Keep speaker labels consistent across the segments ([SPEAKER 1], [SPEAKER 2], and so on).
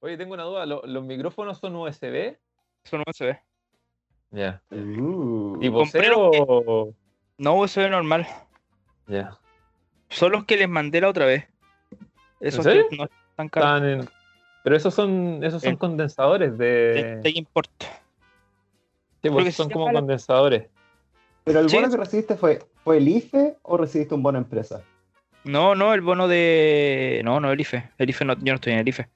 [SPEAKER 1] Oye, tengo una duda. ¿lo- ¿Los micrófonos son USB?
[SPEAKER 2] Son USB.
[SPEAKER 1] Ya.
[SPEAKER 3] Uh,
[SPEAKER 1] ¿Tipo
[SPEAKER 2] Compré
[SPEAKER 1] C
[SPEAKER 2] los que-
[SPEAKER 1] o...?
[SPEAKER 2] No USB normal.
[SPEAKER 1] Ya.
[SPEAKER 2] Son los que les mandé la otra vez. Esos
[SPEAKER 1] serio?
[SPEAKER 2] que no están caros.
[SPEAKER 1] Están en- Pero esos son, esos son
[SPEAKER 2] Eh,
[SPEAKER 1] condensadores
[SPEAKER 2] De
[SPEAKER 1] de...
[SPEAKER 2] Tech Import.
[SPEAKER 1] Sí, pues,
[SPEAKER 2] que
[SPEAKER 1] son
[SPEAKER 2] se
[SPEAKER 1] como
[SPEAKER 2] llama la-
[SPEAKER 1] condensadores.
[SPEAKER 3] Pero el
[SPEAKER 2] sí.
[SPEAKER 3] bono que recibiste fue, fue el IFE o recibiste un bono empresa.
[SPEAKER 2] No, no, el bono de. No, no, el IFE. El IFE no, yo no estoy en el IFE.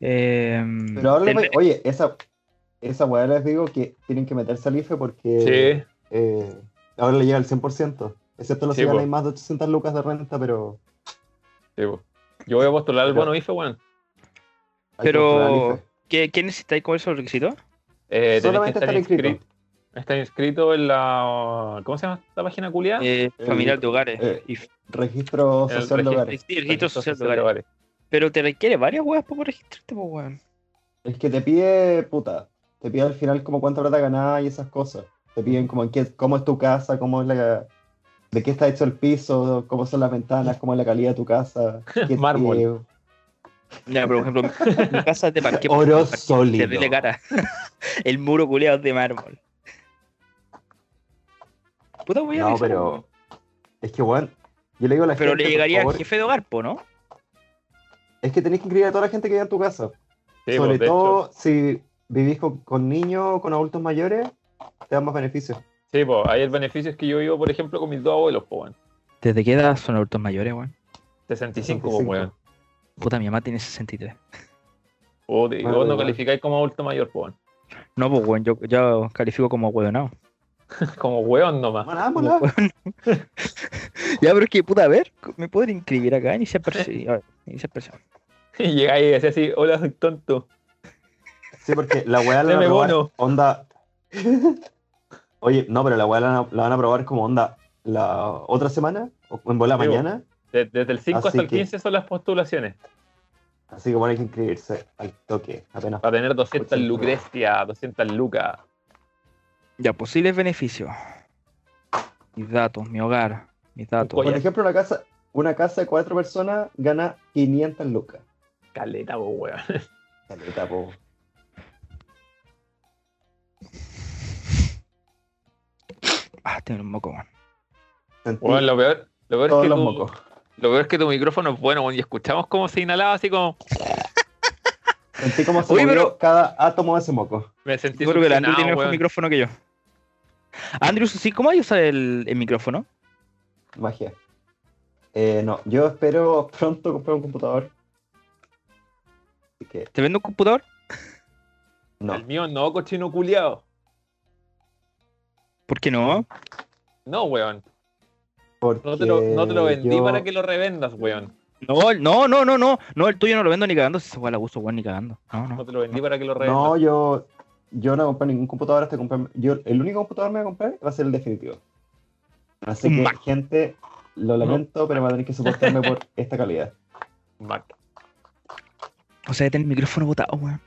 [SPEAKER 2] Eh,
[SPEAKER 1] Mm.
[SPEAKER 3] Pero ahora,
[SPEAKER 2] el-
[SPEAKER 3] le- oye, esa, esa weá les digo que tienen que meterse al IFE porque
[SPEAKER 1] Sí.
[SPEAKER 3] eh, ahora le llega el 100%. Excepto los
[SPEAKER 1] Sí,
[SPEAKER 3] que
[SPEAKER 1] po.
[SPEAKER 3] ganan más de 800 lucas de renta, pero.
[SPEAKER 1] Sí, pues. Yo voy a postular el
[SPEAKER 3] Pero-
[SPEAKER 1] bono IFE, weón.
[SPEAKER 3] hay que
[SPEAKER 2] Pero-
[SPEAKER 3] postular al E. IFE.
[SPEAKER 2] ¿qué, qué necesitáis con esos requisitos?
[SPEAKER 1] Eh, tenés que
[SPEAKER 3] Solamente estar inscrito.
[SPEAKER 1] Está inscrito en la... ¿Cómo se llama esta página culiada?
[SPEAKER 2] Eh,
[SPEAKER 3] el-
[SPEAKER 2] familiar de hogares.
[SPEAKER 3] eh,
[SPEAKER 2] IFE.
[SPEAKER 3] Registro
[SPEAKER 1] El
[SPEAKER 3] social de
[SPEAKER 1] registro-
[SPEAKER 3] hogares.
[SPEAKER 2] Sí, registro social de hogares.
[SPEAKER 1] hogares.
[SPEAKER 2] Pero te requiere varias weas para registrarte, pues weón.
[SPEAKER 3] Es que te pide, puta, te pide al final como cuánta plata ganás y esas cosas. Te piden como en qué, cómo es tu casa, cómo es la, de qué está hecho el piso, cómo son las ventanas, cómo es la calidad de tu casa. qué-
[SPEAKER 1] Mármol.
[SPEAKER 3] eh,
[SPEAKER 2] Ya, por ejemplo, mi- mi casa es de parque.
[SPEAKER 3] Oro
[SPEAKER 2] parque,
[SPEAKER 3] sólido.
[SPEAKER 2] Terrible cara. El muro culeado es de mármol. Puta, voy a
[SPEAKER 3] no,
[SPEAKER 2] revisar,
[SPEAKER 3] pero
[SPEAKER 2] weón.
[SPEAKER 3] es que, weón, yo le digo a la
[SPEAKER 2] Pero le
[SPEAKER 3] gente, por
[SPEAKER 2] llegaría al
[SPEAKER 3] favor,
[SPEAKER 2] jefe de hogar, po, ¿no?
[SPEAKER 3] es que tenés que inscribir a toda la gente que vive en tu casa.
[SPEAKER 1] Sí,
[SPEAKER 3] Sobre
[SPEAKER 1] pues, de
[SPEAKER 3] todo
[SPEAKER 1] hecho.
[SPEAKER 3] si vivís con, con niños o con adultos mayores, te dan más beneficios.
[SPEAKER 1] Sí, pues, ahí el beneficio es que yo vivo, por ejemplo, con mis dos abuelos, pues, weón.
[SPEAKER 2] ¿Desde qué edad son adultos mayores, weón?
[SPEAKER 1] 65,
[SPEAKER 3] 65.
[SPEAKER 1] pues, weón.
[SPEAKER 2] Puta, mi mamá tiene 63.
[SPEAKER 1] O te-
[SPEAKER 3] Madre
[SPEAKER 1] vos no
[SPEAKER 3] mía.
[SPEAKER 1] calificáis como adulto mayor, pues, weón.
[SPEAKER 2] No, pues weón, yo, yo califico como huevonao.
[SPEAKER 1] Como weón nomás.
[SPEAKER 3] Manámosla.
[SPEAKER 2] Ya, pero es que, puta, a ver, me puedo inscribir acá, iniciar persona. A ver, iniciar persona.
[SPEAKER 1] Y llegáis y decís así, hola, soy tonto.
[SPEAKER 3] Sí, porque la weá la van
[SPEAKER 1] Deme
[SPEAKER 3] a probar
[SPEAKER 1] bono.
[SPEAKER 3] onda. Oye, no, pero la weá la, la van a probar como onda la otra semana, o en bola
[SPEAKER 1] Sí, pues. bo.
[SPEAKER 3] mañana.
[SPEAKER 1] De- desde el 5
[SPEAKER 3] Así
[SPEAKER 1] hasta el
[SPEAKER 3] que-
[SPEAKER 1] 15 son las postulaciones.
[SPEAKER 3] Así que bueno, hay que inscribirse al toque, apenas.
[SPEAKER 1] Para tener 200
[SPEAKER 3] Ochenta.
[SPEAKER 1] lucrecia, 200 lucas.
[SPEAKER 2] Ya, posibles beneficios. Mis datos, mi hogar, mis datos.
[SPEAKER 1] Oye.
[SPEAKER 3] Por ejemplo, una casa, una casa de cuatro personas gana 500 lucas.
[SPEAKER 1] Caleta, pues, weón.
[SPEAKER 3] Caleta, po.
[SPEAKER 2] Ah, tengo un moco, weón.
[SPEAKER 3] Sentí
[SPEAKER 1] Weón, lo peor, lo peor
[SPEAKER 3] todos
[SPEAKER 1] es que
[SPEAKER 3] los
[SPEAKER 1] tu,
[SPEAKER 3] mocos.
[SPEAKER 1] lo peor es que tu micrófono es bueno, weón. Y escuchamos cómo se inhalaba así como...
[SPEAKER 3] Sentí como se
[SPEAKER 2] Oye,
[SPEAKER 3] movió
[SPEAKER 2] pero-
[SPEAKER 3] cada átomo de ese moco.
[SPEAKER 1] Me sentí
[SPEAKER 2] Yo creo que el Andrew
[SPEAKER 1] succionado,
[SPEAKER 2] tiene mejor
[SPEAKER 1] weón.
[SPEAKER 2] micrófono que yo. Andrew, sí, ¿cómo hay que usar el, el micrófono?
[SPEAKER 3] Magia. Eh, no, yo espero pronto comprar un computador. Así que,
[SPEAKER 2] ¿Te vendo un computador?
[SPEAKER 3] no.
[SPEAKER 1] El mío no, cochino culiado.
[SPEAKER 2] ¿Por qué no?
[SPEAKER 1] No, weón.
[SPEAKER 3] Porque
[SPEAKER 1] No te lo, no te lo vendí
[SPEAKER 3] yo-
[SPEAKER 1] para que lo revendas, weón.
[SPEAKER 2] No, el- no, no, no, no. No, el tuyo no lo vendo ni cagando. Si esa weá la uso, weón, ni cagando. No,
[SPEAKER 1] No
[SPEAKER 2] no.
[SPEAKER 1] te lo vendí para que lo revendas.
[SPEAKER 3] No, yo, yo no compré ningún computador hasta comprar. Yo, el único computador que me voy a comprar va a ser el definitivo. Así
[SPEAKER 2] Un
[SPEAKER 3] que,
[SPEAKER 2] Mac.
[SPEAKER 3] gente, lo lamento, pero me van a tener que soportarme por esta calidad.
[SPEAKER 1] Mac.
[SPEAKER 2] O sea, tenés el micrófono botado, weón.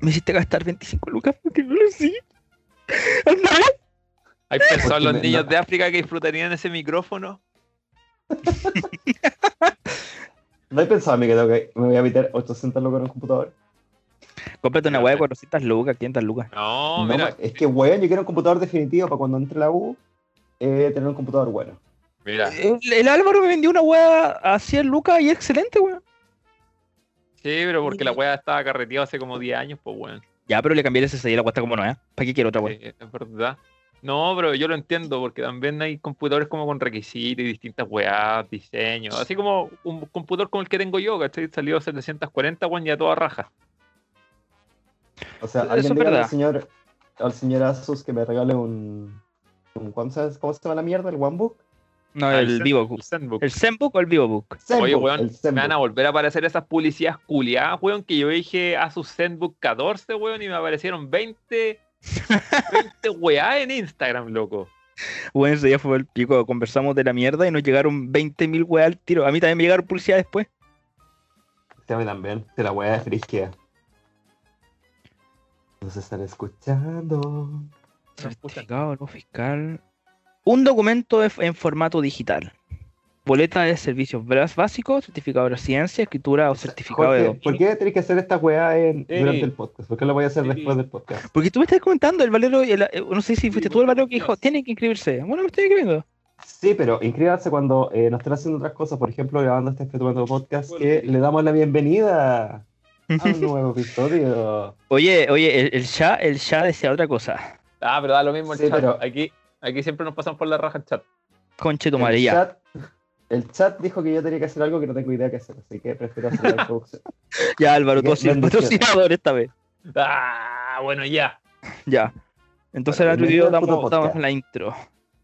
[SPEAKER 2] Me hiciste gastar 25 lucas porque no lo hice. Andrés.
[SPEAKER 1] ¿Hay pensado en los
[SPEAKER 3] me-
[SPEAKER 1] niños
[SPEAKER 3] no.
[SPEAKER 1] de África que disfrutarían ese micrófono?
[SPEAKER 3] ¿No he pensado a mí que, tengo que me voy a meter 800 locos en un computador?
[SPEAKER 2] Cómprate una weá de 400 lucas, 500 lucas.
[SPEAKER 1] No,
[SPEAKER 3] No,
[SPEAKER 1] mira,
[SPEAKER 3] ma- es que, weón, yo quiero un computador definitivo para cuando entre la U, eh, tener un computador bueno.
[SPEAKER 1] mira.
[SPEAKER 2] El, el Álvaro me vendió una weá a 100 lucas y es excelente, weón.
[SPEAKER 1] Sí, pero porque la weá estaba carreteada hace como 10 años, pues weón.
[SPEAKER 2] Ya, pero le cambié el SSD y la weá está como nueva. ¿Para qué quiero
[SPEAKER 3] Ah,
[SPEAKER 2] otra weá?
[SPEAKER 1] Sí, es verdad. No, pero yo lo entiendo, porque también hay computadores como con requisitos y distintas weás, diseños. Así como un computador como el que tengo yo, ¿cachai? Salió 740, weón, ya toda raja.
[SPEAKER 3] O sea,
[SPEAKER 2] Eso
[SPEAKER 3] alguien
[SPEAKER 2] es
[SPEAKER 3] dígale al
[SPEAKER 2] verdad.
[SPEAKER 3] señor, al señor Asus que me regale un. un- ¿cómo, se, ¿Cómo se llama la mierda? ¿El OneBook?
[SPEAKER 2] No,
[SPEAKER 1] Ah,
[SPEAKER 2] el
[SPEAKER 1] Zen-
[SPEAKER 2] Vivobook.
[SPEAKER 1] El Zenbook.
[SPEAKER 2] ¿El Zenbook o el Vivobook?
[SPEAKER 1] Oye,
[SPEAKER 3] Zenbook,
[SPEAKER 1] weón,
[SPEAKER 3] el
[SPEAKER 1] me van a
[SPEAKER 3] Zenbook.
[SPEAKER 1] volver a aparecer esas publicidades culiadas, weón, que yo dije a su Zenbook 14, weón, y me aparecieron 20, 20 weá en Instagram, loco.
[SPEAKER 2] Bueno, ese día fue el pico, conversamos de la mierda y nos llegaron 20.000 weas al tiro. A mí también me llegaron publicidad después.
[SPEAKER 3] Sí, a mí Este también. De la weá de Frisquia. Nos están escuchando.
[SPEAKER 1] No escuchan.
[SPEAKER 2] Certificado de no fiscal. Un documento de- en formato digital. Boleta de servicios bras- básicos, certificado de residencia, escritura o certificado de
[SPEAKER 3] Jorge,
[SPEAKER 2] dominio.
[SPEAKER 3] ¿por qué tenés que hacer esta weá en-
[SPEAKER 1] Sí.
[SPEAKER 3] durante el podcast? ¿Por qué lo voy a hacer
[SPEAKER 1] Sí.
[SPEAKER 3] después del podcast?
[SPEAKER 2] Porque tú me estás comentando, el valero, y el- eh, no sé si fuiste tú el valero que dijo,
[SPEAKER 1] Dios.
[SPEAKER 2] tienen que inscribirse. Bueno, me estoy inscribiendo.
[SPEAKER 3] Sí, pero inscríbanse cuando eh, nos estén haciendo otras cosas, por ejemplo, grabando este Fetuando Podcast,
[SPEAKER 1] Bueno,
[SPEAKER 3] que
[SPEAKER 1] sí.
[SPEAKER 3] le damos la bienvenida a un nuevo episodio.
[SPEAKER 2] Oye, oye, el, el ya, el ya decía otra cosa.
[SPEAKER 1] Ah, pero da lo mismo el
[SPEAKER 3] Sí,
[SPEAKER 1] chat.
[SPEAKER 3] pero-
[SPEAKER 1] Aquí, aquí siempre nos pasan por la raja el chat.
[SPEAKER 2] Conche tu madre,
[SPEAKER 3] El
[SPEAKER 2] ya.
[SPEAKER 3] chat, el chat dijo que yo tenía que hacer algo que no tengo idea que hacer, así que prefiero hacer la producción.
[SPEAKER 2] Ya, Álvaro, tú
[SPEAKER 3] Bien,
[SPEAKER 2] has sido el
[SPEAKER 3] bendiciones.
[SPEAKER 2] patrocinador esta vez.
[SPEAKER 1] Ah, bueno, ya.
[SPEAKER 2] Ya. Entonces
[SPEAKER 3] Bueno,
[SPEAKER 2] ahora tú y
[SPEAKER 3] bienvenido
[SPEAKER 2] yo
[SPEAKER 3] al puto
[SPEAKER 2] damos, damos
[SPEAKER 3] podcast.
[SPEAKER 2] la intro.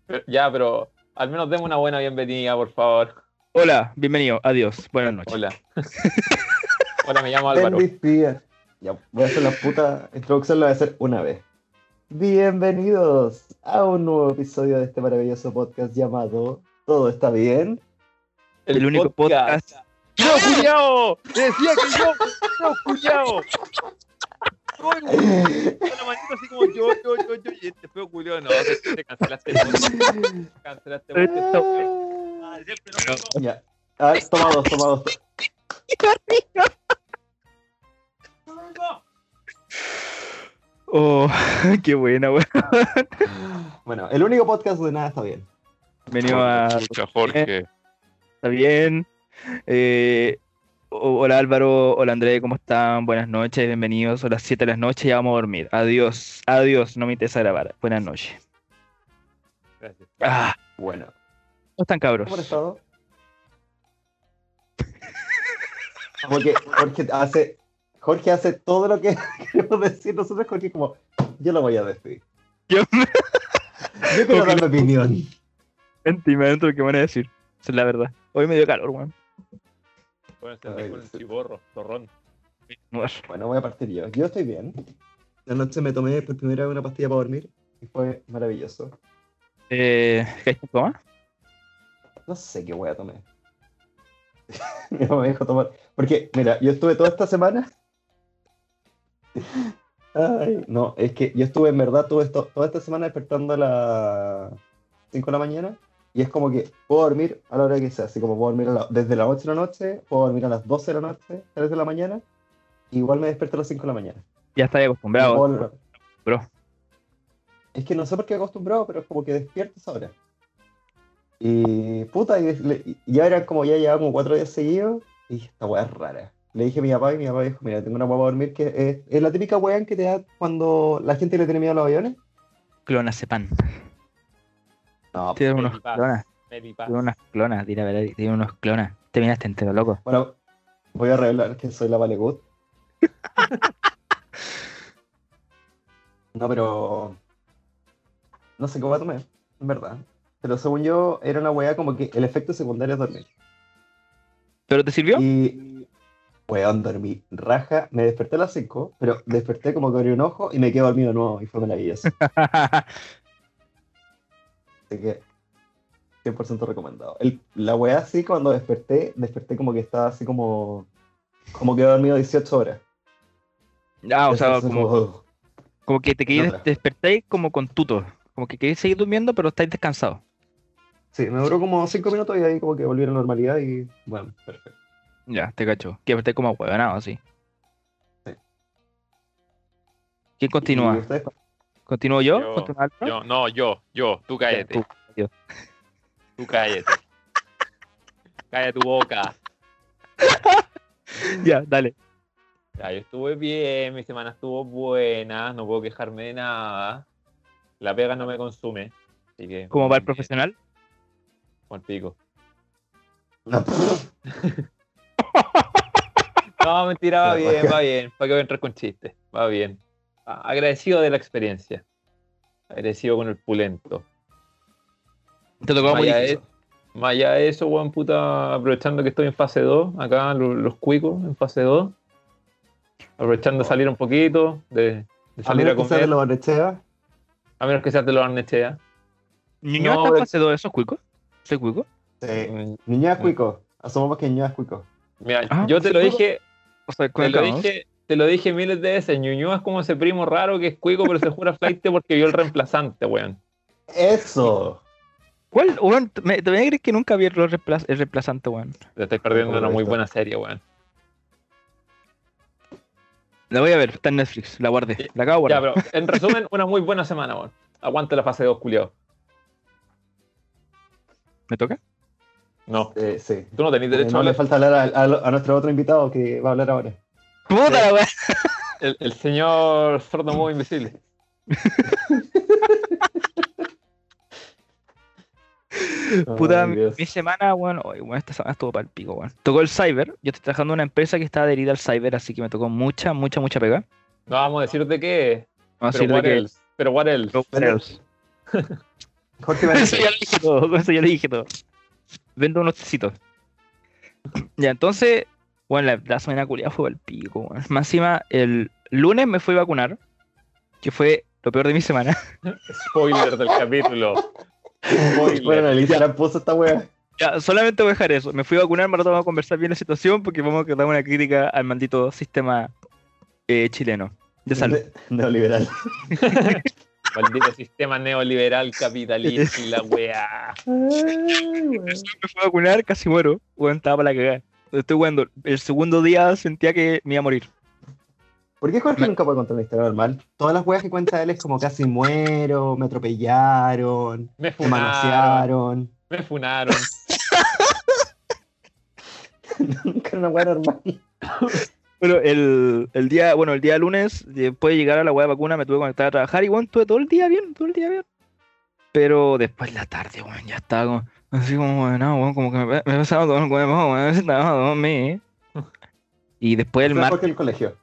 [SPEAKER 1] Pero- ya, pero al menos demos una buena bienvenida, por favor.
[SPEAKER 2] Hola, bienvenido, adiós, buenas noches.
[SPEAKER 1] Hola. Hola, me llamo Álvaro.
[SPEAKER 3] Bendiciones. Ya, voy a hacer la puta introducción, la voy a hacer una vez. Bienvenidos a un nuevo episodio de este maravilloso podcast llamado Todo está bien.
[SPEAKER 2] El, único podcast.
[SPEAKER 1] ¡No, culiao! ¡Decía que yo! ¡No, culiao! ¡Soy un- con la manito así como yo, yo, yo, yo! Y este feo culiao, no, te, te cancelaste. Te cancelaste.
[SPEAKER 2] Este está bueno.
[SPEAKER 1] Ah, siempre lo mismo.
[SPEAKER 3] Ya. A ver, toma dos, toma dos.
[SPEAKER 2] Oh, qué buena, weón.
[SPEAKER 3] Bueno, el único podcast de nada está bien.
[SPEAKER 2] Bienvenido a.
[SPEAKER 1] Chucha, Jorge.
[SPEAKER 2] Está bien. Eh, o- hola Álvaro, hola André, ¿cómo están? Buenas noches, bienvenidos. Son las 7 de la noche, ya vamos a dormir. Adiós, adiós, no me interesa grabar. Buenas noches.
[SPEAKER 1] Gracias.
[SPEAKER 2] Ah,
[SPEAKER 3] Bueno.
[SPEAKER 2] ¿Cómo están, cabros?
[SPEAKER 3] ¿Cómo han estado? Porque Jorge hace, Jorge hace todo lo que queremos decir nosotros, Jorge es como, yo lo voy a decir.
[SPEAKER 2] Yo me
[SPEAKER 3] Yo quiero dar mi opinión.
[SPEAKER 2] sentí, me adentro lo que van a decir. Esa es la verdad. Hoy me dio calor, weón.
[SPEAKER 1] Bueno, se me fue un chiborro, zorrón.
[SPEAKER 3] Bueno, voy a partir yo. Yo estoy bien. La noche me tomé por primera vez una pastilla para dormir y fue maravilloso.
[SPEAKER 2] Eh, ¿Qué hay que tomar?
[SPEAKER 3] No sé qué a tomé. Mi mamá me dijo tomar. Porque, mira, yo estuve toda esta semana. Ay, no, es que yo estuve en verdad todo esto, toda esta semana despertando a las 5 de la mañana. Y es como que puedo dormir a la hora que sea. Así como puedo dormir a la- desde las 8 de la noche, puedo dormir a las 12 de la noche, 3 de la mañana. Igual me despierto a las 5 de la mañana.
[SPEAKER 2] Ya estáis
[SPEAKER 3] No puedo
[SPEAKER 2] acostumbrado.
[SPEAKER 3] volver.
[SPEAKER 2] Bro.
[SPEAKER 3] Es que no sé por qué acostumbrado, pero es como que despiertas ahora. Y puta, y, le- y ya eran como ya llevaba como cuatro días seguidos. Y dije, esta weá es rara. Le dije a mi papá y mi papá dijo, mira, tengo una weá para dormir que es, es la típica weá que te da cuando la gente le tiene miedo a los aviones.
[SPEAKER 2] Clonacepan.
[SPEAKER 3] No,
[SPEAKER 2] Tiene unos
[SPEAKER 1] Felipa.
[SPEAKER 2] clonas,
[SPEAKER 1] Me dipa.
[SPEAKER 2] tiene unos clonas, tira, verdad, tiene unos clonas. Te miraste entero, loco.
[SPEAKER 3] bueno, voy a revelar que soy la Valegut. no, pero no sé cómo va a tomar, en verdad. Pero según yo, era una weá como que el efecto secundario es dormir.
[SPEAKER 2] ¿Pero te sirvió?
[SPEAKER 3] Y, weón, dormí raja. Me desperté a las 5, pero desperté como que abrí un ojo y me quedé dormido de nuevo. Y fue maravilloso.
[SPEAKER 2] Ah,
[SPEAKER 3] Así que, 100% recomendado. El- la weá así, cuando desperté, desperté como que estaba así como... Como que había dormido 18 horas.
[SPEAKER 2] ah, o sea,
[SPEAKER 3] Entonces,
[SPEAKER 2] como
[SPEAKER 3] oh,
[SPEAKER 2] Como que te queréis
[SPEAKER 3] No, pero-
[SPEAKER 2] despertáis como con tuto. Como que queréis seguir durmiendo, pero estáis descansados.
[SPEAKER 3] Sí, me duró como 5 minutos y ahí como que volví a la normalidad y... Bueno, perfecto.
[SPEAKER 2] Ya, te cacho. Que estáis como ahuevanado, así.
[SPEAKER 3] Sí.
[SPEAKER 2] ¿Quién
[SPEAKER 3] ¿Y
[SPEAKER 2] continúa?
[SPEAKER 3] ustedes?
[SPEAKER 2] ¿Continúo yo?
[SPEAKER 1] Yo,
[SPEAKER 2] ¿Continúa Álvaro?
[SPEAKER 1] Yo, no, yo, yo, tú
[SPEAKER 2] Ya,
[SPEAKER 1] cállate,
[SPEAKER 2] tú.
[SPEAKER 1] tú cállate. Calla tu boca.
[SPEAKER 2] Ya, dale.
[SPEAKER 1] Ya, yo estuve bien, mi semana estuvo buena, no puedo quejarme de nada. La pega no me consume. Así que.
[SPEAKER 2] ¿Cómo va el
[SPEAKER 1] bien,
[SPEAKER 2] profesional?
[SPEAKER 1] con el pico.
[SPEAKER 3] No, pff,
[SPEAKER 1] No, mentira, va
[SPEAKER 3] Ya,
[SPEAKER 1] bien,
[SPEAKER 3] bueno.
[SPEAKER 1] va bien. ¿Para qué voy a entrar con chistes? Va bien. A- Agradecido de la experiencia. Agradecido con el pulento.
[SPEAKER 2] Te tocó muy
[SPEAKER 1] Vaya,
[SPEAKER 2] difícil.
[SPEAKER 1] eh. Más allá de eso, weón, puta, aprovechando que estoy en fase 2, acá lo- los, cuicos en fase 2. Aprovechando
[SPEAKER 2] Oh.
[SPEAKER 1] de salir un poquito, de, de
[SPEAKER 3] a
[SPEAKER 1] salir a
[SPEAKER 3] menos que sea de
[SPEAKER 1] comer.
[SPEAKER 3] los Barnechea,
[SPEAKER 1] A menos que seas de los Arnechea.
[SPEAKER 2] ¿Niño
[SPEAKER 1] No, eh.
[SPEAKER 2] está
[SPEAKER 1] pero-
[SPEAKER 2] fase 2 de esos cuicos? ¿Soy cuico?
[SPEAKER 3] Sí. Ah.
[SPEAKER 1] Mm,
[SPEAKER 3] Niñas eh, Cuico. Asomamos que Niñas Cuico.
[SPEAKER 1] Mira,
[SPEAKER 2] Ah,
[SPEAKER 1] yo te
[SPEAKER 2] sí,
[SPEAKER 1] lo
[SPEAKER 2] cuico.
[SPEAKER 1] dije,
[SPEAKER 2] O sea,
[SPEAKER 1] te
[SPEAKER 2] cuico,
[SPEAKER 1] lo
[SPEAKER 2] ¿no?
[SPEAKER 1] dije, te lo dije miles de veces. Ñuñoa es como ese primo raro que es cuico, pero se jura flight porque vio el reemplazante, weón.
[SPEAKER 3] ¡Eso!
[SPEAKER 2] ¿Cuál? Weón, me, te voy a creer que nunca vi el, rol reemplaz- el reemplazante, weón.
[SPEAKER 1] Te estáis perdiendo una muy
[SPEAKER 3] Correcto.
[SPEAKER 1] buena serie, weón.
[SPEAKER 2] La voy a ver, está en Netflix, la guardé, la acabo de
[SPEAKER 1] Ya,
[SPEAKER 2] guardar.
[SPEAKER 1] pero en resumen, una muy buena semana, weón. Aguante la fase 2, culiao.
[SPEAKER 2] ¿Me toca?
[SPEAKER 1] No,
[SPEAKER 3] Eh, sí.
[SPEAKER 1] tú no tenés
[SPEAKER 3] Eh,
[SPEAKER 1] derecho a
[SPEAKER 3] no le
[SPEAKER 1] hablar.
[SPEAKER 3] falta hablar a, a- a nuestro otro invitado que va a hablar ahora.
[SPEAKER 2] ¡Puta la weá!
[SPEAKER 1] El, el señor sordo muy invisible.
[SPEAKER 2] Puta,
[SPEAKER 3] Ay,
[SPEAKER 2] mi,
[SPEAKER 3] Dios.
[SPEAKER 2] mi semana, weón, hoy, weón, esta semana estuvo para el pico, weón. Tocó el cyber, yo estoy trabajando en una empresa que está adherida al cyber, así que me tocó mucha, mucha, mucha pega.
[SPEAKER 1] No vamos a decir de qué.
[SPEAKER 2] Vamos a
[SPEAKER 1] Pero
[SPEAKER 2] decir Ah, de
[SPEAKER 1] what
[SPEAKER 2] que...
[SPEAKER 1] else. Pero what else.
[SPEAKER 2] Pero what else.
[SPEAKER 3] Jorge
[SPEAKER 2] Con eso
[SPEAKER 3] Benítez.
[SPEAKER 2] ya le dije todo, con eso ya le dije todo. Vendo unos tecitos. Ya, entonces, bueno, la, la semana culiada fue el pico, weón. Más encima, el lunes me fui a vacunar, que fue lo peor de mi semana.
[SPEAKER 1] Spoiler del capítulo.
[SPEAKER 3] Bueno,
[SPEAKER 1] Spoiler.
[SPEAKER 3] el Instagram puso esta wea.
[SPEAKER 2] Ya, solamente voy a dejar eso. Me fui a vacunar, me vamos a conversar bien la situación porque vamos a dar una crítica al maldito sistema eh, chileno de salud.
[SPEAKER 3] Ne- Neoliberal.
[SPEAKER 1] Maldito sistema neoliberal capitalista y la weá.
[SPEAKER 2] Me fui a vacunar, casi muero. Bueno, estaba para la cagada. Estoy jugando. El segundo día sentía que me iba a morir.
[SPEAKER 3] ¿Por qué Jorge nunca puede contar una historia normal? Todas las weas que cuenta él es como casi muero, me atropellaron,
[SPEAKER 1] Me
[SPEAKER 3] me
[SPEAKER 1] funaron.
[SPEAKER 3] manosearon.
[SPEAKER 1] Me funaron.
[SPEAKER 3] nunca era una wea normal.
[SPEAKER 2] Bueno, el, el día, bueno, el día lunes, después de llegar a la weá de vacuna, me tuve que conectar a trabajar y bueno, estuve todo el día bien, todo el día bien. Pero después en la tarde, weón, ya estaba como, así como, weón, no, weón, como que me, me he pasado todo el huevo, weón, me he pasado todo el mes. Y después el
[SPEAKER 3] Fue
[SPEAKER 2] martes,
[SPEAKER 3] Jorge del colegio.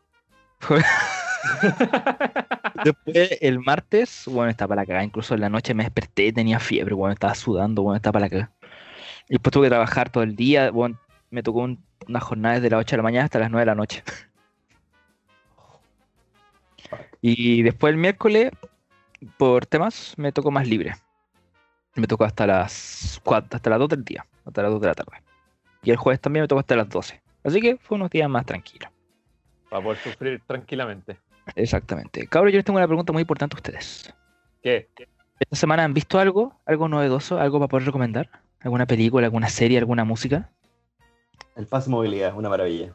[SPEAKER 2] después el martes, bueno, estaba para la cagada, incluso en la noche me desperté, tenía fiebre, bueno, estaba sudando, bueno, estaba para la cagada. Y después tuve que trabajar todo el día, bueno, me tocó un- una jornada desde las 8 de la mañana hasta las 9 de la noche. Y después el miércoles, por temas, me tocó más libre. Me tocó hasta las 4, hasta las 2 del día, hasta las 2 de la tarde. Y el jueves también me tocó hasta las 12. Así que fue unos días más tranquilos.
[SPEAKER 1] Para poder sufrir tranquilamente.
[SPEAKER 2] Exactamente. Cabro, yo les tengo una pregunta muy importante a ustedes.
[SPEAKER 1] ¿Qué?
[SPEAKER 2] ¿Esta semana han visto algo? ¿Algo novedoso? ¿Algo para poder recomendar? ¿Alguna película, alguna serie, alguna música?
[SPEAKER 3] El pase movilidad, una maravilla.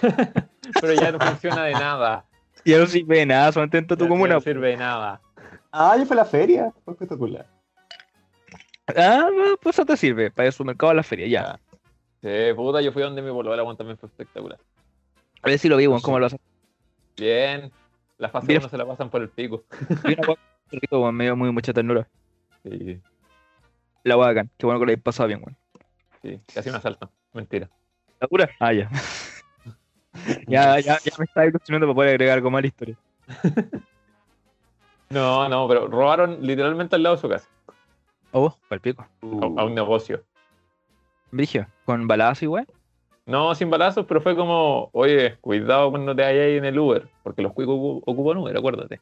[SPEAKER 1] Pero ya no funciona de nada.
[SPEAKER 2] Y no sirve de nada, solamente entra
[SPEAKER 1] Ya-
[SPEAKER 2] tu
[SPEAKER 1] ya
[SPEAKER 2] comuna.
[SPEAKER 1] No sirve de nada.
[SPEAKER 3] Ah, yo fui a la feria. Fue espectacular.
[SPEAKER 2] Ah, pues eso te sirve, para su mercado a la feria, ya.
[SPEAKER 1] Sí, puta, yo fui donde mi polola, weón, también fue espectacular.
[SPEAKER 2] A ver si lo vi, weón, cómo lo hacen.
[SPEAKER 1] Bien. Las fases
[SPEAKER 2] Bien.
[SPEAKER 1] no se la pasan por el pico.
[SPEAKER 2] Vi una hueá muy rico, weón, me dio muy mucha ternura.
[SPEAKER 1] Sí,
[SPEAKER 2] La hueá bacán. Qué bueno que lo hayas pasado bien, weón.
[SPEAKER 1] sí. Casi un asalto. Mentira.
[SPEAKER 2] ¿La cura? Ah, ya. ya, ya, ya me estaba ilusionando para poder agregar algo más a la historia.
[SPEAKER 1] No, no, pero robaron literalmente al lado de su casa.
[SPEAKER 2] ¿A vos? Para el pico.
[SPEAKER 1] a- a un negocio.
[SPEAKER 2] Brigio, con balazo y weón.
[SPEAKER 1] No, sin balazos, pero fue como, oye, cuidado cuando te vayas en el Uber, porque los cuicos ocu- ocupan Uber, acuérdate.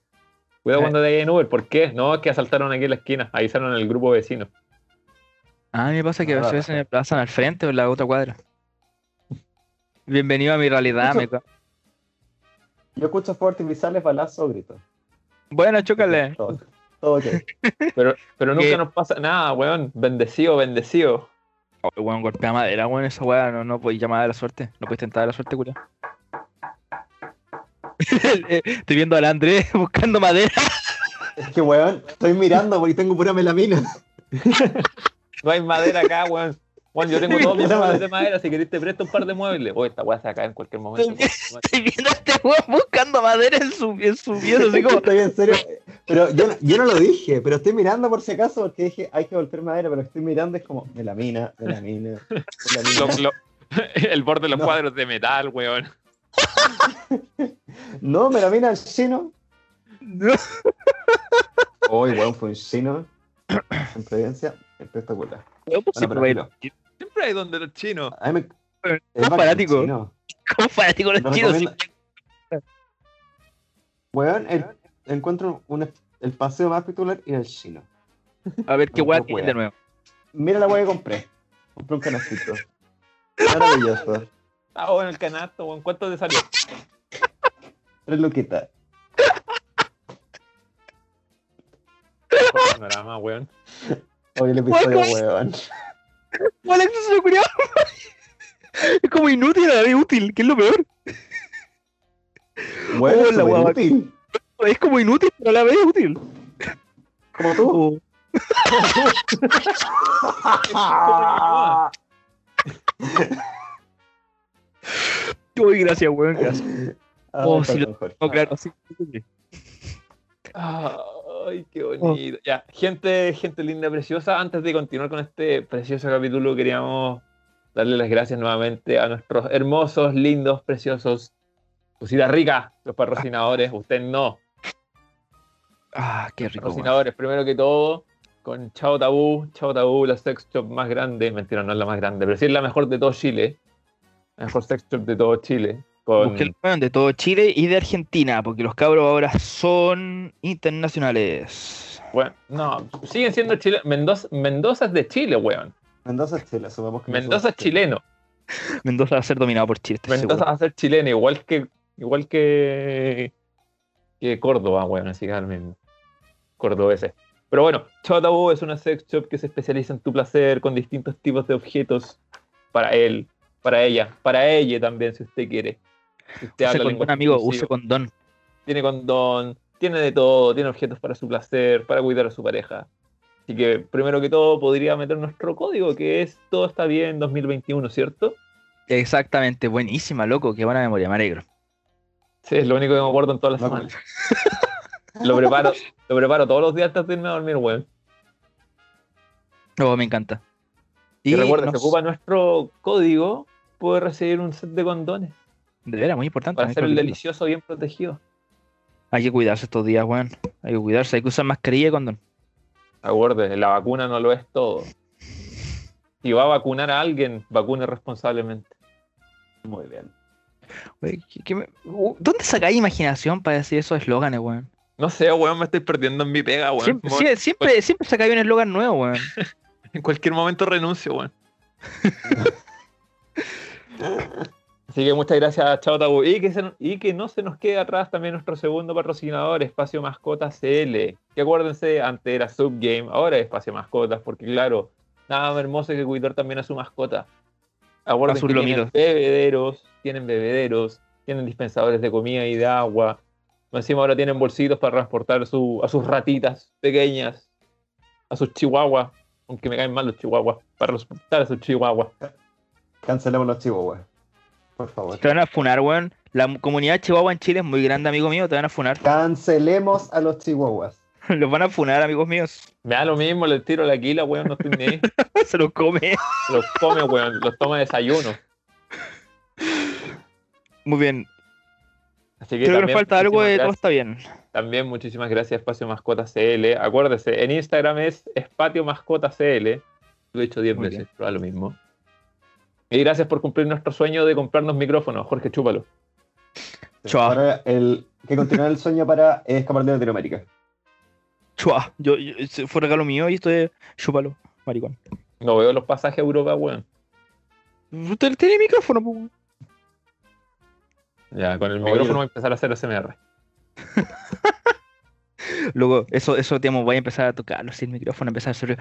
[SPEAKER 1] Cuidado
[SPEAKER 2] Eh.
[SPEAKER 1] cuando te vayas en Uber, ¿por qué? No, es que asaltaron aquí en la esquina, avisaron al grupo vecino.
[SPEAKER 2] A mí me pasa que a
[SPEAKER 3] Ah,
[SPEAKER 2] veces me plazan al frente o en la otra cuadra. Bienvenido a mi realidad,
[SPEAKER 3] Eso-
[SPEAKER 2] me ca-
[SPEAKER 3] Yo escucho fuegos artificiales, balazos, gritos.
[SPEAKER 2] Bueno, chócale.
[SPEAKER 3] Todo, todo ok.
[SPEAKER 1] Pero, pero nunca
[SPEAKER 2] ¿Qué?
[SPEAKER 1] nos pasa nada, weón. Bendecido, bendecido.
[SPEAKER 2] Oh, weón, golpea madera, weón, esa weá no, no podéis llamar a la suerte. No podéis tentar a la suerte, culia. Eh, Estoy viendo al Andrés buscando madera.
[SPEAKER 3] Es que, weón, estoy mirando porque tengo pura melamina.
[SPEAKER 1] No hay madera acá, weón. Weón, yo tengo todos mis
[SPEAKER 3] Mira,
[SPEAKER 1] muebles de madera, si querés te presto un par de muebles. Oye, esta weá se va a caer en cualquier momento.
[SPEAKER 2] Estoy viendo a este weón buscando madera en su, en su pieza, así como.
[SPEAKER 3] Estoy en serio. Pero yo, no- yo no lo dije, pero estoy mirando por si acaso porque dije, hay que volver madera, pero estoy mirando es como, melamina, melamina,
[SPEAKER 1] Lo-
[SPEAKER 3] melamina.
[SPEAKER 1] lo- el borde de los
[SPEAKER 3] No.
[SPEAKER 1] cuadros de metal, weón.
[SPEAKER 3] No, melamina el chino.
[SPEAKER 2] No.
[SPEAKER 3] Hoy, weón, fue un chino. En Providencia, espectacular.
[SPEAKER 2] Yo pues, siempre
[SPEAKER 3] Bueno, pero Eh,
[SPEAKER 2] voy a
[SPEAKER 3] no.
[SPEAKER 2] ir
[SPEAKER 1] Siempre hay donde los chinos.
[SPEAKER 3] A mí me...
[SPEAKER 2] Pero no fanático.
[SPEAKER 3] chino.
[SPEAKER 2] como fanático de
[SPEAKER 3] No
[SPEAKER 2] los chinos.
[SPEAKER 3] recomiendo- Weón, el- encuentro un, el paseo más espectacular y el chino.
[SPEAKER 2] sí. A ver qué
[SPEAKER 3] no
[SPEAKER 2] guay
[SPEAKER 3] puedo
[SPEAKER 2] tiene
[SPEAKER 3] jugar.
[SPEAKER 2] de nuevo.
[SPEAKER 3] Mira la weá que compré. Compré un canastito. Maravilloso.
[SPEAKER 1] Ah, weón, el canasto, weón. ¿Cuánto te salió?
[SPEAKER 3] Tres luquitas.
[SPEAKER 1] Por panorama, weón.
[SPEAKER 3] Hoy el episodio, weón.
[SPEAKER 2] Alex es un culiao. Es como inútil a la vez útil, que es lo peor.
[SPEAKER 3] Weón,
[SPEAKER 2] Hola,
[SPEAKER 3] es súper
[SPEAKER 2] guava.
[SPEAKER 3] útil.
[SPEAKER 2] Es como inútil, pero a la vez es útil.
[SPEAKER 3] Como tú.
[SPEAKER 2] Oh.
[SPEAKER 1] Ah.
[SPEAKER 2] Uy, gracias, weón, gracias.
[SPEAKER 3] Ah,
[SPEAKER 2] Oh,
[SPEAKER 3] mejor,
[SPEAKER 2] sí lo-
[SPEAKER 3] mejor.
[SPEAKER 2] No, claro, sí.
[SPEAKER 1] Ay, qué bonito. Ya, gente, gente linda, preciosa. Antes de continuar con este precioso capítulo, queríamos darle las gracias nuevamente a nuestros hermosos, lindos, preciosos, cositas ricas, los patrocinadores. Usted no,
[SPEAKER 2] Ah, qué rico. weón.
[SPEAKER 1] patrocinadores, primero que todo, con Chao Tabú. Chao Tabú, la sex shop más grande. Mentira, no es la más grande, pero sí es la mejor de todo Chile. La mejor sex shop de todo Chile. Con...
[SPEAKER 2] Busqué el weón de todo Chile y de Argentina, porque los cabros ahora son internacionales.
[SPEAKER 1] Bueno, no, siguen siendo Chile. Mendoza, Mendoza es de Chile, weón.
[SPEAKER 3] Mendoza es Chile, supongamos que
[SPEAKER 1] Mendoza es chileno.
[SPEAKER 2] Mendoza va a ser dominado por Chile. estoy
[SPEAKER 1] Mendoza
[SPEAKER 2] seguro.
[SPEAKER 1] va a ser chileno, igual que igual que, que Córdoba, weón, así que al mismo. Cordobeses. Pero bueno, Chotabú es una sex shop que se especializa en tu placer con distintos tipos de objetos para él, para ella, para ella también, si usted quiere. Si usted
[SPEAKER 2] Use
[SPEAKER 1] habla
[SPEAKER 2] condón,
[SPEAKER 1] lenguaje
[SPEAKER 2] amigo,
[SPEAKER 1] inclusivo,
[SPEAKER 2] use condón.
[SPEAKER 1] Tiene condón, tiene de todo, tiene objetos para su placer, para cuidar a su pareja. Así que primero que todo podría meter nuestro código, que es todo está bien 2021, ¿cierto?
[SPEAKER 2] Exactamente, buenísima, loco, que buena memoria, me alegro.
[SPEAKER 1] Sí, es lo único que me acuerdo en todas las
[SPEAKER 3] No,
[SPEAKER 1] semanas. Lo preparo, lo preparo todos los días antes de irme a dormir, weón.
[SPEAKER 2] No, me encanta.
[SPEAKER 1] Y recuerden,
[SPEAKER 2] nos-
[SPEAKER 1] se ocupa nuestro código, puede recibir un set de condones
[SPEAKER 2] De veras, muy importante.
[SPEAKER 1] para
[SPEAKER 2] muy
[SPEAKER 1] hacer el
[SPEAKER 2] importante.
[SPEAKER 1] delicioso bien protegido.
[SPEAKER 2] Hay que cuidarse estos días, weón. Hay que cuidarse, hay que usar mascarilla y condón.
[SPEAKER 1] Acuérdense, la vacuna no lo es todo. Si va a vacunar a alguien, vacune responsablemente.
[SPEAKER 3] Muy bien.
[SPEAKER 2] Wey, ¿qué- qué me- u- ¿Dónde sacáis imaginación para decir esos eslóganes, weón?
[SPEAKER 1] No sé, weón, me estoy perdiendo en mi pega, weón. pues-
[SPEAKER 2] Siempre,
[SPEAKER 1] Mo-
[SPEAKER 2] sie- siempre, siempre sacáis un eslogan nuevo, weón.
[SPEAKER 1] En cualquier momento renuncio, weón. Así que muchas gracias, Chao Tabú. Y que, se- y que no se nos quede atrás también nuestro segundo patrocinador, Espacio Mascotas CL. Que acuérdense, antes era Subgame, ahora es Espacio Mascotas, porque claro, nada más hermoso que cuidar también a su mascota.
[SPEAKER 2] A
[SPEAKER 1] Acuérdense
[SPEAKER 2] sus
[SPEAKER 1] que tienen
[SPEAKER 2] lomitos.
[SPEAKER 1] bebederos, tienen bebederos, tienen dispensadores de comida y de agua. Encima ahora tienen bolsitos para transportar su- a sus ratitas pequeñas, a sus chihuahuas, aunque me caen mal los chihuahuas, para transportar a sus chihuahuas.
[SPEAKER 3] Cancelemos los chihuahuas. Por favor.
[SPEAKER 2] Te van a funar, weón. La mu- comunidad chihuahua en Chile es muy grande, amigo mío. Te van a funar.
[SPEAKER 3] Cancelemos a los chihuahuas.
[SPEAKER 2] Los van a funar, amigos míos.
[SPEAKER 1] Me da lo mismo, les tiro la aquila, weón, no estoy ni ahí.
[SPEAKER 2] Se los come.
[SPEAKER 1] Los come, weón, los toma de desayuno.
[SPEAKER 2] Muy bien.
[SPEAKER 1] Así que
[SPEAKER 2] Creo que nos
[SPEAKER 1] también
[SPEAKER 2] falta algo
[SPEAKER 1] muchísimas
[SPEAKER 2] de todo
[SPEAKER 1] gracias-
[SPEAKER 2] está bien.
[SPEAKER 1] También muchísimas gracias, Espacio Mascota CL. Acuérdese, en Instagram es Espacio Mascota CL. Lo he hecho 10
[SPEAKER 2] Muy
[SPEAKER 1] veces, pero da lo mismo. Y gracias por cumplir nuestro sueño de comprarnos micrófonos. Jorge, chúpalo.
[SPEAKER 2] Chua.
[SPEAKER 3] Ahora el que continúa el sueño para escapar de Latinoamérica.
[SPEAKER 2] Chua. Yo, yo- ese fue regalo mío y estoy. Chúpalo, maricón.
[SPEAKER 1] No veo los pasajes a Europa, weón.
[SPEAKER 2] Usted tiene micrófono, po, weón.
[SPEAKER 1] Ya, con el
[SPEAKER 3] Oye.
[SPEAKER 1] micrófono voy a empezar a hacer SMR.
[SPEAKER 2] Luego, eso, eso, digamos, voy a empezar a tocarlo sin micrófono, empezar a hacer.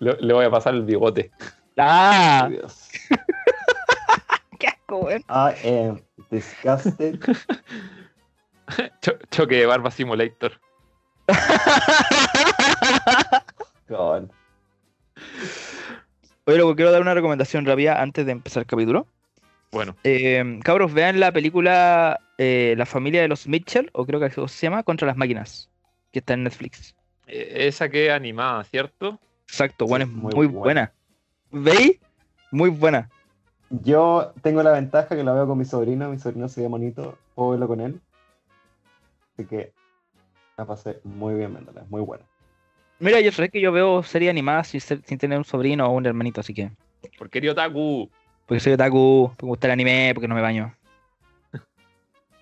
[SPEAKER 1] Le, le voy a pasar el bigote.
[SPEAKER 2] ¡Ah!
[SPEAKER 3] Dios.
[SPEAKER 2] ¡Qué asco, weón!
[SPEAKER 3] I am disgusted.
[SPEAKER 1] Cho- choque de barba simulator.
[SPEAKER 3] God.
[SPEAKER 2] Oye, luego quiero dar una recomendación rápida antes de empezar el capítulo.
[SPEAKER 1] Bueno,
[SPEAKER 2] Eh, cabros, vean la película eh, La familia de los Mitchell, o creo que así se llama, contra las máquinas, que está en Netflix.
[SPEAKER 1] eh, esa que es animada, ¿cierto?
[SPEAKER 2] Exacto,
[SPEAKER 3] Sí,
[SPEAKER 2] bueno, es muy,
[SPEAKER 3] muy
[SPEAKER 2] buena. ¿Veis? Muy buena.
[SPEAKER 3] Yo tengo la ventaja que la veo con mi sobrino. Mi sobrino se ve bonito. Puedo verlo con él. Así que la pasé muy bien, Mendola. Muy buena.
[SPEAKER 2] Mira, yo sé que yo veo series animadas sin, ser- sin tener un sobrino o un hermanito, así que.
[SPEAKER 1] Porque eres otaku.
[SPEAKER 2] Porque soy otaku, porque me gusta el anime, porque no me baño.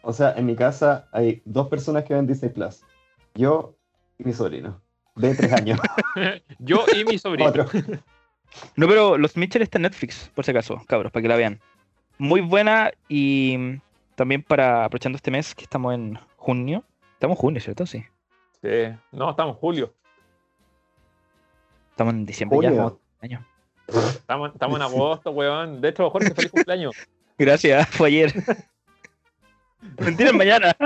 [SPEAKER 3] O sea, en mi casa hay dos personas que ven Disney Plus. Yo y mi sobrino. De tres años.
[SPEAKER 1] Yo y mi sobrino.
[SPEAKER 3] Otro.
[SPEAKER 2] No, pero Los Mitchell está en Netflix, por si acaso, cabros, para que la vean. Muy buena y mm, también para aprovechando este mes que estamos en junio. Estamos en junio, ¿cierto? Sí.
[SPEAKER 1] Sí. No, estamos en julio.
[SPEAKER 2] Estamos en diciembre ya,
[SPEAKER 3] Julio.
[SPEAKER 2] como año.
[SPEAKER 1] Estamos, estamos en agosto, weón. De hecho, Jorge, feliz cumpleaños.
[SPEAKER 2] Gracias, fue ayer. Mentira, es mañana.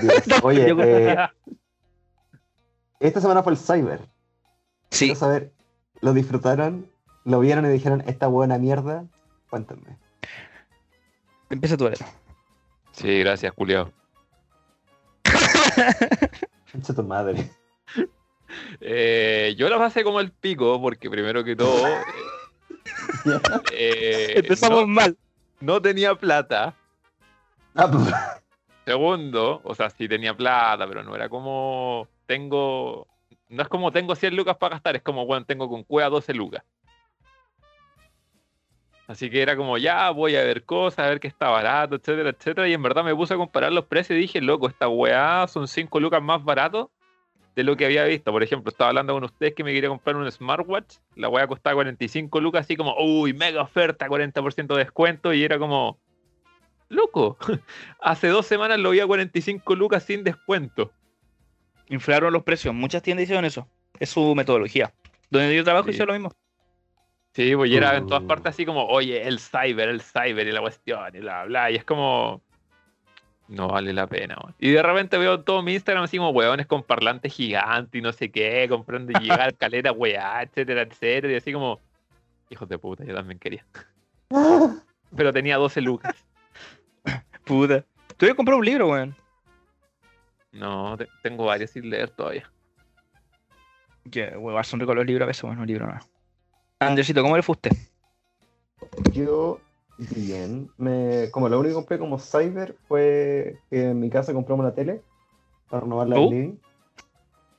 [SPEAKER 3] Dios, Oye,
[SPEAKER 2] Yo-
[SPEAKER 3] eh, esta semana fue el Cyber.
[SPEAKER 2] Sí,
[SPEAKER 3] Quiero saber, ¿lo disfrutaron? ¿Lo vieron y dijeron, esta buena mierda? Cuéntame.
[SPEAKER 2] empieza tú, Alex.
[SPEAKER 1] Sí, gracias, culiao.
[SPEAKER 3] Concha tu madre.
[SPEAKER 1] Eh, yo la pasé como el pico, porque primero que todo. eh,
[SPEAKER 2] Empezamos
[SPEAKER 1] no,
[SPEAKER 2] mal.
[SPEAKER 1] no tenía plata.
[SPEAKER 3] Ah, pues,
[SPEAKER 1] Segundo, o sea, sí tenía plata, pero no era como. Tengo. No es como tengo 100 lucas para gastar, es como, bueno, tengo con cueva 12 lucas. Así que era como, ya voy a ver cosas, a ver qué está barato, etcétera, etcétera. Y en verdad me puse a comparar los precios y dije, loco, esta weá son 5 lucas más barato de lo que había visto. Por ejemplo, estaba hablando con ustedes que me quería comprar un smartwatch. La weá costaba 45 lucas, así como, uy, mega oferta, 40% de descuento. Y era como, loco, hace dos semanas lo vi a 45 lucas sin descuento.
[SPEAKER 2] Inflaron los precios. Muchas tiendas hicieron eso. Es su metodología. Donde yo trabajo
[SPEAKER 1] Sí.
[SPEAKER 2] hicieron lo mismo.
[SPEAKER 1] Sí, pues y era en todas
[SPEAKER 3] Mm.
[SPEAKER 1] partes así como, oye, el cyber, el cyber y la cuestión y bla, bla. Y es como, no vale la pena. weón. Y de repente veo todo mi Instagram así como hueones con parlantes gigantes y no sé qué, comprando y llegar caleta, weá, etcétera, etcétera. Y así como, hijos de puta, yo también quería. Pero tenía 12 lucas.
[SPEAKER 2] Puta. Tuve que comprar un libro, weón.
[SPEAKER 1] No, te- tengo varios sin leer todavía.
[SPEAKER 2] Que, weón, son ricos los libros a veces, weón, un libro nada. Andersito, ¿cómo le fuiste?
[SPEAKER 3] Yo, bien. Me, como lo único que compré como Cyber fue que en mi casa compramos la tele para renovarla
[SPEAKER 2] ¿Tú?
[SPEAKER 3] en living.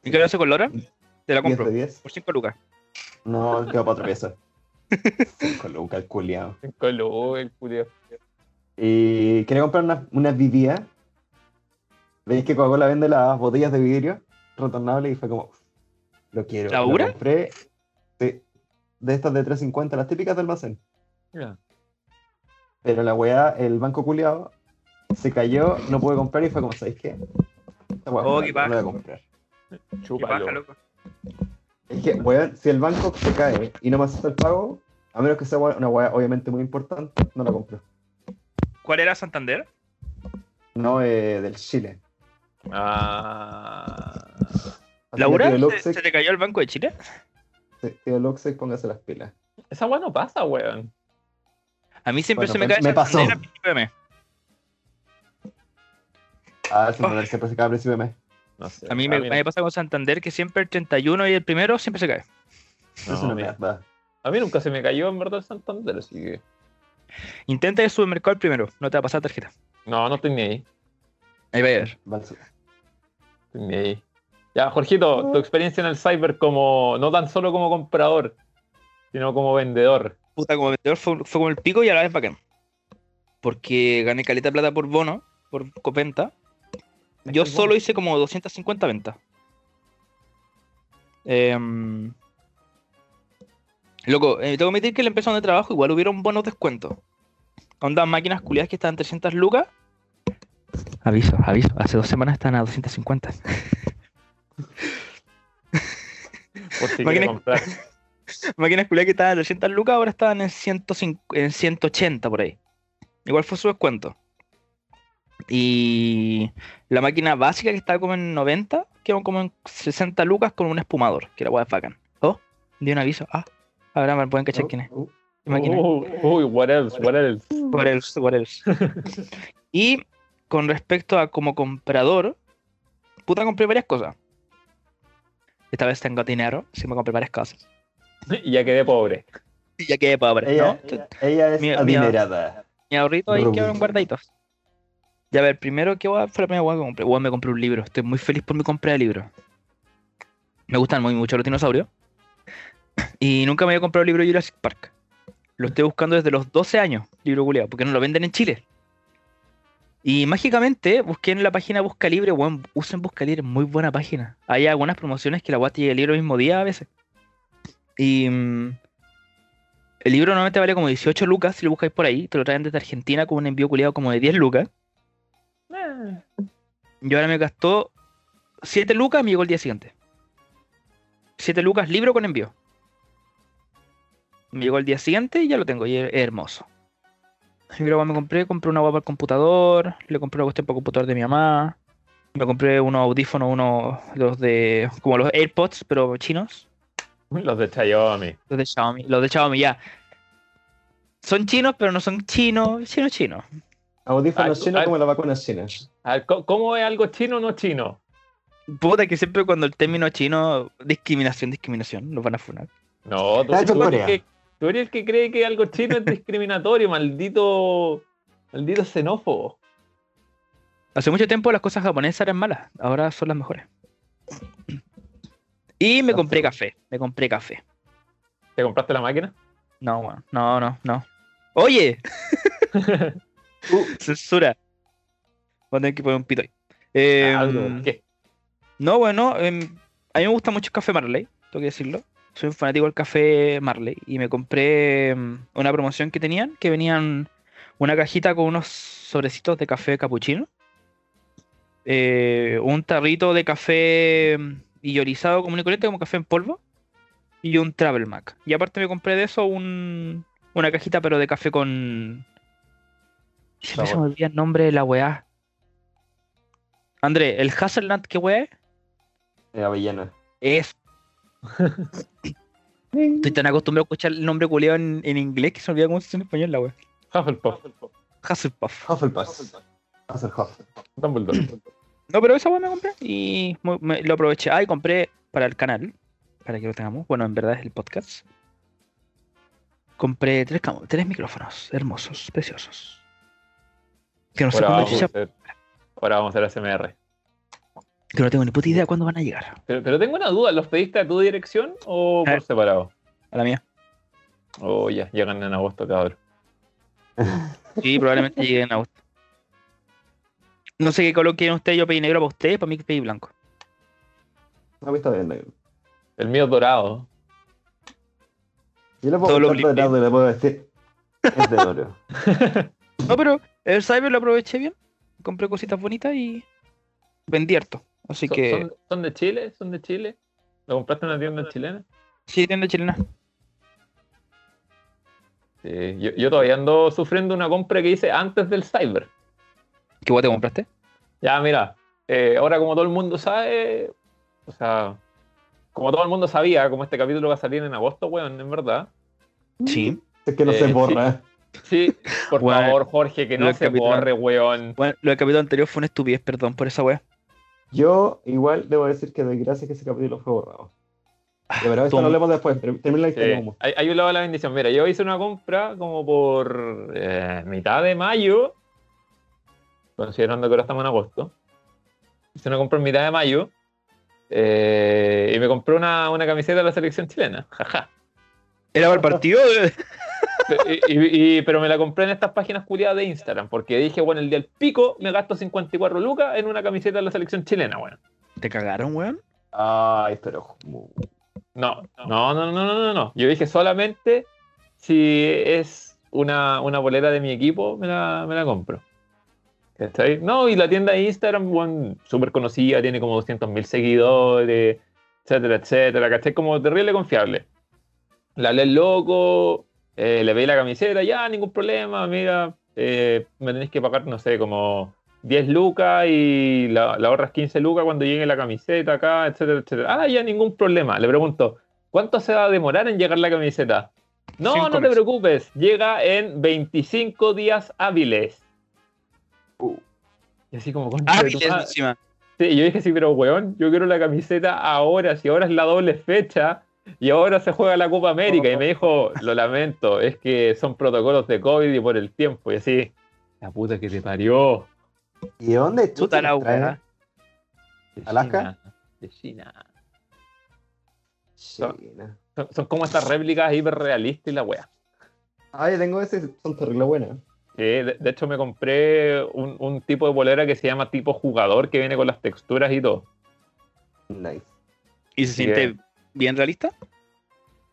[SPEAKER 2] ¿Y qué lo hace con Lora? Te la
[SPEAKER 3] 10 de
[SPEAKER 2] compro.
[SPEAKER 3] 10.
[SPEAKER 2] Por 5 lucas.
[SPEAKER 3] No, quedó para otra pieza. Cinco lucas, el culiao.
[SPEAKER 1] Color, el culiao.
[SPEAKER 3] Y quería comprar unas una BBA. Veis que Coca-Cola vende las botellas de vidrio retornables y fue como, lo quiero.
[SPEAKER 2] ¿La
[SPEAKER 3] Lo
[SPEAKER 2] Ura?
[SPEAKER 3] compré de, de estas de 3.50, las típicas de almacén.
[SPEAKER 1] Ya.
[SPEAKER 3] Pero la weá, el banco culiado, se cayó, no pude comprar y fue como, ¿sabéis qué? Esta weá,
[SPEAKER 2] Oh,
[SPEAKER 3] no,
[SPEAKER 2] qué
[SPEAKER 3] la-
[SPEAKER 2] paja.
[SPEAKER 3] no la voy a comprar.
[SPEAKER 1] Chúpalo.
[SPEAKER 2] loco.
[SPEAKER 3] Es que, weón, si el banco se cae y no me acepta el pago, a menos que sea una weá obviamente muy importante, no la compro.
[SPEAKER 2] ¿Cuál era Santander?
[SPEAKER 3] No, eh, del Chile.
[SPEAKER 1] Ah.
[SPEAKER 3] Así que,
[SPEAKER 2] ¿Laura?
[SPEAKER 3] tío
[SPEAKER 2] ¿Se, se
[SPEAKER 3] Luxek,
[SPEAKER 2] te cayó el Banco de Chile?
[SPEAKER 3] tío Luxek, póngase las pilas.
[SPEAKER 1] Esa weá no pasa, weón.
[SPEAKER 2] A mí siempre
[SPEAKER 3] Bueno,
[SPEAKER 2] se me
[SPEAKER 3] pues,
[SPEAKER 2] cae
[SPEAKER 3] me pasó.
[SPEAKER 2] Santander a principio de mes.
[SPEAKER 3] Ah, sin
[SPEAKER 2] Ah.
[SPEAKER 3] ponerse siempre se cae al principio de mes.
[SPEAKER 1] No sé.
[SPEAKER 2] A mí me, me pasa con Santander que siempre el 31 y el primero siempre se cae.
[SPEAKER 1] no,
[SPEAKER 3] es una
[SPEAKER 1] mira.
[SPEAKER 3] mierda.
[SPEAKER 1] A mí nunca se me cayó en verdad el Santander, así que.
[SPEAKER 2] Intenta ir al supermercado el primero, no te va a pasar tarjeta.
[SPEAKER 1] No, no estoy ni ahí.
[SPEAKER 2] Ahí va a ver.
[SPEAKER 3] Va al su-
[SPEAKER 1] Estoy ni ahí. Ya, Jorgito, tu experiencia en el cyber como. no tan solo como comprador, sino como vendedor.
[SPEAKER 2] Puta, como vendedor fue, fue como el pico y a la vez bacán. Porque gané caleta de plata por bono, por co- venta. Yo
[SPEAKER 1] que es
[SPEAKER 2] solo
[SPEAKER 1] bono.
[SPEAKER 2] hice como 250 ventas. Em, loco, eh, tengo que admitir que en la empresa donde trabajo igual hubieron buenos descuentos. Onda, máquinas culiadas que estaban 300 lucas. Aviso, aviso. Hace dos semanas están a 250.
[SPEAKER 1] Por si quiere
[SPEAKER 2] Imagínate.
[SPEAKER 1] comprar.
[SPEAKER 2] máquinas culiadas que estaban en 300 lucas, ahora estaban en, 105 en 180 por ahí. Igual fue su descuento. Y la máquina básica que estaba como en 90, quedó como en 60 lucas con un espumador, que la weá es bacán. Oh, di un aviso. Ah, ahora me pueden cachar quién es.
[SPEAKER 3] Uh,
[SPEAKER 2] ¿Qué máquina?
[SPEAKER 1] Uy, Uh, uy, what else, what else.
[SPEAKER 2] What else, what else. y con respecto a como comprador, puta, compré varias cosas. Esta vez tengo dinero, sí me compré varias cosas.
[SPEAKER 1] Y ya quedé pobre.
[SPEAKER 2] Y ya quedé pobre,
[SPEAKER 3] Ella,
[SPEAKER 2] ¿no?
[SPEAKER 3] ella es
[SPEAKER 2] Mira, mira.
[SPEAKER 3] adinerada.
[SPEAKER 2] Mi ahorrito ahí
[SPEAKER 3] Rubí.
[SPEAKER 2] quedaron guardaditos. Ya a ver, primero, ¿qué hueá fue la primera hueá que compré? Hueá, me compré un libro. Estoy muy feliz por mi compra de libros. Me gustan muy mucho los dinosaurios. Y nunca me había comprado el libro de Jurassic Park. Lo estoy buscando desde los 12 años, libro culiado, porque no lo venden en Chile. Y mágicamente busqué en la página Busca Libre, weón, usen Busca Libre, muy buena página. Hay algunas promociones que la weá te llega el libro el mismo día a veces. Y mm, el libro normalmente vale como 18 lucas si lo buscáis por ahí, te lo traen desde Argentina con un envío culiado como de 10 lucas.
[SPEAKER 1] Eh,
[SPEAKER 2] Yo ahora me gastó 7 lucas y me llegó el día siguiente. 7 lucas libro con envío. Me llegó el día siguiente y ya lo tengo, y es es hermoso. Y luego me compré, compré una guapa al computador, le compré una cuestión para el computador de mi mamá, me compré unos audífonos, unos los de, como los AirPods, pero chinos,
[SPEAKER 1] Los de Xiaomi.
[SPEAKER 2] los de Xiaomi, los de Xiaomi ya. Son chinos, pero no son chinos, chinos, chinos.
[SPEAKER 3] Audífonos
[SPEAKER 1] Ah,
[SPEAKER 3] chinos
[SPEAKER 1] ah.
[SPEAKER 3] como las vacunas chinas.
[SPEAKER 1] A ver, ¿cómo- ¿Cómo es algo chino o no chino?
[SPEAKER 2] Puta que siempre cuando el término chino, discriminación, discriminación, nos van a funar.
[SPEAKER 1] No, tú,
[SPEAKER 3] Está hecho en
[SPEAKER 1] tú eres
[SPEAKER 3] Corea.
[SPEAKER 1] el que, tú eres el que cree que algo chino es discriminatorio, maldito, maldito xenófobo.
[SPEAKER 2] Hace mucho tiempo las cosas japonesas eran malas, ahora son las mejores. Y me
[SPEAKER 3] Está
[SPEAKER 2] compré
[SPEAKER 3] feo.
[SPEAKER 2] café, me compré café.
[SPEAKER 1] ¿Te compraste la máquina?
[SPEAKER 2] No, bueno, no, no, no. Oye, censura. Voy a tener que poner un pito ahí. Eh,
[SPEAKER 1] Algo, ¿qué?
[SPEAKER 2] no, bueno, em, a mí me gusta mucho el café Marley, tengo que decirlo. Soy un fanático del café Marley y me compré em, una promoción que tenían, que venían una cajita con unos sobrecitos de café capuchino, eh, un tarrito de café em, iorizado común y corriente como café en polvo y un Travel Mac. Y aparte me compré de eso un, una cajita pero de café con... Siempre se me
[SPEAKER 1] Sabor.
[SPEAKER 2] olvida el nombre de la weá. André, ¿el Hazelnut qué weá es?
[SPEAKER 3] Eh, avellana.
[SPEAKER 2] Es. Estoy tan acostumbrado a escuchar el nombre culeado en, en inglés que se me olvida cómo se dice en español la wea.
[SPEAKER 1] Hufflepuff,
[SPEAKER 2] Hufflepuff.
[SPEAKER 3] Hufflepuff. Hufflepuff.
[SPEAKER 1] Dumbledore.
[SPEAKER 2] No, pero esa wea me compré y mu- me- lo aproveché. Ah, y compré para el canal, para que lo tengamos. Bueno, en verdad es el podcast. Compré tres, cam- tres micrófonos hermosos, preciosos. Que no sé
[SPEAKER 1] Ahora
[SPEAKER 2] cuándo
[SPEAKER 1] vamos, a
[SPEAKER 2] chucha-
[SPEAKER 1] hacer, ahora vamos a hacer ASMR.
[SPEAKER 2] que no tengo ni puta idea cuándo van a llegar.
[SPEAKER 1] Pero, pero tengo una duda, ¿los pediste a tu dirección o
[SPEAKER 2] A
[SPEAKER 1] por
[SPEAKER 2] ver.
[SPEAKER 1] separado?
[SPEAKER 2] A la mía.
[SPEAKER 1] Oh, ya, llegan en agosto, cabrón.
[SPEAKER 2] Sí, probablemente llegue en agosto. No sé qué color quieren ustedes. Yo pedí negro para ustedes, para mí pedí blanco.
[SPEAKER 3] No, me está bien, negro.
[SPEAKER 1] El mío es dorado.
[SPEAKER 3] Yo le
[SPEAKER 2] Todo
[SPEAKER 3] puedo
[SPEAKER 2] lo
[SPEAKER 3] contar de
[SPEAKER 2] blipé.
[SPEAKER 3] lado y le puedo decir. Es de oro.
[SPEAKER 2] No, pero el Cyber lo aproveché bien. Compré cositas bonitas y vendí harto. Así
[SPEAKER 1] ¿Son,
[SPEAKER 2] que
[SPEAKER 1] son- son de Chile? ¿Son de Chile? ¿Lo compraste en una tienda chilena?
[SPEAKER 2] sí, tienda chilena.
[SPEAKER 1] Sí, yo, yo todavía ando sufriendo una compra que hice antes del cyber.
[SPEAKER 2] ¿Qué guay te compraste?
[SPEAKER 1] Ya, mira, eh, ahora como todo el mundo sabe, o sea, como todo el mundo sabía, como este capítulo va a salir en agosto, weón, en verdad. Mm.
[SPEAKER 2] Sí.
[SPEAKER 3] Es que no
[SPEAKER 1] Eh,
[SPEAKER 3] se borra.
[SPEAKER 1] Sí, por
[SPEAKER 2] Weón,
[SPEAKER 1] favor, Jorge, que no
[SPEAKER 2] lo
[SPEAKER 1] se
[SPEAKER 2] capitán.
[SPEAKER 1] borre, weón.
[SPEAKER 2] Bueno, lo del capítulo anterior fue una estupidez, perdón por esa wea.
[SPEAKER 3] Yo igual debo decir que doy gracias que ese capítulo fue borrado. De verdad, esto
[SPEAKER 2] Toma.
[SPEAKER 3] lo hablemos después. Ter- Termina la
[SPEAKER 1] Sí,
[SPEAKER 3] historia. Momo.
[SPEAKER 1] hay, hay un lado de la bendición. Mira, yo hice una compra como por eh, mitad de mayo, considerando que ahora estamos en agosto. Hice una compra en mitad de mayo eh, y me compré una, una camiseta de la selección chilena. Jaja.
[SPEAKER 2] Era para el partido.
[SPEAKER 1] Pe- y- y- y- pero me la compré en estas páginas culiadas de Instagram, porque dije, bueno, el día del pico me gasto 54 lucas en una camiseta de la selección chilena, bueno.
[SPEAKER 2] ¿Te cagaron, weón?
[SPEAKER 3] Ay, pero. Momo.
[SPEAKER 1] No, no, no, no, no, no, no. Yo dije solamente si es una, una bolera de mi equipo, me la, me la compro. ¿Cachai? No, y la tienda de Instagram, bueno, súper conocida, tiene como 200.000 seguidores, etcétera, etcétera, ¿cachai? Como terrible confiable. La hablé al loco, eh, le pedí la camiseta, ya, ningún problema, mira, eh, me tenéis que pagar, no sé, como 10 lucas y la, la ahorras 15 lucas cuando llegue la camiseta acá, etcétera, etcétera. Ah, ya ningún problema. Le pregunto, ¿cuánto se va a demorar en llegar la camiseta? No,
[SPEAKER 2] Cinco
[SPEAKER 1] no te
[SPEAKER 2] meses.
[SPEAKER 1] preocupes, llega en 25 días hábiles.
[SPEAKER 3] Uh.
[SPEAKER 1] Y así como, concha de tu
[SPEAKER 2] Hábiles
[SPEAKER 1] madre.
[SPEAKER 2] Ah, encima.
[SPEAKER 1] Ah, Sí, yo dije, sí, pero weón, yo quiero la camiseta ahora, si ahora es la doble fecha y ahora se juega la Copa América. Y me dijo, lo lamento, es que son protocolos de COVID y por el tiempo. Y así, la puta que te parió.
[SPEAKER 3] ¿Y de dónde
[SPEAKER 2] Puta
[SPEAKER 3] chucha
[SPEAKER 2] la
[SPEAKER 3] nos traen?
[SPEAKER 2] weá.
[SPEAKER 1] De
[SPEAKER 3] ¿Alaska?
[SPEAKER 1] China, De China.
[SPEAKER 3] China.
[SPEAKER 1] Son, son como estas réplicas hiperrealistas y la wea.
[SPEAKER 3] Ah, yo tengo ese, son terrible buenas.
[SPEAKER 1] Sí, Eh, de, de hecho me compré un, un tipo de bolera que se llama tipo jugador, que viene con las texturas y todo.
[SPEAKER 3] Nice.
[SPEAKER 2] ¿Y se siente
[SPEAKER 1] Bien.
[SPEAKER 2] bien realista?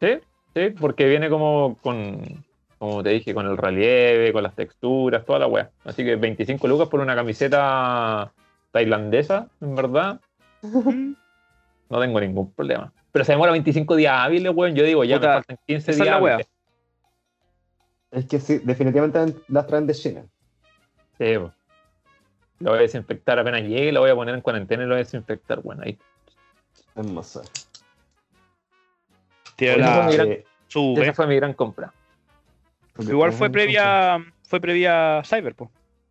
[SPEAKER 1] Sí, sí, porque viene como con, como te dije, con el relieve, con las texturas, toda la weá. Así que 25 lucas por una camiseta tailandesa, en verdad,
[SPEAKER 2] Mm.
[SPEAKER 1] no tengo ningún problema. Pero se demora 25 días hábiles, weón. Yo digo, ya
[SPEAKER 2] Puta,
[SPEAKER 1] me faltan 15
[SPEAKER 2] esa es
[SPEAKER 1] días
[SPEAKER 2] la wea.
[SPEAKER 1] hábiles.
[SPEAKER 3] Es que sí, definitivamente las traen de China.
[SPEAKER 1] Sí, po. Lo voy a desinfectar apenas llegue, lo voy a poner en cuarentena y lo voy a desinfectar, weón. Ahí.
[SPEAKER 3] Hermosa.
[SPEAKER 2] Tiene
[SPEAKER 1] Oye,
[SPEAKER 2] la-
[SPEAKER 1] no, mira.
[SPEAKER 3] Eh,
[SPEAKER 2] su
[SPEAKER 1] Esa fue mi gran compra.
[SPEAKER 2] Igual fue previa, fue previa a Cyber, po.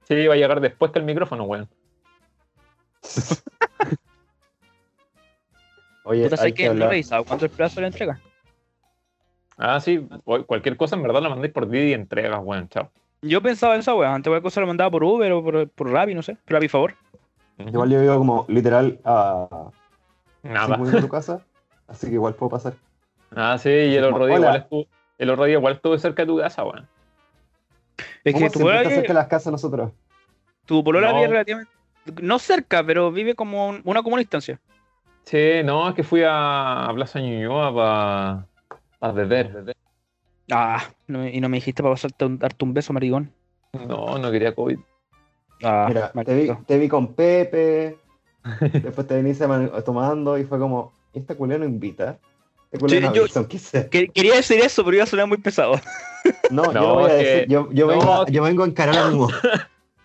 [SPEAKER 1] Sí, va a llegar después que el micrófono, weón.
[SPEAKER 3] Oye,
[SPEAKER 1] Eh,
[SPEAKER 2] Puta,
[SPEAKER 3] hay
[SPEAKER 2] sé que
[SPEAKER 3] que
[SPEAKER 2] no he
[SPEAKER 3] hablar.
[SPEAKER 2] revisado cuánto el plazo de la entrega.
[SPEAKER 1] Ah, sí, o- cualquier cosa en verdad la mandáis por Didi y entregas, weón, chao.
[SPEAKER 2] Yo pensaba esa weá, antes cualquier cosa lo mandaba por Uber o por, por Rappi, no sé. Pero a mi favor.
[SPEAKER 3] Igual yo vivo como literal a
[SPEAKER 1] Nada.
[SPEAKER 3] 5 minutos de tu casa, así que igual puedo pasar.
[SPEAKER 1] Ah, sí, y el otro día
[SPEAKER 3] Hola.
[SPEAKER 1] igual estuve, el otro día igual estuve cerca de tu casa, weón.
[SPEAKER 2] Es que
[SPEAKER 3] ¿Cómo
[SPEAKER 2] tu
[SPEAKER 3] siempre
[SPEAKER 2] polola
[SPEAKER 3] está
[SPEAKER 2] vive,
[SPEAKER 3] cerca de las casas nosotros?
[SPEAKER 2] tu polola
[SPEAKER 1] No.
[SPEAKER 2] vive relativamente. No cerca, pero vive como un- una común distancia.
[SPEAKER 1] Sí, no, es que fui a, a Plaza Ñuñoa para beber.
[SPEAKER 2] Ah, no me- y no me dijiste para pasarte un, darte un beso, marigón.
[SPEAKER 1] No, no quería COVID.
[SPEAKER 2] Ah,
[SPEAKER 3] Mira, te vi,
[SPEAKER 2] maldito.
[SPEAKER 3] te vi con Pepe, después te viniste man- tomando y fue como, ¿esta culé no invita? Este culé
[SPEAKER 2] Sí,
[SPEAKER 3] no
[SPEAKER 2] yo-
[SPEAKER 3] avisa, aunque sea.
[SPEAKER 2] Que- Quería decir eso, pero iba a sonar muy pesado.
[SPEAKER 3] No, yo
[SPEAKER 1] No,
[SPEAKER 3] lo voy a
[SPEAKER 1] es que-
[SPEAKER 3] decir, yo, yo
[SPEAKER 1] no.
[SPEAKER 3] vengo, a- yo vengo a encarar a Hugo.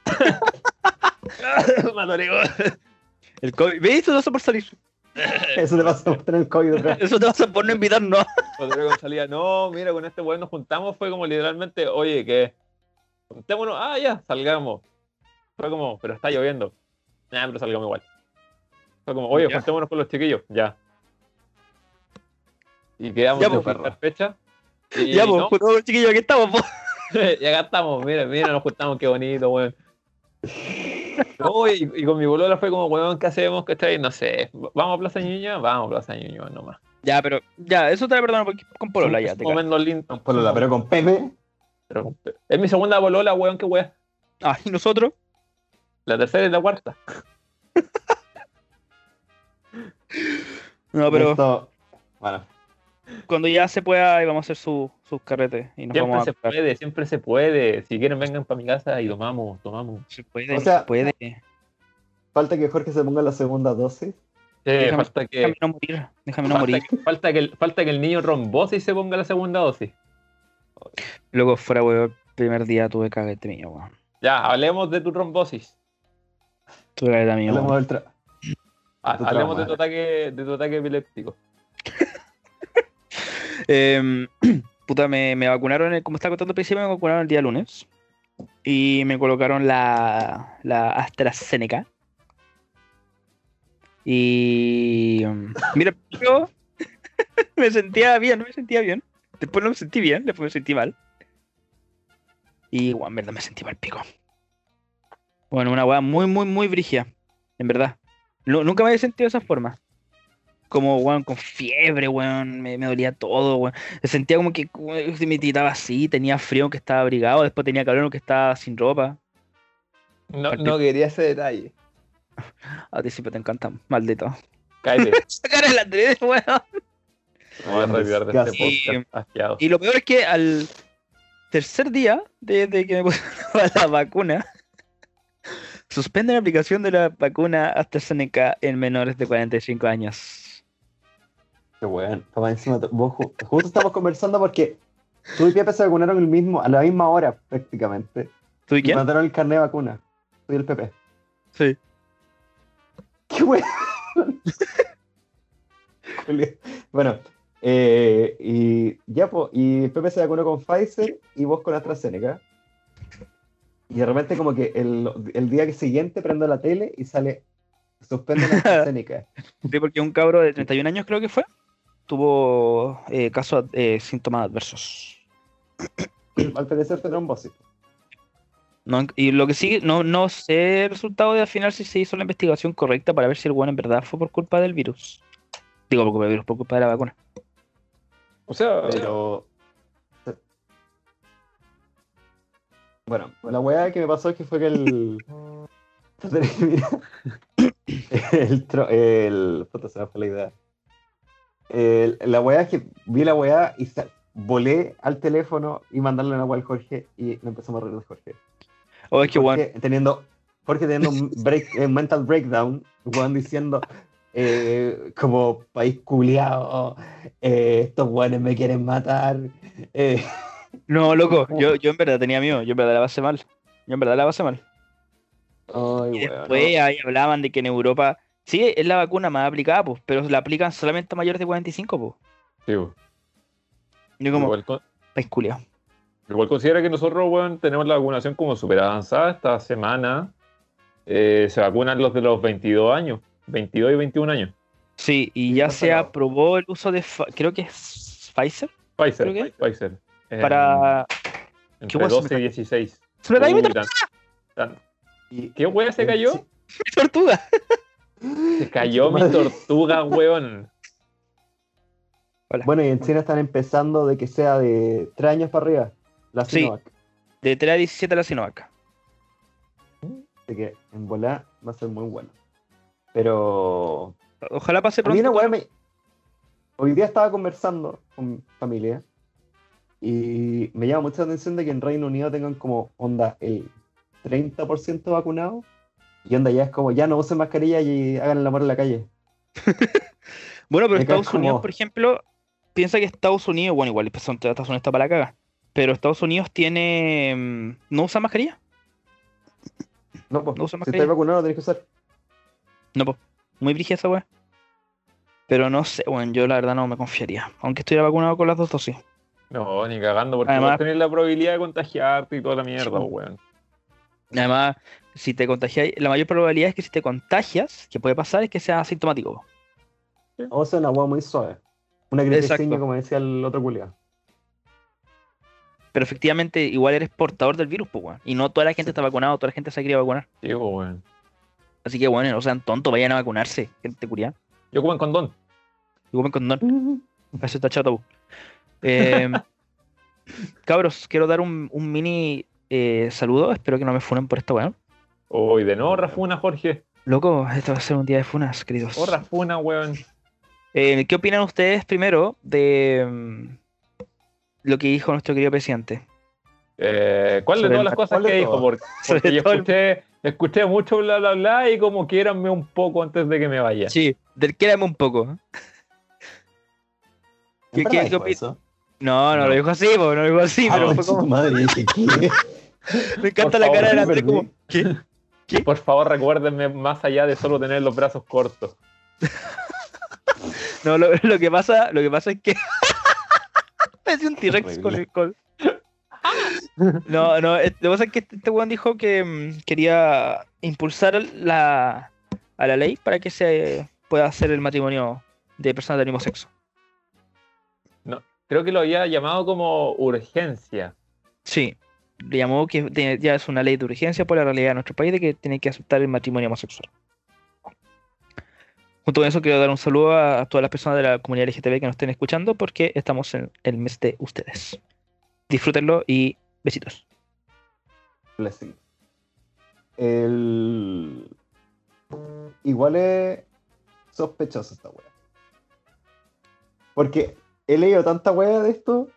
[SPEAKER 2] El COVID. ¿Ves? Eso te vas a por salir.
[SPEAKER 3] Eso te pasa por tener COVID otra vez.
[SPEAKER 2] Eso te vas a por no invitarnos.
[SPEAKER 1] Rodrigo González, no, mira, con este weón nos juntamos, fue como literalmente, oye, que juntémonos, ah, ya, salgamos. Fue como, pero está lloviendo. Nah, pero salgamos igual. Fue como, oye,
[SPEAKER 2] Ya.
[SPEAKER 1] juntémonos con los chiquillos, ya. Y quedamos
[SPEAKER 2] Ya,
[SPEAKER 1] en
[SPEAKER 2] po,
[SPEAKER 1] fijar fecha. Y,
[SPEAKER 2] ya, pues,
[SPEAKER 1] no,
[SPEAKER 2] juntamos, chiquillos, aquí estamos, pues. po.
[SPEAKER 1] y acá estamos, mira, mira, nos juntamos, qué bonito, weón. No, y, y con mi bolola fue como, weón, ¿qué hacemos? ¿Cachai? No sé, ¿vamos a Plaza Ñuñoa? Vamos a Plaza Ñuñoa nomás.
[SPEAKER 2] Ya, pero, ya, eso te la perdono porque con Polola ya.
[SPEAKER 1] Es
[SPEAKER 2] Te
[SPEAKER 1] un momento lindo.
[SPEAKER 3] Polola, pero con Pepe,
[SPEAKER 1] Pero- es mi segunda bolola, weón, qué weón.
[SPEAKER 2] cacho. ah, y nosotros,
[SPEAKER 1] La tercera y la cuarta.
[SPEAKER 2] no, pero
[SPEAKER 3] esto- bueno,
[SPEAKER 2] cuando ya se pueda, ahí vamos a hacer su- sus carretes y nos
[SPEAKER 1] Siempre
[SPEAKER 2] vamos a.
[SPEAKER 1] se puede, siempre se puede. Si quieren, vengan para mi casa y tomamos, tomamos.
[SPEAKER 2] Se puede,
[SPEAKER 3] O sea-
[SPEAKER 2] se puede.
[SPEAKER 1] Eh,
[SPEAKER 3] falta que Jorge se ponga la segunda dosis.
[SPEAKER 1] Sí,
[SPEAKER 2] Déjame-
[SPEAKER 1] falta que.
[SPEAKER 2] Déjame no morir, déjame no
[SPEAKER 1] falta
[SPEAKER 2] morir.
[SPEAKER 1] que- Falta que, el- falta que el niño rombosis se ponga la segunda dosis.
[SPEAKER 2] Luego fuera, weón, el primer día tuve caguete mío, weón.
[SPEAKER 1] Ya, hablemos de tu rombosis.
[SPEAKER 2] Tuve caguete mío.
[SPEAKER 3] Hablemos
[SPEAKER 2] weón.
[SPEAKER 3] del tra-
[SPEAKER 1] Ha-
[SPEAKER 3] Tu
[SPEAKER 1] hablemos
[SPEAKER 3] trauma.
[SPEAKER 1] de tu, ataque, de tu ataque epiléptico.
[SPEAKER 2] Em, puta, me, me vacunaron, el- como estaba contando al principio, me vacunaron el día lunes. Y me colocaron la, la AstraZeneca. Y. em, Mira, yo me sentía bien, no me sentía bien. Después no me sentí bien, después me sentí mal. Y, weón, en verdad me sentí mal pico. Bueno, una weá muy, muy, muy brigia. En verdad. Nu- nunca me había sentido de esa forma como, weón, con fiebre, weón, me, me dolía todo, weón. Me sentía como que weón, se me tiraba así, tenía frío aunque estaba abrigado, después tenía calor aunque estaba sin ropa.
[SPEAKER 1] No,
[SPEAKER 2] Partí-
[SPEAKER 1] no quería ese detalle.
[SPEAKER 2] A ti siempre te encantan, maldito.
[SPEAKER 1] Cállate.
[SPEAKER 2] Sacar el Andrés, weón.
[SPEAKER 1] Me voy a retirar de este
[SPEAKER 2] Disgusting.
[SPEAKER 1] podcast. asqueado.
[SPEAKER 2] Y lo peor es que al tercer día desde que me pusieron la vacuna, suspenden la aplicación de la vacuna AstraZeneca en menores de 45 años.
[SPEAKER 3] Qué bueno. Papá, encima tú- vos ju- justo estamos conversando porque tú y Pepe se vacunaron el mismo, a la misma hora prácticamente.
[SPEAKER 2] ¿Tú y
[SPEAKER 3] Y
[SPEAKER 2] quién?
[SPEAKER 3] mandaron el carnet de vacuna. Tú y el Pepe.
[SPEAKER 2] Sí.
[SPEAKER 3] Qué bueno. Julio. bueno, eh, y ya, po, y Pepe se vacunó con Pfizer y vos con AstraZeneca. Y de repente como que el, el día siguiente prendo la tele y sale, suspende la AstraZeneca.
[SPEAKER 2] Sí, porque un cabro de 31 años creo que fue, tuvo eh, casos, ad- eh, síntomas adversos.
[SPEAKER 3] Al parecer te trombosis.
[SPEAKER 2] No, en- y lo que sí, no, no sé el resultado de al final si se hizo la investigación correcta para ver si el bueno en verdad fue por culpa del virus. Digo, por culpa del virus, por culpa de la vacuna.
[SPEAKER 1] O sea,
[SPEAKER 3] Pero. Bueno, la weá que me pasó es que fue que el. Mira. el, tro- el... puta, se me fue la idea. El- la weá es que vi la weá y sa- volé al teléfono y mandarle una weá al Jorge y nos empezamos a reír de Jorge.
[SPEAKER 2] O Oh, es que, bueno,
[SPEAKER 3] Jorge teniendo, Jorge teniendo un break- eh, mental breakdown, weón diciendo, eh, como país culiado, eh, estos buenos me quieren matar. eh,
[SPEAKER 2] No, loco, yo, yo en verdad tenía miedo, yo en verdad la pasé mal. Yo en verdad la pasé mal.
[SPEAKER 3] ay,
[SPEAKER 2] Y
[SPEAKER 3] weón,
[SPEAKER 2] después ahí hablaban de que en Europa, sí, es la vacuna más aplicada, pues, pero la aplican solamente a mayores de 45, pues.
[SPEAKER 1] Sí, po.
[SPEAKER 2] Yo como,
[SPEAKER 1] igual, con-
[SPEAKER 2] país culiao.
[SPEAKER 1] igual considera que nosotros, weón, tenemos la vacunación como super avanzada. Esta semana eh, se vacunan los de los 22 años, 22 y 21 años.
[SPEAKER 2] Sí, y
[SPEAKER 3] Sí,
[SPEAKER 2] ya
[SPEAKER 3] no
[SPEAKER 2] se
[SPEAKER 3] pagaba.
[SPEAKER 2] aprobó el uso de, Fa- creo que es Pfizer,
[SPEAKER 1] Pfizer,
[SPEAKER 2] Creo que-
[SPEAKER 1] Pfizer.
[SPEAKER 2] Eh,
[SPEAKER 1] En-
[SPEAKER 2] para... ¿Qué
[SPEAKER 1] entre
[SPEAKER 2] weón se me
[SPEAKER 1] 12 y 16.
[SPEAKER 2] ¡Se me cayó mi
[SPEAKER 1] Uy,
[SPEAKER 2] tor-
[SPEAKER 1] tan- tan-
[SPEAKER 3] y-
[SPEAKER 1] ¿Qué weón se cayó?
[SPEAKER 3] Sí.
[SPEAKER 2] mi tortuga!
[SPEAKER 1] Se cayó mi tortuga, weón.
[SPEAKER 3] Bueno, y en China están empezando de que sea de tres años para arriba, la
[SPEAKER 2] Sí.
[SPEAKER 3] Sinovac.
[SPEAKER 2] De 3 a 17 a la Sinovac.
[SPEAKER 3] Así que en volá va a ser muy bueno. Pero
[SPEAKER 2] Ojalá pase
[SPEAKER 3] A mí una
[SPEAKER 2] pronto.
[SPEAKER 3] weá me- Hoy día estaba conversando con mi familia y me llama mucha atención de que en Reino Unido tengan como onda el 30% vacunado y onda ya es como ya no usen mascarilla y hagan el amor en la calle.
[SPEAKER 2] Bueno, pero
[SPEAKER 3] Me cae
[SPEAKER 2] Estados Unidos,
[SPEAKER 3] como-
[SPEAKER 2] por ejemplo, piensa que Estados Unidos, bueno, igual pues, son- Estados Unidos está para la caga, pero Estados Unidos tiene... mm, ¿No usa mascarilla?
[SPEAKER 3] No, pues,
[SPEAKER 2] No usen
[SPEAKER 3] si
[SPEAKER 2] mascarilla.
[SPEAKER 3] estáis vacunado tenéis que usar.
[SPEAKER 2] No, pues, muy brígida esa weá. Pero no sé, bueno, yo la verdad no me confiaría. Aunque estuviera vacunado con las dos dosis.
[SPEAKER 1] No, ni cagando, porque
[SPEAKER 2] Además-
[SPEAKER 1] vas a tener la probabilidad de contagiarte y toda la mierda,
[SPEAKER 2] Sí.
[SPEAKER 1] weón.
[SPEAKER 2] Además, si te contagias, la mayor probabilidad es que si te contagias, que puede pasar, es que sea asintomático. po.
[SPEAKER 3] O sea, una weá muy suave. Una gripe
[SPEAKER 2] Exacto.
[SPEAKER 3] ciña, como decía el otro culiado.
[SPEAKER 2] Pero efectivamente, igual eres portador del virus, pues, weón. Y no toda la gente está vacunada, toda la gente se ha querido vacunar.
[SPEAKER 1] Sí, po, weón.
[SPEAKER 2] Así que, bueno, no sean tontos, vayan a vacunarse, gente curia.
[SPEAKER 1] Yo como en condón.
[SPEAKER 2] Y comen condón. Eso está chato. po. Eh, cabros, quiero dar un, un mini eh, saludo. Espero que no me funen por esta weón.
[SPEAKER 1] Uy, de no, Rafuna, Jorge.
[SPEAKER 2] Loco, esto va a ser un día de funas, queridos.
[SPEAKER 1] Oh, Rafuna, weón.
[SPEAKER 2] Eh, ¿Qué opinan ustedes primero de mm, lo que dijo nuestro querido presidente?
[SPEAKER 1] Eh, ¿Cuál de
[SPEAKER 2] Sobre
[SPEAKER 1] todas
[SPEAKER 2] el-
[SPEAKER 1] las cosas
[SPEAKER 3] ¿cuál de
[SPEAKER 1] que dijo?
[SPEAKER 3] todas?
[SPEAKER 1] Porque,
[SPEAKER 2] Sobre
[SPEAKER 1] porque yo
[SPEAKER 2] todo el-
[SPEAKER 1] escuché, escuché mucho bla bla bla y como quiéranme un poco antes de que me vaya.
[SPEAKER 2] Sí, del quédame un poco. ¿eh? ¿Qué- qué- qué opi- No, no,
[SPEAKER 1] No. Ah,
[SPEAKER 2] lo dijo así, po, no lo dijo así, pero fue como-
[SPEAKER 3] Ah, madre, dije, ¿qué?
[SPEAKER 2] me encanta la
[SPEAKER 1] favor,
[SPEAKER 2] cara de
[SPEAKER 1] me
[SPEAKER 2] Andrés
[SPEAKER 3] perdí.
[SPEAKER 2] como, ¿qué?
[SPEAKER 1] Por favor, recuérdenme más allá de solo tener los brazos cortos.
[SPEAKER 2] No, lo, lo que pasa, lo que pasa es que parecía un T-Rex con el col. No, no, es- lo que pasa es que este este weón dijo que mm, quería impulsar la, a la ley para que se pueda hacer el matrimonio de personas del mismo sexo.
[SPEAKER 1] Creo que lo había llamado como urgencia.
[SPEAKER 2] Sí, le llamó que te- ya es una ley de urgencia por la realidad de nuestro país de que tiene que aceptar el matrimonio homosexual. Junto con eso quiero dar un saludo a, a todas las personas de la comunidad LGTB que nos estén escuchando porque estamos en el mes de ustedes. Disfrútenlo y besitos.
[SPEAKER 3] Blessing. El... Igual es sospechosa esta wea. Porque he leído tanta wea de esto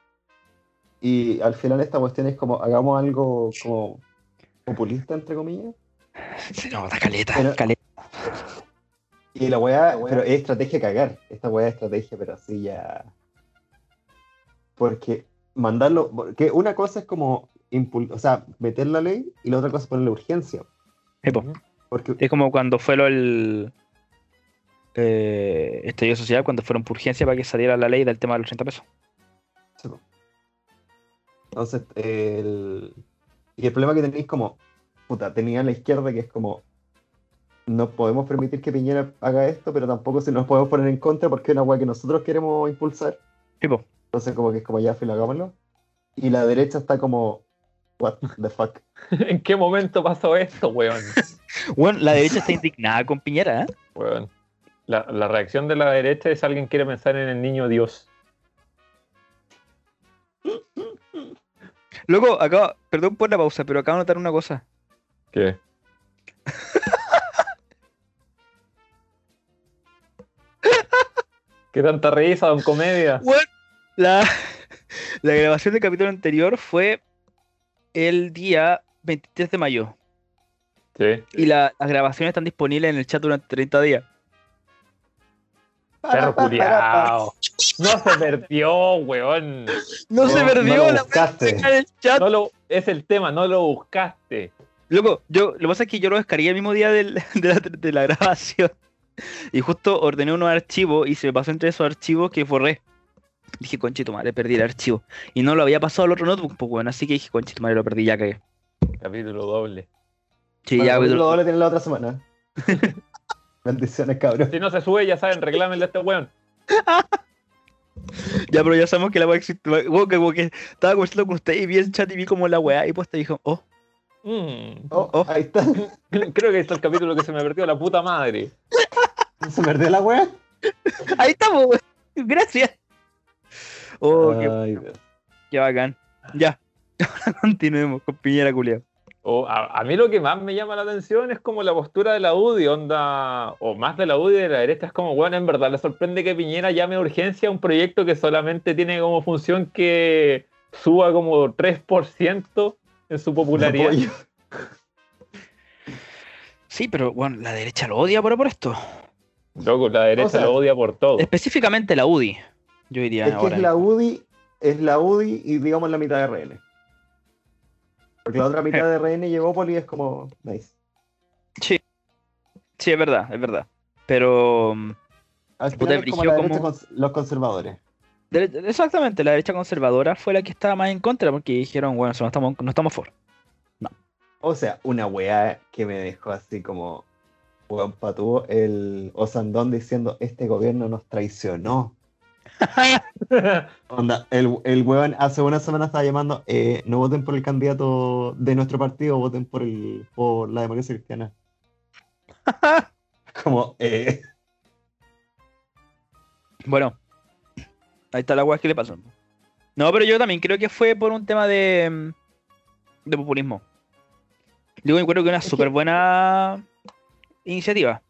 [SPEAKER 3] y al final esta cuestión es como hagamos algo como populista, entre comillas.
[SPEAKER 2] No, da caleta,
[SPEAKER 3] Pero-
[SPEAKER 2] caleta.
[SPEAKER 3] Y la wea, pero es estrategia cagar. Esta wea es estrategia, pero así ya. Porque mandarlo. Porque una cosa es como. impul- O sea, meter la ley y la otra cosa es ponerle urgencia.
[SPEAKER 2] Eh, po,
[SPEAKER 3] Porque
[SPEAKER 2] Es como cuando fue lo el eh, estallido social, cuando fueron por urgencia para que saliera la ley del tema de los 30 pesos.
[SPEAKER 3] Sí, po. Entonces, el... Y el problema que tenéis como, puta, tenía la izquierda que es como, no podemos permitir que Piñera haga esto, pero tampoco se nos podemos poner en contra porque es una weá que nosotros queremos impulsar.
[SPEAKER 2] Sí, po.
[SPEAKER 3] Entonces, como que es como, ya, filo, hagámoslo. Y la derecha está como, what the fuck.
[SPEAKER 1] ¿En qué momento pasó esto, weón?
[SPEAKER 2] Bueno, la derecha está indignada con Piñera, ¿eh?
[SPEAKER 1] Weón. La, la reacción de la derecha es alguien quiere pensar en el niño Dios.
[SPEAKER 2] Loco, acá, perdón por la pausa, pero acabo de notar una cosa.
[SPEAKER 1] ¿Qué? ¿Qué tanta risa, don Comedia?
[SPEAKER 2] La, la grabación del capítulo anterior fue el día 23 de mayo.
[SPEAKER 1] Sí.
[SPEAKER 2] Y la- las grabaciones están disponibles en el chat durante 30 días.
[SPEAKER 1] Perro culiao. No se perdió, weón.
[SPEAKER 2] No, se perdió
[SPEAKER 3] no lo
[SPEAKER 2] la
[SPEAKER 3] buscaste.
[SPEAKER 2] weá del chat.
[SPEAKER 1] No lo, es el tema, no lo buscaste.
[SPEAKER 2] Loco, yo, lo que pasa es que yo lo descargué el mismo día del- de, la, de la grabación. Y justo ordené unos archivos y se me pasó entre esos archivos que forré. Dije, conchito madre, perdí el archivo. Y no lo había pasado al otro notebook, pues weón. Así que dije, conchito madre, lo perdí, ya cagué.
[SPEAKER 1] Capítulo doble.
[SPEAKER 2] Sí,
[SPEAKER 3] Bueno,
[SPEAKER 2] ya, weón.
[SPEAKER 3] el capítulo doble tiene la otra semana. Bendiciones, cabrón.
[SPEAKER 1] Si no se sube, ya saben, reclámenle a este weón.
[SPEAKER 2] Ya, pero ya sabemos que la weá existe. Weón, que, como que estaba conversando con usted y vi el chat y vi como la weá y pues te dijo, oh,
[SPEAKER 1] Mm.
[SPEAKER 3] Oh,
[SPEAKER 2] Oh.
[SPEAKER 3] Ahí está.
[SPEAKER 1] Creo que este es el capítulo que se me perdió la puta madre.
[SPEAKER 3] ¿Se perdió la wea?
[SPEAKER 2] ahí estamos, weón. Gracias. Oh, qué,
[SPEAKER 3] Ay, Dios.
[SPEAKER 2] qué bacán. Ya. Continuemos con Piñera culiao.
[SPEAKER 1] O a, a mí lo que más me llama la atención es como la postura de la UDI, onda, o más de la UDI de la derecha, es como, bueno, en verdad, le sorprende que Piñera llame a urgencia a un proyecto que solamente tiene como función que suba como 3% en su popularidad.
[SPEAKER 3] Apoyo.
[SPEAKER 2] Sí, pero bueno, la derecha lo odia pero por esto.
[SPEAKER 1] Loco, la derecha
[SPEAKER 3] O sea,
[SPEAKER 1] lo odia por todo.
[SPEAKER 2] Oh. Específicamente la UDI, yo diría
[SPEAKER 3] Es que
[SPEAKER 2] ahora.
[SPEAKER 3] es la UDI, es la UDI y digamos la mitad de RN. Porque la otra mitad de RN llegó Poli y es como, nice.
[SPEAKER 2] Sí. Sí, es verdad, es verdad. Pero mm, Puta,
[SPEAKER 3] Al final es como
[SPEAKER 2] brígido
[SPEAKER 3] la derecha
[SPEAKER 2] como-
[SPEAKER 3] cons- los conservadores.
[SPEAKER 2] dere- exactamente, la derecha conservadora fue la que estaba más en contra porque dijeron, bueno, si no estamos, no estamos for.
[SPEAKER 3] O sea, una weá que me dejó así como weón patúo, el Osandón diciendo este gobierno nos traicionó. Onda, el, el weón hace una semana estaba llamando, eh, no voten por el candidato de nuestro partido, voten por el por la democracia cristiana. Como, eh,
[SPEAKER 2] bueno, ahí está la weá que le pasó. No, pero yo también creo que fue por un tema de, mm, de populismo. Yo encuentro que es una
[SPEAKER 3] que-
[SPEAKER 2] súper buena iniciativa.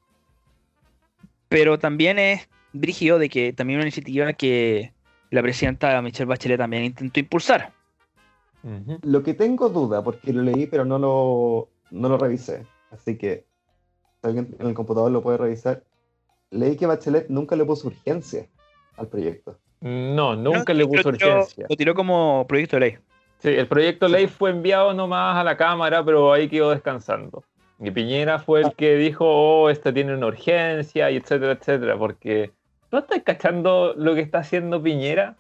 [SPEAKER 2] Pero también es brígido de que también una iniciativa que la presidenta Michelle Bachelet también intentó impulsar.
[SPEAKER 1] Ujú.
[SPEAKER 3] Lo que tengo duda, porque lo leí pero no lo, no lo revisé, así que si alguien en el computador lo puede revisar, leí que Bachelet nunca le puso urgencia al proyecto.
[SPEAKER 1] No, nunca le
[SPEAKER 2] Lo
[SPEAKER 1] puso
[SPEAKER 2] tiró-
[SPEAKER 1] urgencia.
[SPEAKER 2] Lo tiró como proyecto de ley.
[SPEAKER 1] Sí, el proyecto ley fue enviado nomás a la Cámara, pero ahí quedó descansando. Y Piñera fue el que dijo, oh, esta tiene una urgencia, y etcétera, etcétera, porque ¿no estás cachando lo que está haciendo Piñera?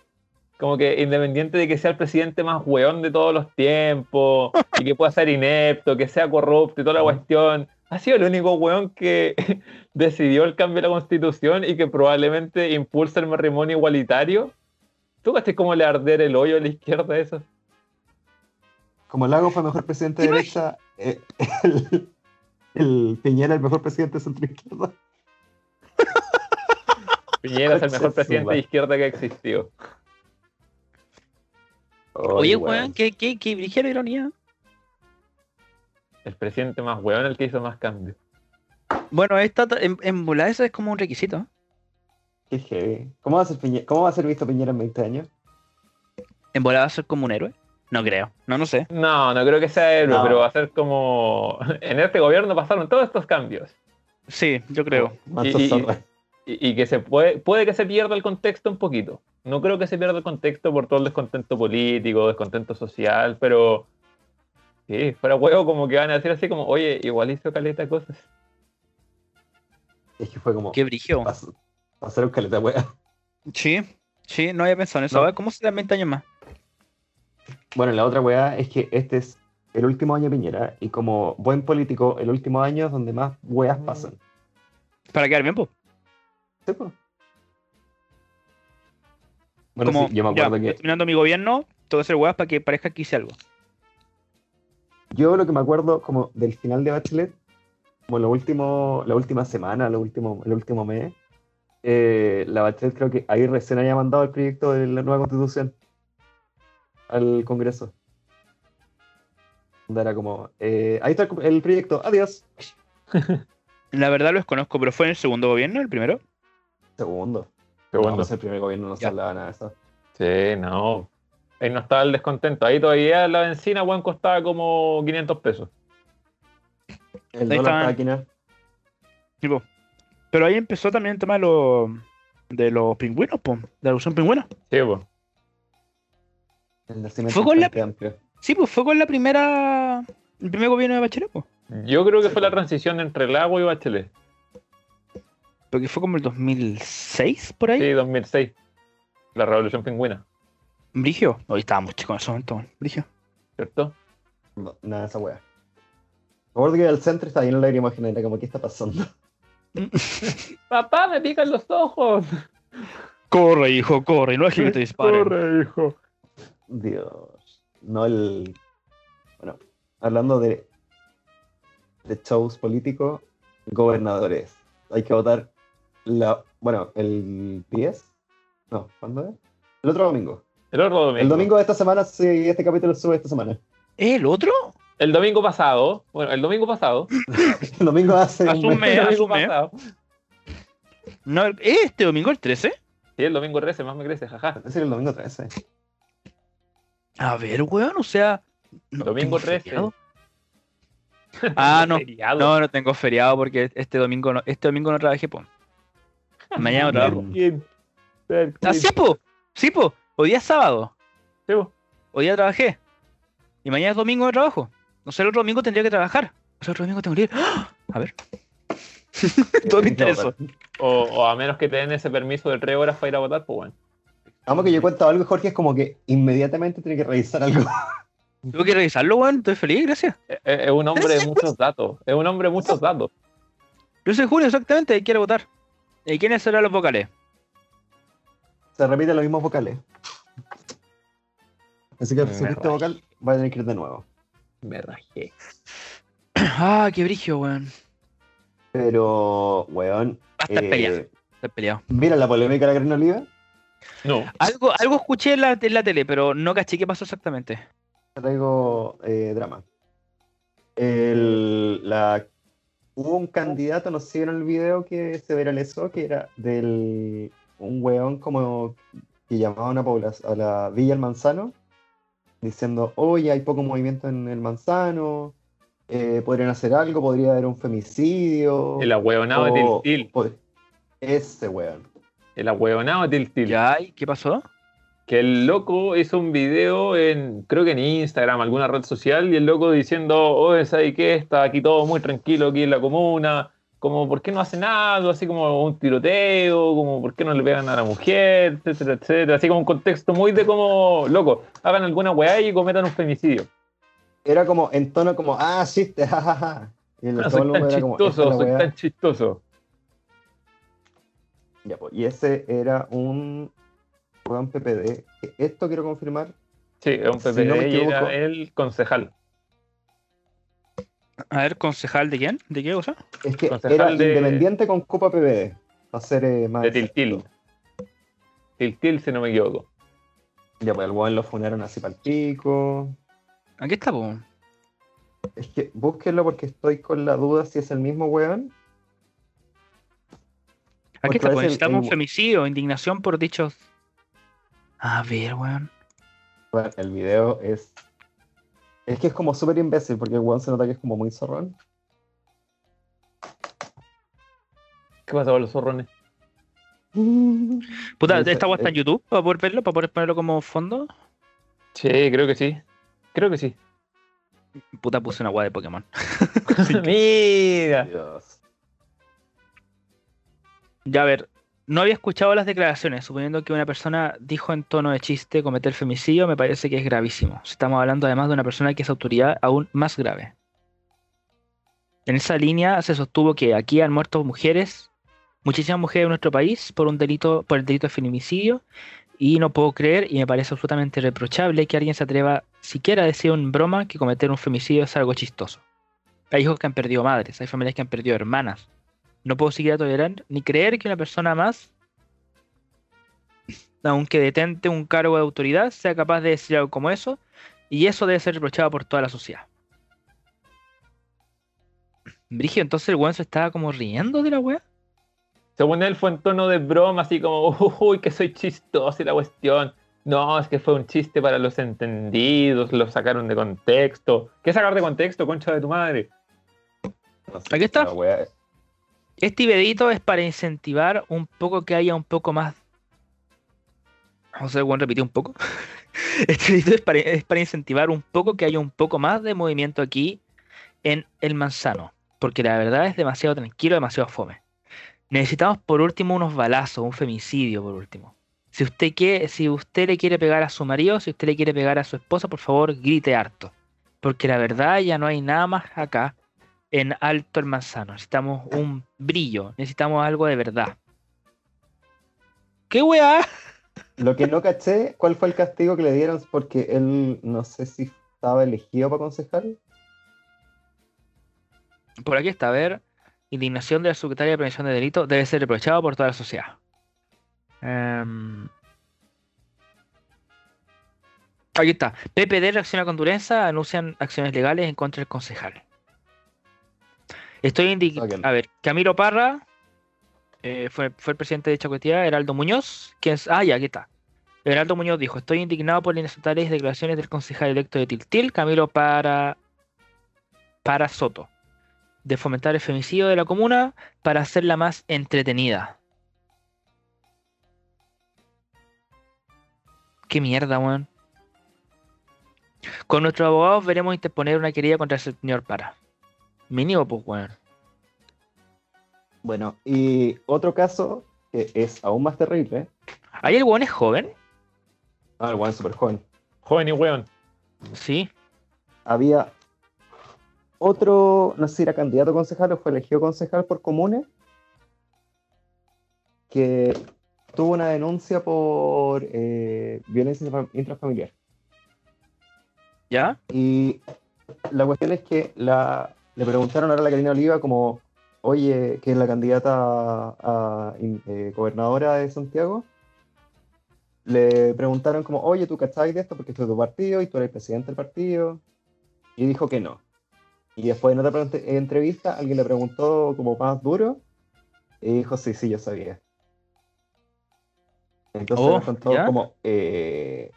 [SPEAKER 1] Como que independiente de que sea el presidente más weón de todos los tiempos, y que pueda ser inepto, que sea corrupto y toda la cuestión, ha sido el único weón que decidió el cambio de la constitución y que probablemente impulsa el matrimonio igualitario. ¿Tú cachas cómo le arder el hoyo a la izquierda a eso?
[SPEAKER 3] Como Lago fue mejor presidente de
[SPEAKER 2] ¿Te
[SPEAKER 3] derecha, eh, el, el Piñera el mejor presidente de centro izquierda.
[SPEAKER 1] Piñera es el
[SPEAKER 3] Concha
[SPEAKER 1] mejor
[SPEAKER 3] su
[SPEAKER 1] presidente de
[SPEAKER 3] madre.
[SPEAKER 1] izquierda que ha existido.
[SPEAKER 2] Oye,
[SPEAKER 1] Ay,
[SPEAKER 2] weón, qué, qué, qué ligera ironía.
[SPEAKER 1] El presidente más weón, el que hizo más cambios.
[SPEAKER 2] Bueno, esta, ta- en, en volada eso es como un requisito.
[SPEAKER 3] Qué heavy. ¿Cómo va a ser, Piñe- ¿Cómo va a ser visto Piñera en 20 años?
[SPEAKER 2] En volada va a ser como un héroe. No creo. No, no sé.
[SPEAKER 1] No, no creo que sea héroe,
[SPEAKER 3] No.
[SPEAKER 1] pero va a ser como. En este gobierno pasaron todos estos cambios.
[SPEAKER 2] Sí, yo creo.
[SPEAKER 3] Manso
[SPEAKER 1] Y- y-
[SPEAKER 3] zorra.
[SPEAKER 1] Y, y que se puede, puede que se pierda el contexto un poquito. No creo que se pierda el contexto por todo el descontento político, descontento social, pero. Sí, fuera huevo, como que van a decir así como, oye, igual hizo caleta cosas.
[SPEAKER 3] Es que fue como,
[SPEAKER 2] Oh, Qué brigio.
[SPEAKER 3] pasó- pasaron caleta wea.
[SPEAKER 2] Sí, sí, no había pensado en eso.
[SPEAKER 3] No.
[SPEAKER 2] A ver, ¿cómo serán 20 años más?
[SPEAKER 3] Bueno, la otra weá es que este es el último año de Piñera y como buen político, el último año es donde más weas
[SPEAKER 2] Mm.
[SPEAKER 3] pasan.
[SPEAKER 2] Para quedar bien, po.
[SPEAKER 3] Sí, po. Bueno,
[SPEAKER 2] como,
[SPEAKER 3] sí, yo me
[SPEAKER 2] ya,
[SPEAKER 3] acuerdo
[SPEAKER 2] estoy
[SPEAKER 3] que.
[SPEAKER 2] terminando mi gobierno, tengo que hacer huevas para que parezca que hice algo.
[SPEAKER 3] Yo lo que me acuerdo como del final de Bachelet, como lo último, la última semana, lo último, el último mes, eh, la Bachelet creo que ahí recién había mandado el proyecto de la nueva constitución al Congreso. Onda Era como, eh, ahí está el, el proyecto, adiós.
[SPEAKER 2] La verdad lo desconozco, pero fue en el segundo gobierno, el primero.
[SPEAKER 3] Segundo.
[SPEAKER 1] Segundo.
[SPEAKER 3] Vamos, pues el primer gobierno no se
[SPEAKER 2] Ya.
[SPEAKER 3] hablaba nada de eso.
[SPEAKER 1] Sí, no. Ahí no estaba el descontento. Ahí todavía la benzina, weón, costaba como 500 pesos.
[SPEAKER 3] El
[SPEAKER 2] Ahí
[SPEAKER 3] dólar
[SPEAKER 2] estaban.
[SPEAKER 3] máquina.
[SPEAKER 2] Tipo, Pero ahí empezó también el tema de los de los pingüinos, po, de la opción pingüina.
[SPEAKER 1] Sí, pues.
[SPEAKER 3] El nacimiento
[SPEAKER 2] Fue con la-
[SPEAKER 3] bastante amplio.
[SPEAKER 2] Sí, pues fue con la primera. El primer gobierno de Bachelet, po.
[SPEAKER 1] Yo creo que fue la transición entre el agua y Bachelet.
[SPEAKER 2] Porque fue como el 2006 por ahí.
[SPEAKER 1] Sí, 2006. La revolución pingüina,
[SPEAKER 2] Brigio. Hoy estábamos chicos en ese momento, weón. Brigio.
[SPEAKER 1] ¿cierto?
[SPEAKER 3] No, Nada, esa wea. Me acuerdo que el centro está lleno de lagrimógenas, como, ¿qué está pasando?
[SPEAKER 1] Papá, me pican los ojos.
[SPEAKER 2] Corre, hijo, corre. No es que te disparen.
[SPEAKER 1] Corre, hijo.
[SPEAKER 3] Dios. No el. Bueno, hablando de. de shows políticos, gobernadores. Hay que votar la. Bueno, el 10. No, ¿cuándo es? El otro domingo.
[SPEAKER 1] El otro domingo.
[SPEAKER 3] El domingo de esta semana, sí, este capítulo sube esta semana.
[SPEAKER 2] ¿Eh, ¿El otro?
[SPEAKER 1] El domingo pasado. Bueno, el domingo pasado.
[SPEAKER 3] El domingo hace. un
[SPEAKER 2] Asume.
[SPEAKER 3] mes.
[SPEAKER 1] el domingo
[SPEAKER 2] asume.
[SPEAKER 1] pasado.
[SPEAKER 2] No, el- este domingo, el 13.
[SPEAKER 1] Sí, el domingo 13, más me crece, jaja.
[SPEAKER 3] Es decir, el domingo 13.
[SPEAKER 2] A ver, weón, o sea. no
[SPEAKER 1] Domingo
[SPEAKER 2] tengo
[SPEAKER 1] 13.
[SPEAKER 2] feriado. Ah, no.
[SPEAKER 1] Feriado.
[SPEAKER 2] No, no tengo feriado porque este domingo no, este domingo no trabajé, po. Mañana no trabajo.
[SPEAKER 1] Bien. Bien.
[SPEAKER 2] Ah, sí, po. Sí, po. Hoy día es sábado.
[SPEAKER 1] Sí, po.
[SPEAKER 2] Hoy día trabajé. Y mañana es domingo de trabajo. No sé, el otro domingo tendría que trabajar. O sea, el otro domingo tengo que ir. ¡Ah! A ver.
[SPEAKER 3] Eh,
[SPEAKER 2] Todo me interesó.
[SPEAKER 1] O, o a menos que te den ese permiso de tres horas para ir a votar, pues bueno.
[SPEAKER 3] Vamos que yo cuento algo, y Jorge, es como que inmediatamente tiene que revisar algo.
[SPEAKER 2] Tuve que revisarlo, weón. Estoy feliz, gracias.
[SPEAKER 1] Es, E, es un hombre de
[SPEAKER 2] sí,
[SPEAKER 1] muchos datos. Es un hombre de muchos datos.
[SPEAKER 2] Yo soy Julio, exactamente, y quiero votar. ¿Y quiénes serán los vocales?
[SPEAKER 3] Se repiten los mismos vocales. Así que
[SPEAKER 1] Me
[SPEAKER 3] si fuiste
[SPEAKER 1] rayo.
[SPEAKER 3] vocal, va a tener que ir de nuevo.
[SPEAKER 1] Me rajé.
[SPEAKER 2] Ah, qué brigio, weón.
[SPEAKER 3] Pero, weón.
[SPEAKER 2] Basta
[SPEAKER 3] eh,
[SPEAKER 2] peleado. Estoy peleado.
[SPEAKER 3] Mira la polémica de la Gran Oliva.
[SPEAKER 1] No.
[SPEAKER 2] Algo, algo escuché en la, en la tele, pero no caché qué pasó exactamente.
[SPEAKER 3] Traigo eh, drama. El- la, hubo un candidato, no sé si vieron el video que se viralizó, que era del un weón como que llamaba a, una pobla- a la Villa El Manzano, diciendo, oye, hay poco movimiento en El Manzano, eh, podrían hacer algo, podría haber un femicidio.
[SPEAKER 1] El ahueonado de
[SPEAKER 3] o-
[SPEAKER 1] Tiltil.
[SPEAKER 3] pod- Ese weón.
[SPEAKER 1] El ahueonado de Tiltil.
[SPEAKER 2] Ya, ¿y qué pasó?
[SPEAKER 1] Que el loco hizo un video en, creo que en Instagram, alguna red social, y el loco diciendo, oye, ¿sabes qué? Está aquí todo muy tranquilo, aquí en la comuna, como, ¿por qué no hacen algo? Así como un tiroteo, como, ¿por qué no le pegan a la mujer? Etcétera, etcétera. Así como un contexto muy de como, loco, hagan alguna weá y cometan un femicidio.
[SPEAKER 3] Era como en tono como, ah, chiste, jajaja. Y el
[SPEAKER 1] No,
[SPEAKER 3] todo el
[SPEAKER 1] soy
[SPEAKER 3] mundo
[SPEAKER 1] tan
[SPEAKER 3] era como, "Esta es
[SPEAKER 1] chistoso,
[SPEAKER 3] la
[SPEAKER 1] soy
[SPEAKER 3] weá".
[SPEAKER 1] tan chistoso.
[SPEAKER 3] Ya, pues, y ese era un weón PPD. que Esto quiero confirmar.
[SPEAKER 1] Sí, era un
[SPEAKER 3] Si no
[SPEAKER 1] PPD
[SPEAKER 3] me
[SPEAKER 1] y
[SPEAKER 3] equivoco.
[SPEAKER 1] era el concejal.
[SPEAKER 2] A ver, concejal de quién? ¿De qué cosa?
[SPEAKER 3] Es que
[SPEAKER 1] Concejal
[SPEAKER 3] era
[SPEAKER 1] de-
[SPEAKER 3] independiente con Copa PPD. Va a ser eh, más.
[SPEAKER 1] De
[SPEAKER 3] exacto.
[SPEAKER 1] Tiltil. Tiltil, si no me equivoco.
[SPEAKER 3] Ya, pues el weón lo funaron así para el pico.
[SPEAKER 2] Aquí está, po.
[SPEAKER 3] Es que búsquenlo porque estoy con la duda si es el mismo weón.
[SPEAKER 2] Aquí está,
[SPEAKER 3] Otra
[SPEAKER 2] po.
[SPEAKER 3] vez el-
[SPEAKER 2] Necesitamos
[SPEAKER 3] el-
[SPEAKER 2] femicidio, indignación por dichos. A ver, weón.
[SPEAKER 3] Bueno, el video es. Es que es como súper imbécil porque el weón se nota que es como muy zorrón.
[SPEAKER 1] ¿Qué pasa con los zorrones?
[SPEAKER 2] Puta,
[SPEAKER 3] Sí, está-
[SPEAKER 2] ¿esta agua está en YouTube para poder verlo? ¿Para poder ponerlo como fondo?
[SPEAKER 1] Sí, creo que sí. Creo que sí.
[SPEAKER 2] Puta, puse una agua de Pokémon.
[SPEAKER 1] Mira.
[SPEAKER 3] Dios.
[SPEAKER 2] Ya, a ver. No había escuchado las declaraciones. Suponiendo que una persona dijo en tono de chiste cometer femicidio, me parece que es gravísimo. Estamos hablando además de una persona que es autoridad aún más grave. En esa línea se sostuvo que aquí han muerto mujeres, muchísimas mujeres en nuestro país por un delito, por el delito de feminicidio, y no puedo creer y me parece absolutamente reprochable que alguien se atreva siquiera a decir en broma que cometer un femicidio es algo chistoso. Hay hijos que han perdido madres, hay familias que han perdido hermanas. No puedo siquiera tolerar ni creer que una persona más, aunque detente un cargo de autoridad, sea capaz de decir algo como eso, y eso debe ser reprochado por toda la sociedad. Brigio, entonces el weón se estaba como riendo de la wea.
[SPEAKER 1] Según él fue en tono de broma, así como, uy, que soy chistoso y la cuestión. No, es que fue un chiste para los entendidos, lo sacaron de contexto. ¿Qué sacar de contexto, concha de tu madre?
[SPEAKER 3] No sé,
[SPEAKER 2] Aquí está.
[SPEAKER 3] la weá-
[SPEAKER 2] Este videito es para incentivar un poco que haya un poco más. José, bueno, repitió un poco. Este videito es para, es para incentivar un poco que haya un poco más de movimiento aquí en el manzano. Porque la verdad es demasiado tranquilo, demasiado fome. Necesitamos por último unos balazos, un femicidio por último. Si usted, quiere, si usted le quiere pegar a su marido, si usted le quiere pegar a su esposa, por favor grite harto. Porque la verdad ya no hay nada más acá en Alto el Manzano. Necesitamos un brillo, necesitamos algo de verdad. ¿Qué weá?
[SPEAKER 3] Lo que no caché, ¿cuál fue el castigo que le dieron? Porque él no sé si estaba elegido para concejal.
[SPEAKER 2] Por aquí está, a ver. Indignación de la Secretaría de Prevención de Delito debe ser reprochado por toda la sociedad. Em, Aquí está. PPD reacciona con dureza, anuncian acciones legales en contra del concejal. Estoy indignado.
[SPEAKER 3] Ok.
[SPEAKER 2] A ver, Camilo Parra eh, fue, fue el presidente de Chacuetía, Heraldo Muñoz. ¿quién es? Ah, ya, aquí está. Heraldo Muñoz dijo: Estoy indignado por las inaceptables declaraciones del concejal electo de Tiltil, Camilo Para, para Soto, de fomentar el femicidio de la comuna para hacerla más entretenida. Qué mierda, weón. Con nuestros abogados veremos interponer una querella contra el señor Para. Mínimo, pues, weón.
[SPEAKER 3] Bueno, y otro caso que es aún más terrible.
[SPEAKER 2] ¿Ahí el weón es joven?
[SPEAKER 3] Ah, el weón es súper joven.
[SPEAKER 1] Joven y weón.
[SPEAKER 2] Sí.
[SPEAKER 3] Había otro, no sé si era candidato a concejal o fue elegido concejal por comunes, que tuvo una denuncia por eh, violencia intrafam- intrafamiliar.
[SPEAKER 2] ¿Ya?
[SPEAKER 3] Y la cuestión es que la, le preguntaron ahora a la Karina Oliva como, oye, que es la candidata a, a in- eh, gobernadora de Santiago, le preguntaron como, oye, ¿tú cachabas de esto? Porque esto es tu partido y tú eres presidente del partido. Y dijo que no. Y después en otra pregunta- entrevista alguien le preguntó como más duro y dijo, sí, sí, yo sabía. Entonces
[SPEAKER 2] Oh,
[SPEAKER 3] nos contó
[SPEAKER 2] ¿ya?
[SPEAKER 3] como, eh,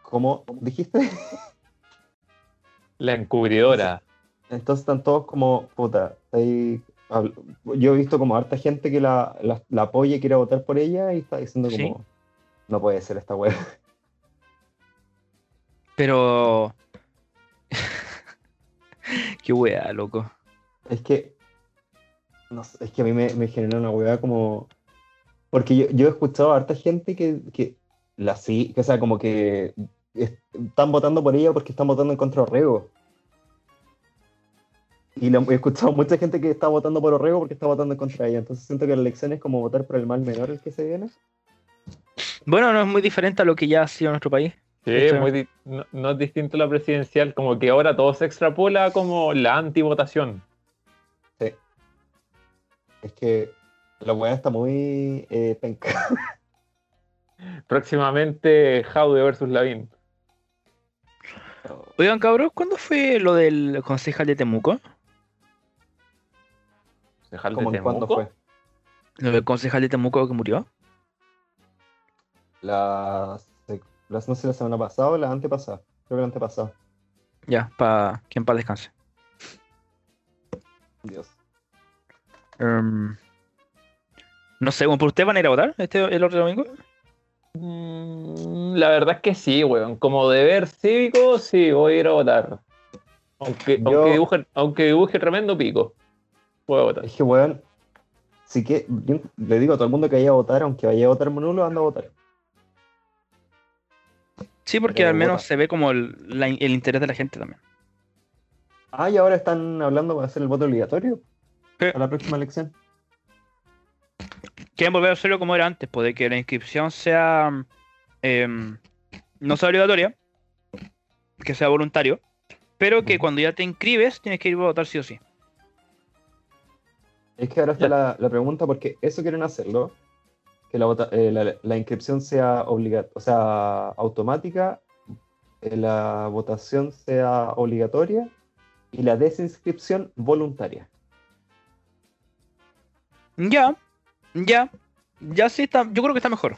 [SPEAKER 3] ¿cómo dijiste?
[SPEAKER 1] La encubridora.
[SPEAKER 3] Entonces están todos como, puta, ahí hablo- yo he visto como harta gente que la, la, la apoya y quiere votar por ella y está diciendo como,
[SPEAKER 2] Sí.
[SPEAKER 3] no puede ser esta wea.
[SPEAKER 2] Pero. Qué weá, loco.
[SPEAKER 3] Es que, no sé, es que a mí me, me genera una wea como, porque yo, yo he escuchado a harta gente que, que la sí, que, o sea, como que es- están votando por ella porque están votando en contra de Orrego. Y lo- he escuchado mucha gente que está votando por Orrego porque está votando en contra de ella. Entonces siento que la elección es como votar por el mal menor el que se viene.
[SPEAKER 2] Bueno, no es muy diferente a lo que ya ha sido nuestro país.
[SPEAKER 1] Sí,
[SPEAKER 2] Sí.
[SPEAKER 1] muy di- no, no es distinto a la presidencial, como que ahora todo se extrapola como la antivotación.
[SPEAKER 3] Es que la weá está muy eh, penca.
[SPEAKER 1] Próximamente Jaude versus Lavín.
[SPEAKER 2] Oigan, cabros, ¿cuándo fue lo del concejal de Temuco?
[SPEAKER 1] Concejal de
[SPEAKER 3] Como en cuándo
[SPEAKER 1] Temuco.
[SPEAKER 3] fue.
[SPEAKER 2] ¿Lo del concejal de Temuco que murió?
[SPEAKER 3] La, se- las- no sé, la semana pasada o la antepasada. Creo que la antepasada.
[SPEAKER 2] Ya, para que en paz descanse.
[SPEAKER 3] Dios.
[SPEAKER 2] Em, No sé, bueno, ¿por ustedes van a ir a votar este, el otro domingo?
[SPEAKER 1] Mm, La verdad es que sí, weón. Como deber cívico, sí, voy a ir a votar. Aunque,
[SPEAKER 3] Yo-
[SPEAKER 1] aunque, dibuje, aunque dibuje tremendo pico, voy a votar.
[SPEAKER 3] Es que weón. Sí que yo le digo a todo el mundo que vaya a votar, aunque vaya a votar nulo, anda a votar.
[SPEAKER 2] Sí, porque
[SPEAKER 3] Pero
[SPEAKER 2] al menos
[SPEAKER 3] vota.
[SPEAKER 2] se ve como el, la- el interés de la gente también.
[SPEAKER 3] Ah, y ahora están hablando para hacer el voto obligatorio.
[SPEAKER 2] Eh.
[SPEAKER 3] A la próxima elección.
[SPEAKER 2] Quieren volver a hacerlo como era antes, pues de que la inscripción sea. em, no sea obligatoria, que sea voluntario, pero que cuando ya te inscribes tienes que ir a votar sí o sí.
[SPEAKER 3] Es que ahora está
[SPEAKER 1] Ya.
[SPEAKER 3] la, la pregunta porque eso quieren hacerlo. Que la, vota- eh, la, la inscripción sea obliga- o sea, automática, eh, la votación sea obligatoria y la desinscripción voluntaria.
[SPEAKER 2] Ya, ya, ya sí está. Yo creo que está mejor.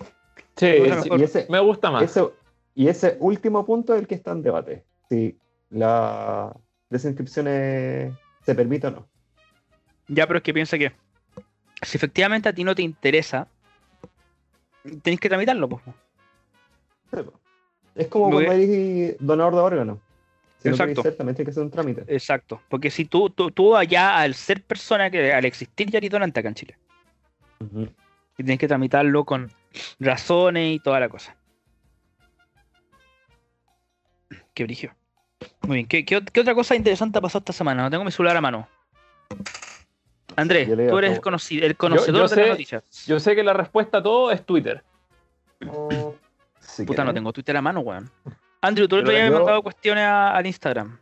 [SPEAKER 1] Sí,
[SPEAKER 2] Pero
[SPEAKER 1] sí,
[SPEAKER 2] mejor.
[SPEAKER 3] Y ese,
[SPEAKER 1] me gusta más.
[SPEAKER 3] ese- y ese último punto es el que está en debate. Si la desinscripción es- se permite o no.
[SPEAKER 2] Ya, pero es que piensa que si efectivamente a ti no te interesa, tenés que tramitarlo, pues.
[SPEAKER 3] Es como
[SPEAKER 2] Muy
[SPEAKER 3] cuando hay donador de órganos. Si lo queréis
[SPEAKER 2] Exacto. Eh,
[SPEAKER 3] ser, también tiene que ser un trámite.
[SPEAKER 2] Exacto. Porque si tú, tú, tú allá, al ser persona, que al existir ya eres donante acá en Chile,
[SPEAKER 3] Ujú.
[SPEAKER 2] y tienes que tramitarlo con razones y toda la cosa. Qué brillo. Muy bien. ¿Qué, qué, ot- qué otra cosa interesante ha pasado esta semana? No tengo mi celular a mano. Andrés,
[SPEAKER 3] Yo leo
[SPEAKER 2] tú eres
[SPEAKER 3] todo.
[SPEAKER 2] el, conoci- el conocedor
[SPEAKER 1] yo
[SPEAKER 2] de las
[SPEAKER 1] sé-
[SPEAKER 2] noticias.
[SPEAKER 1] Yo sé que la respuesta a todo es Twitter.
[SPEAKER 3] Si
[SPEAKER 2] Puta, no
[SPEAKER 3] quieren.
[SPEAKER 2] tengo Twitter a mano, weón. Andrew, tú el
[SPEAKER 1] Yo
[SPEAKER 2] otro día me has
[SPEAKER 3] leo-
[SPEAKER 2] mandado cuestiones a- al Instagram.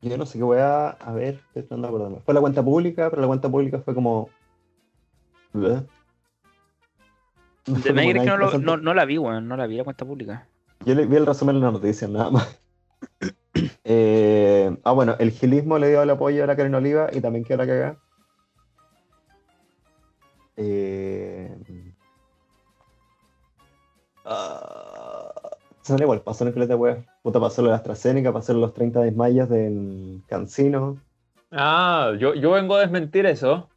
[SPEAKER 3] Yo no sé qué voy a, a ver, estoy tratando de acordarme. Fue la cuenta pública, pero la cuenta pública fue como. ¿Eh? No fue
[SPEAKER 2] De
[SPEAKER 3] como
[SPEAKER 2] me crees que no,
[SPEAKER 3] nada
[SPEAKER 2] lo- no-
[SPEAKER 3] interesante.
[SPEAKER 2] no la vi, weón. No la vi la cuenta pública.
[SPEAKER 3] Yo le- vi el resumen de la noticia, nada más. Eh, ah, bueno, el gilismo le dio el apoyo a la Karen Oliva y también quiero la cagá. Eh, ah, son igual, pasó en el de web. Puta, pasó lo de AstraZeneca, pasó los 30 desmayas del Cancino.
[SPEAKER 1] Ah, yo, yo vengo a desmentir eso.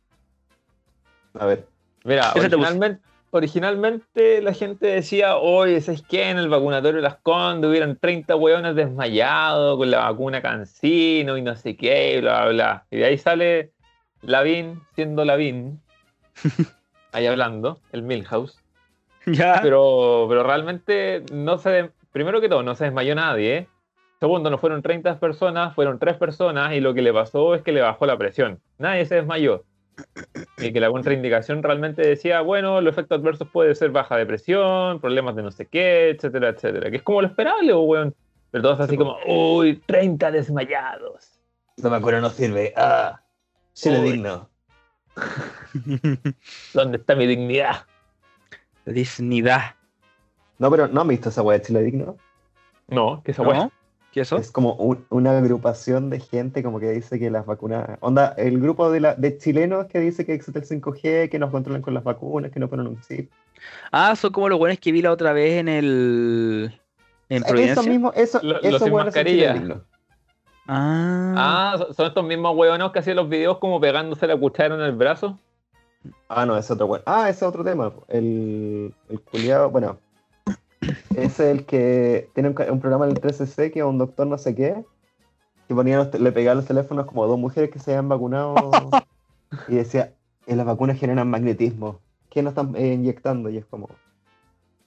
[SPEAKER 3] A ver,
[SPEAKER 1] Mira,
[SPEAKER 2] Ese te puse.
[SPEAKER 1] originalmente, originalmente la gente decía, oye, ¿sabes qué? En el vacunatorio de las Condes hubieran 30 hueones desmayados con la vacuna Cancino y no sé qué, y bla, bla, bla. Y de ahí sale Lavín siendo Lavín, ahí hablando, el Milhouse.
[SPEAKER 2] Ya.
[SPEAKER 1] Pero, pero realmente no se... de- Primero que todo, no se desmayó nadie. ¿eh? Segundo, no fueron 30 personas, fueron 3 personas y lo que le pasó es que le bajó la presión. Nadie se desmayó. Y que la contraindicación realmente decía, bueno, los efectos adversos puede ser baja de presión, problemas de no sé qué, etcétera, etcétera. Que es como lo esperable, po, weón. Pero todos así como, uy, 30 desmayados.
[SPEAKER 3] la vacuna no sirve. Ah, Chile
[SPEAKER 1] Uy.
[SPEAKER 3] digno.
[SPEAKER 1] ¿Dónde está mi dignidad?
[SPEAKER 2] Dignidad.
[SPEAKER 3] No, pero no han visto esa wea de Chile digno.
[SPEAKER 1] No, que esa weá.
[SPEAKER 2] ¿No? ¿Qué eso?
[SPEAKER 3] Es como un- una agrupación de gente como que dice que las vacunas... Onda, el grupo de, la, de chilenos que dice que existe el 5G, que nos controlan con las vacunas, que no ponen un chip.
[SPEAKER 2] Ah, son como los buenos que vi la otra vez en el. En Providencia.
[SPEAKER 3] Eso mismo, eso,
[SPEAKER 1] Lo-
[SPEAKER 3] eso
[SPEAKER 1] los sin
[SPEAKER 3] bueno, son Chile
[SPEAKER 1] mascarilla.
[SPEAKER 3] digno.
[SPEAKER 2] Ah,
[SPEAKER 1] Ah, son estos mismos hueonos que hacían los videos como pegándose la cuchara en el brazo.
[SPEAKER 3] Ah, no, es otro bueno. Ah, ese es otro tema. El, el culiado, bueno. Es el que tiene un, ca- un programa en el 13C que es un doctor no sé qué, que ponía los te- le pegaba los teléfonos como a dos mujeres que se habían vacunado y decía, "Eh, las vacunas generan magnetismo. ¿Qué nos están eh, inyectando? Y es como,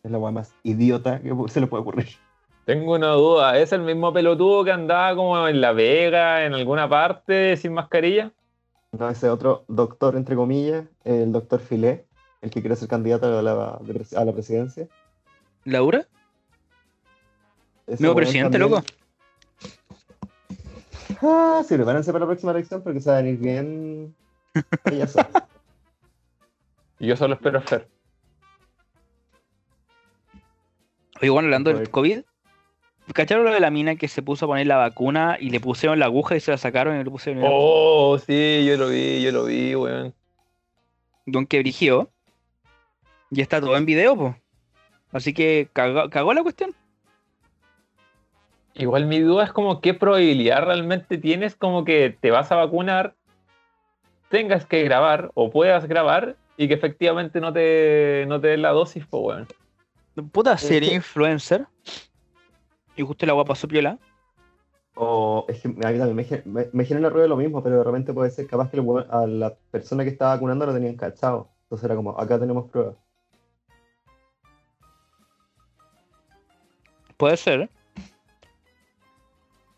[SPEAKER 3] es la weá más idiota que pu- se le puede ocurrir.
[SPEAKER 1] Tengo una duda, ¿es el mismo pelotudo que andaba como en La Vega, en alguna parte, sin mascarilla?
[SPEAKER 3] Entonces otro doctor, entre comillas, el doctor Filé, el que quiere ser candidato a la, a la presidencia.
[SPEAKER 2] ¿Laura?
[SPEAKER 3] Ese
[SPEAKER 2] Nuevo
[SPEAKER 3] weón
[SPEAKER 2] presidente,
[SPEAKER 3] también-
[SPEAKER 2] loco.
[SPEAKER 3] Ah, sí, prepárense para la próxima elección porque se va a venir bien. payaso.
[SPEAKER 1] Y yo solo espero a Fer.
[SPEAKER 2] Oye, bueno, hablando
[SPEAKER 3] Joder.
[SPEAKER 2] del COVID. ¿Cacharon lo de la mina que se puso a poner la vacuna y le pusieron la aguja y se la sacaron y le pusieron el
[SPEAKER 1] Oh, sí, yo lo vi, yo lo vi, weón.
[SPEAKER 2] don que brigió? Y está todo en video, po. Así que caga- cagó la cuestión.
[SPEAKER 1] Igual mi duda es como qué probabilidad realmente tienes como que te vas a vacunar, tengas que grabar o puedas grabar y que efectivamente no te, no te den la dosis, pues weón.
[SPEAKER 2] Puta, ser
[SPEAKER 3] que-
[SPEAKER 2] influencer. Y justo la guapa piola.
[SPEAKER 3] O es que a mí también me, gen- me, me genera ruido lo mismo, pero de repente puede ser capaz que el weón- a la persona que estaba vacunando lo tenían cachado. Entonces era como, acá tenemos pruebas.
[SPEAKER 2] Puede ser.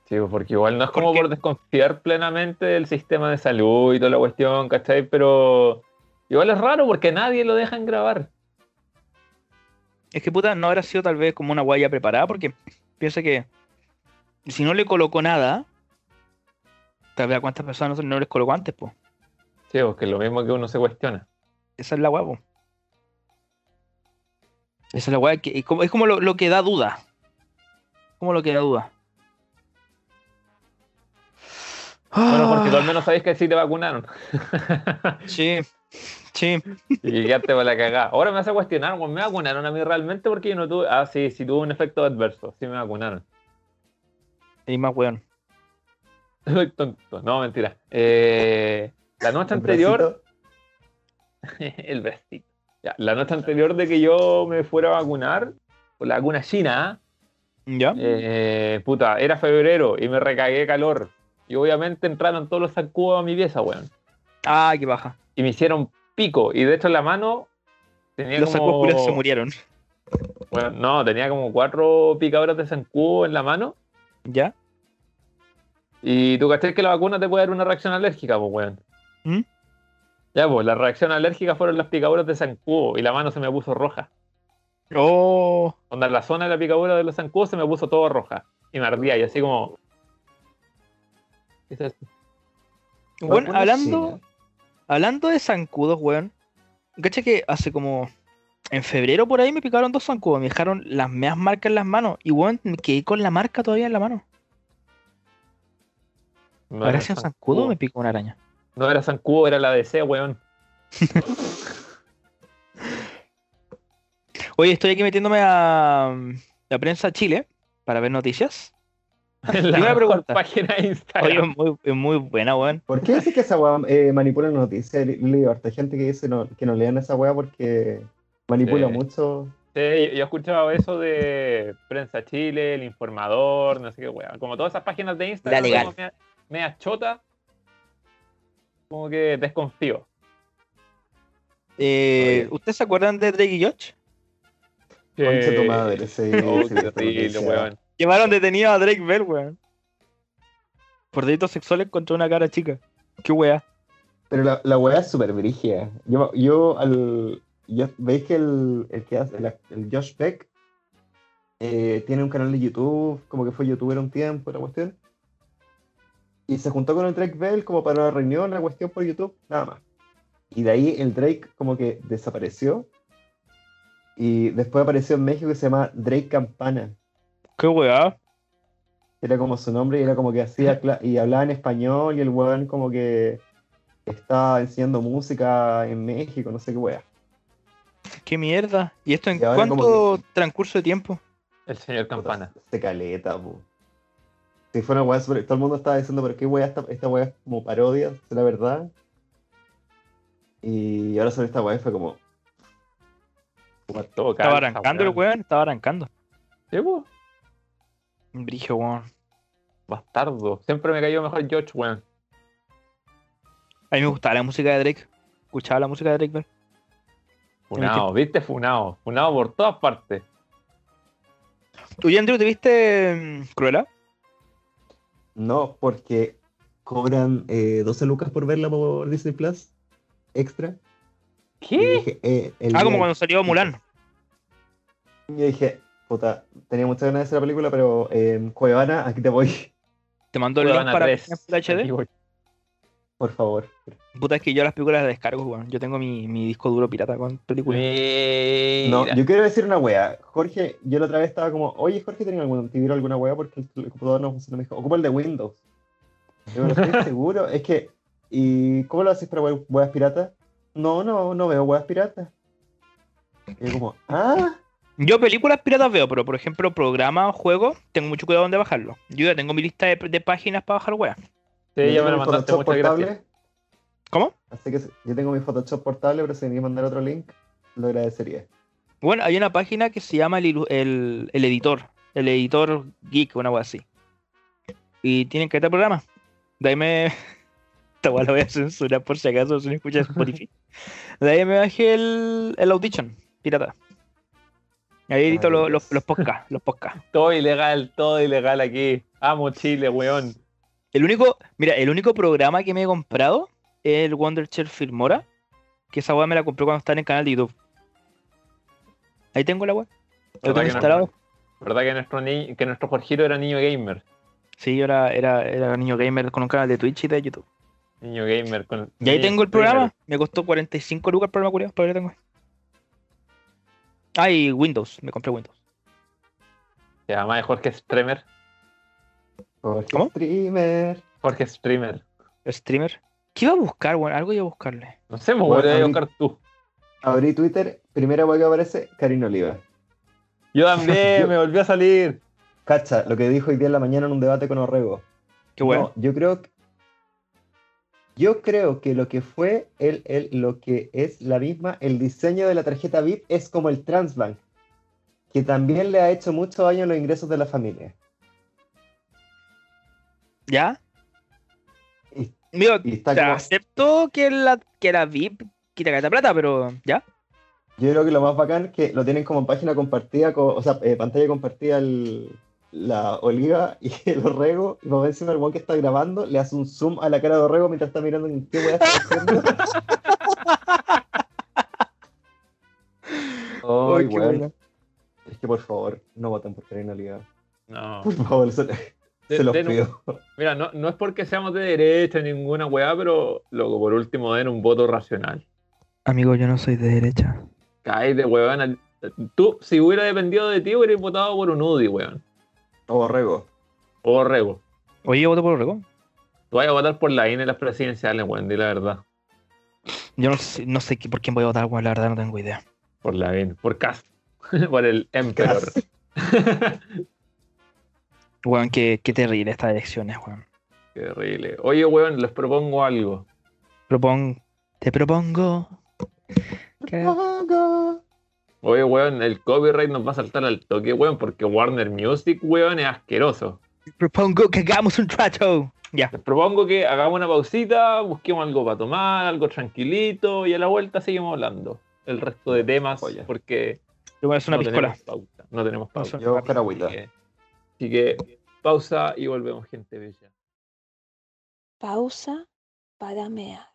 [SPEAKER 1] Sí, pues, porque igual no es como
[SPEAKER 2] Porque-
[SPEAKER 1] por desconfiar plenamente del sistema de salud y toda la cuestión, ¿cachai? Pero igual es raro porque nadie lo dejan grabar.
[SPEAKER 2] Es que puta, no habrá sido tal vez como una guaya preparada, porque piensa que si no le colocó nada, tal vez a cuántas personas no les colocó antes, pues.
[SPEAKER 1] Sí, porque es lo mismo que uno se cuestiona.
[SPEAKER 2] Esa es la guaya, po. Esa es la guaya que es como, es como lo, lo que da duda. Como lo que da duda.
[SPEAKER 1] Bueno, porque tú al menos sabes que sí te vacunaron.
[SPEAKER 2] Sí, sí.
[SPEAKER 1] y ya te va la cagada. Ahora me hace cuestionar, weón, ¿me vacunaron a mí realmente? Porque yo no tuve. Ah, sí, sí tuve un efecto adverso. Sí me vacunaron.
[SPEAKER 2] Y más weón.
[SPEAKER 1] Soy tonto. No, mentira. Eh, la noche
[SPEAKER 3] Un
[SPEAKER 1] anterior.
[SPEAKER 3] bracito,
[SPEAKER 1] el Brexit. Ya, la noche anterior de que yo me fuera a vacunar, por la vacuna china,
[SPEAKER 2] ¿Ya?
[SPEAKER 1] eh, puta, era febrero y me recagué de calor. Y obviamente entraron todos los sacudos a mi pieza, weón.
[SPEAKER 2] Ah, qué baja.
[SPEAKER 1] Y me hicieron pico. Y de hecho en la mano tenía
[SPEAKER 2] Los sacos
[SPEAKER 1] como...
[SPEAKER 2] culiados se murieron.
[SPEAKER 1] Bueno, no, tenía como cuatro picaduras de zancudo en la mano.
[SPEAKER 2] ¿Ya?
[SPEAKER 1] Y tú cachés que la vacuna te puede dar una reacción alérgica, pues, weón.
[SPEAKER 2] ¿Mm?
[SPEAKER 1] Ya, pues, la reacción alérgica fueron las picaduras de zancudo y la mano se me puso roja.
[SPEAKER 2] Oh,
[SPEAKER 1] Onda, la zona de la picadura de los zancudos se me puso todo roja. Y me ardía, y así como... ¿Qué es esto?
[SPEAKER 2] bueno,
[SPEAKER 3] Vacuna
[SPEAKER 2] hablando,
[SPEAKER 3] china.
[SPEAKER 2] hablando de zancudos, weón. Cacha que hace como. En febrero por ahí me picaron dos zancudos. Me dejaron las meas marcas en las manos. Y weón, me quedé con la marca todavía en la mano.
[SPEAKER 1] No era
[SPEAKER 2] Gracias a zancudo me picó una araña.
[SPEAKER 1] No era zancudo, era la DC, weón.
[SPEAKER 2] Oye, estoy aquí metiéndome a mm, la prensa Chile para ver noticias.
[SPEAKER 1] la
[SPEAKER 2] iba a
[SPEAKER 1] mejor
[SPEAKER 2] preguntar.
[SPEAKER 1] página de
[SPEAKER 2] Oye,
[SPEAKER 1] Instagram.
[SPEAKER 2] es muy, es muy buena, weón.
[SPEAKER 3] ¿Por qué decís que esa weá eh, manipula noticias, Li- Leo? Harta gente que dice no- que no lean esa weá porque manipula
[SPEAKER 1] Sí.
[SPEAKER 3] mucho.
[SPEAKER 1] Sí, yo- yo escuchaba eso de Prensa Chile, El Informador, no sé qué weón. Como todas esas páginas de Instagram,
[SPEAKER 2] La legal.
[SPEAKER 1] como mea- media chota, como que desconfío.
[SPEAKER 2] Eh,
[SPEAKER 1] Oye.
[SPEAKER 2] ¿Ustedes se acuerdan de Drake y Josh?
[SPEAKER 3] Concha tu
[SPEAKER 1] Eh,
[SPEAKER 3] madre, sí.
[SPEAKER 1] oh,
[SPEAKER 3] sí,
[SPEAKER 1] qué
[SPEAKER 3] esa
[SPEAKER 1] horrible,
[SPEAKER 3] noticia.
[SPEAKER 1] weón.
[SPEAKER 2] Llevaron detenido a Drake Bell, weón. Por delitos sexuales contra una cara chica. Qué weá.
[SPEAKER 3] Pero la, la weá es súper brígida. Yo, yo al. yo- ¿Veis que el, el que hace, el, el Josh Beck eh, tiene un canal de YouTube, como que fue youtuber un tiempo, la cuestión? Y se juntó con el Drake Bell como para una reunión, la cuestión por YouTube, nada más. Y de ahí el Drake como que desapareció. Y después apareció en México que se llama Drake Campana.
[SPEAKER 2] Qué weá.
[SPEAKER 3] Era como su nombre y era como que hacía cla- y hablaba en español y el weón como que estaba enseñando música en México, no sé qué weá.
[SPEAKER 2] Qué mierda. ¿Y esto en
[SPEAKER 3] Y ahora como
[SPEAKER 2] cuánto transcurso de tiempo?
[SPEAKER 1] El señor Campana.
[SPEAKER 3] Se caleta, po. Si fuera una weá sobre- Todo el mundo estaba diciendo, pero qué weá, esta, esta weá es como parodia, es la verdad. Y ahora sobre esta weá fue como,
[SPEAKER 1] Todo
[SPEAKER 2] Estaba
[SPEAKER 1] calza,
[SPEAKER 2] arrancando el weón, estaba arrancando.
[SPEAKER 1] Sí, po,
[SPEAKER 2] Brigio, weón.
[SPEAKER 1] Bastardo. Siempre me cayó mejor George, weón.
[SPEAKER 2] A mí me gustaba la música de Drake. Escuchaba la música de Drake Bell.
[SPEAKER 1] Funao, viste, Funao. Funao por todas partes.
[SPEAKER 2] ¿Tú y Andrew te viste mm, Cruella?
[SPEAKER 3] no, porque cobran eh, 12 lucas por verla por Disney Plus, extra. Y
[SPEAKER 1] ¿Qué?
[SPEAKER 3] dije, eh, el
[SPEAKER 2] Ah, como
[SPEAKER 3] día-
[SPEAKER 2] cuando salió Mulan.
[SPEAKER 3] Yo dije, puta, tenía muchas ganas de hacer la película, pero eh, Cuevana, aquí te voy,
[SPEAKER 2] Te mando el link
[SPEAKER 1] Cuevana
[SPEAKER 2] para que
[SPEAKER 1] 3.
[SPEAKER 2] tengas Full HD.
[SPEAKER 1] Aquí voy.
[SPEAKER 3] por favor.
[SPEAKER 2] Puta, es que yo las películas las descargo, weón. Yo tengo mi, mi disco duro pirata con películas.
[SPEAKER 3] No,
[SPEAKER 1] Mira.
[SPEAKER 3] yo quiero decir una wea. Jorge, yo la otra vez estaba como, oye, Jorge, ¿tenía algún, ¿te dieron alguna wea? Porque el, el computador no funciona. Me dijo, ocupa el de Windows. Yo no estoy seguro. Es que, ¿y cómo lo haces para we- weas piratas? No, no, no veo weas piratas. Y yo como, ah,
[SPEAKER 2] Yo películas piratas veo, pero por ejemplo, programa o juego, tengo mucho cuidado dónde bajarlo. Yo ya tengo mi lista de, de páginas para bajar weas.
[SPEAKER 1] Sí, ya me lo
[SPEAKER 3] tengo mi
[SPEAKER 1] mandaste,
[SPEAKER 3] Photoshop
[SPEAKER 1] muchas gracias.
[SPEAKER 2] ¿Cómo?
[SPEAKER 3] Así que si- yo tengo mi Photoshop portable, pero si me queréis mandar otro link, lo agradecería.
[SPEAKER 2] Bueno, hay una página que se llama el, ilu- el- el editor, el editor geek, una wea así. Y tienen que estar programas. De ahí me. Esta wea la voy a censurar por si acaso si no escucha Spotify. De ahí me bajé el, el Audition, pirata. Ahí edito
[SPEAKER 3] Ay,
[SPEAKER 2] lo-
[SPEAKER 3] Dios.
[SPEAKER 2] los, los podcasts, los podcasts.
[SPEAKER 1] Todo ilegal, todo ilegal aquí. Amo Chile, weón.
[SPEAKER 2] El único, mira, el único programa que me he comprado es el Wonder Chef Filmora, que esa weá me la compré cuando estaba en el canal de YouTube. Ahí tengo la weá. Lo
[SPEAKER 1] ¿Verdad
[SPEAKER 2] tengo
[SPEAKER 1] que no?
[SPEAKER 2] instalado.
[SPEAKER 1] ¿Verdad que nuestro, ni- que nuestro Jorgito era niño gamer?
[SPEAKER 2] Sí, yo era, era, era niño gamer con un canal de Twitch y de YouTube.
[SPEAKER 1] Niño gamer. Con,
[SPEAKER 2] Y ahí
[SPEAKER 1] niño
[SPEAKER 2] tengo el
[SPEAKER 1] streamer.
[SPEAKER 2] programa. Me costó 45 lucas el programa curioso, pero ahí lo tengo. Ah, y Windows. Me compré Windows.
[SPEAKER 1] Se llama de Jorge Streamer.
[SPEAKER 3] Jorge
[SPEAKER 2] ¿Cómo?
[SPEAKER 3] Streamer.
[SPEAKER 1] Jorge Streamer.
[SPEAKER 2] Streamer. ¿Qué iba a buscar, weón? Algo iba a buscarle.
[SPEAKER 1] No sé, me
[SPEAKER 3] Bueno,
[SPEAKER 1] voy a
[SPEAKER 3] a mí-
[SPEAKER 1] buscar tú.
[SPEAKER 3] Abrí Twitter, primera wea que aparece, Karina Oliva.
[SPEAKER 1] Yo también, me volvió a salir.
[SPEAKER 3] Cacha, lo que dijo hoy día en la mañana en un debate con Orrego.
[SPEAKER 2] Qué bueno.
[SPEAKER 3] No, yo creo que Yo creo que lo que fue el, el- lo que es la misma, el diseño de la tarjeta VIP es como el Transbank, que también le ha hecho mucho daño a los ingresos de la familia.
[SPEAKER 2] ¿Ya?
[SPEAKER 3] Y-
[SPEAKER 2] Mira,
[SPEAKER 3] y está
[SPEAKER 2] te
[SPEAKER 3] como-
[SPEAKER 2] acepto que la, que la VIP quita carta plata, pero ¿ya?
[SPEAKER 3] Yo creo que lo más bacán es que lo tienen como en página compartida, co- o sea, eh, pantalla compartida el- la Oliva y el Orrego, y por encima el weón que está grabando le hace un zoom a la cara de Orrego mientras está mirando en qué weá está haciendo. Ay,
[SPEAKER 2] Ay, qué
[SPEAKER 3] weón.
[SPEAKER 2] buena.
[SPEAKER 3] Es que por favor, no voten por Karina Oliva.
[SPEAKER 1] No.
[SPEAKER 3] Por favor, se,
[SPEAKER 1] De-
[SPEAKER 3] se los
[SPEAKER 1] den un-
[SPEAKER 3] pido.
[SPEAKER 1] mira, no, no es porque seamos de derecha ni ninguna weá, pero loco, por último den un voto racional.
[SPEAKER 2] Amigo, yo no soy de derecha.
[SPEAKER 1] Cae de weón. Tú, si hubiera dependido de ti, hubieras votado por un UDI, weón.
[SPEAKER 3] Orrego.
[SPEAKER 1] O Rego.
[SPEAKER 2] Oye, yo voto por Oregón.
[SPEAKER 1] Tú vas a votar por la INE en las presidenciales, weón, di la verdad.
[SPEAKER 2] Yo no sé, no sé qué- por quién voy a votar, weón, la verdad no tengo idea.
[SPEAKER 1] Por la INE. Por CAS. por el Emperor.
[SPEAKER 2] Weón, qué, qué terrible estas elecciones, weón.
[SPEAKER 1] Qué terrible. Oye, weón, les propongo algo.
[SPEAKER 2] Propon, te propongo. que-
[SPEAKER 1] Oye, weón, el copyright nos va a saltar al toque, weón, porque Warner Music, weón, es asqueroso.
[SPEAKER 2] propongo que hagamos un trato. Ya.
[SPEAKER 1] Les propongo que hagamos una pausita, busquemos algo para tomar, algo tranquilito, y a la vuelta seguimos hablando. El resto de temas,
[SPEAKER 3] Oye.
[SPEAKER 1] porque
[SPEAKER 2] Yo voy a hacer una
[SPEAKER 1] no
[SPEAKER 2] piscola.
[SPEAKER 1] tenemos pauta. No tenemos pauta.
[SPEAKER 3] Yo voy a buscar agüita.
[SPEAKER 1] Así que- Así que pausa y volvemos, gente bella.
[SPEAKER 4] Pausa para mear.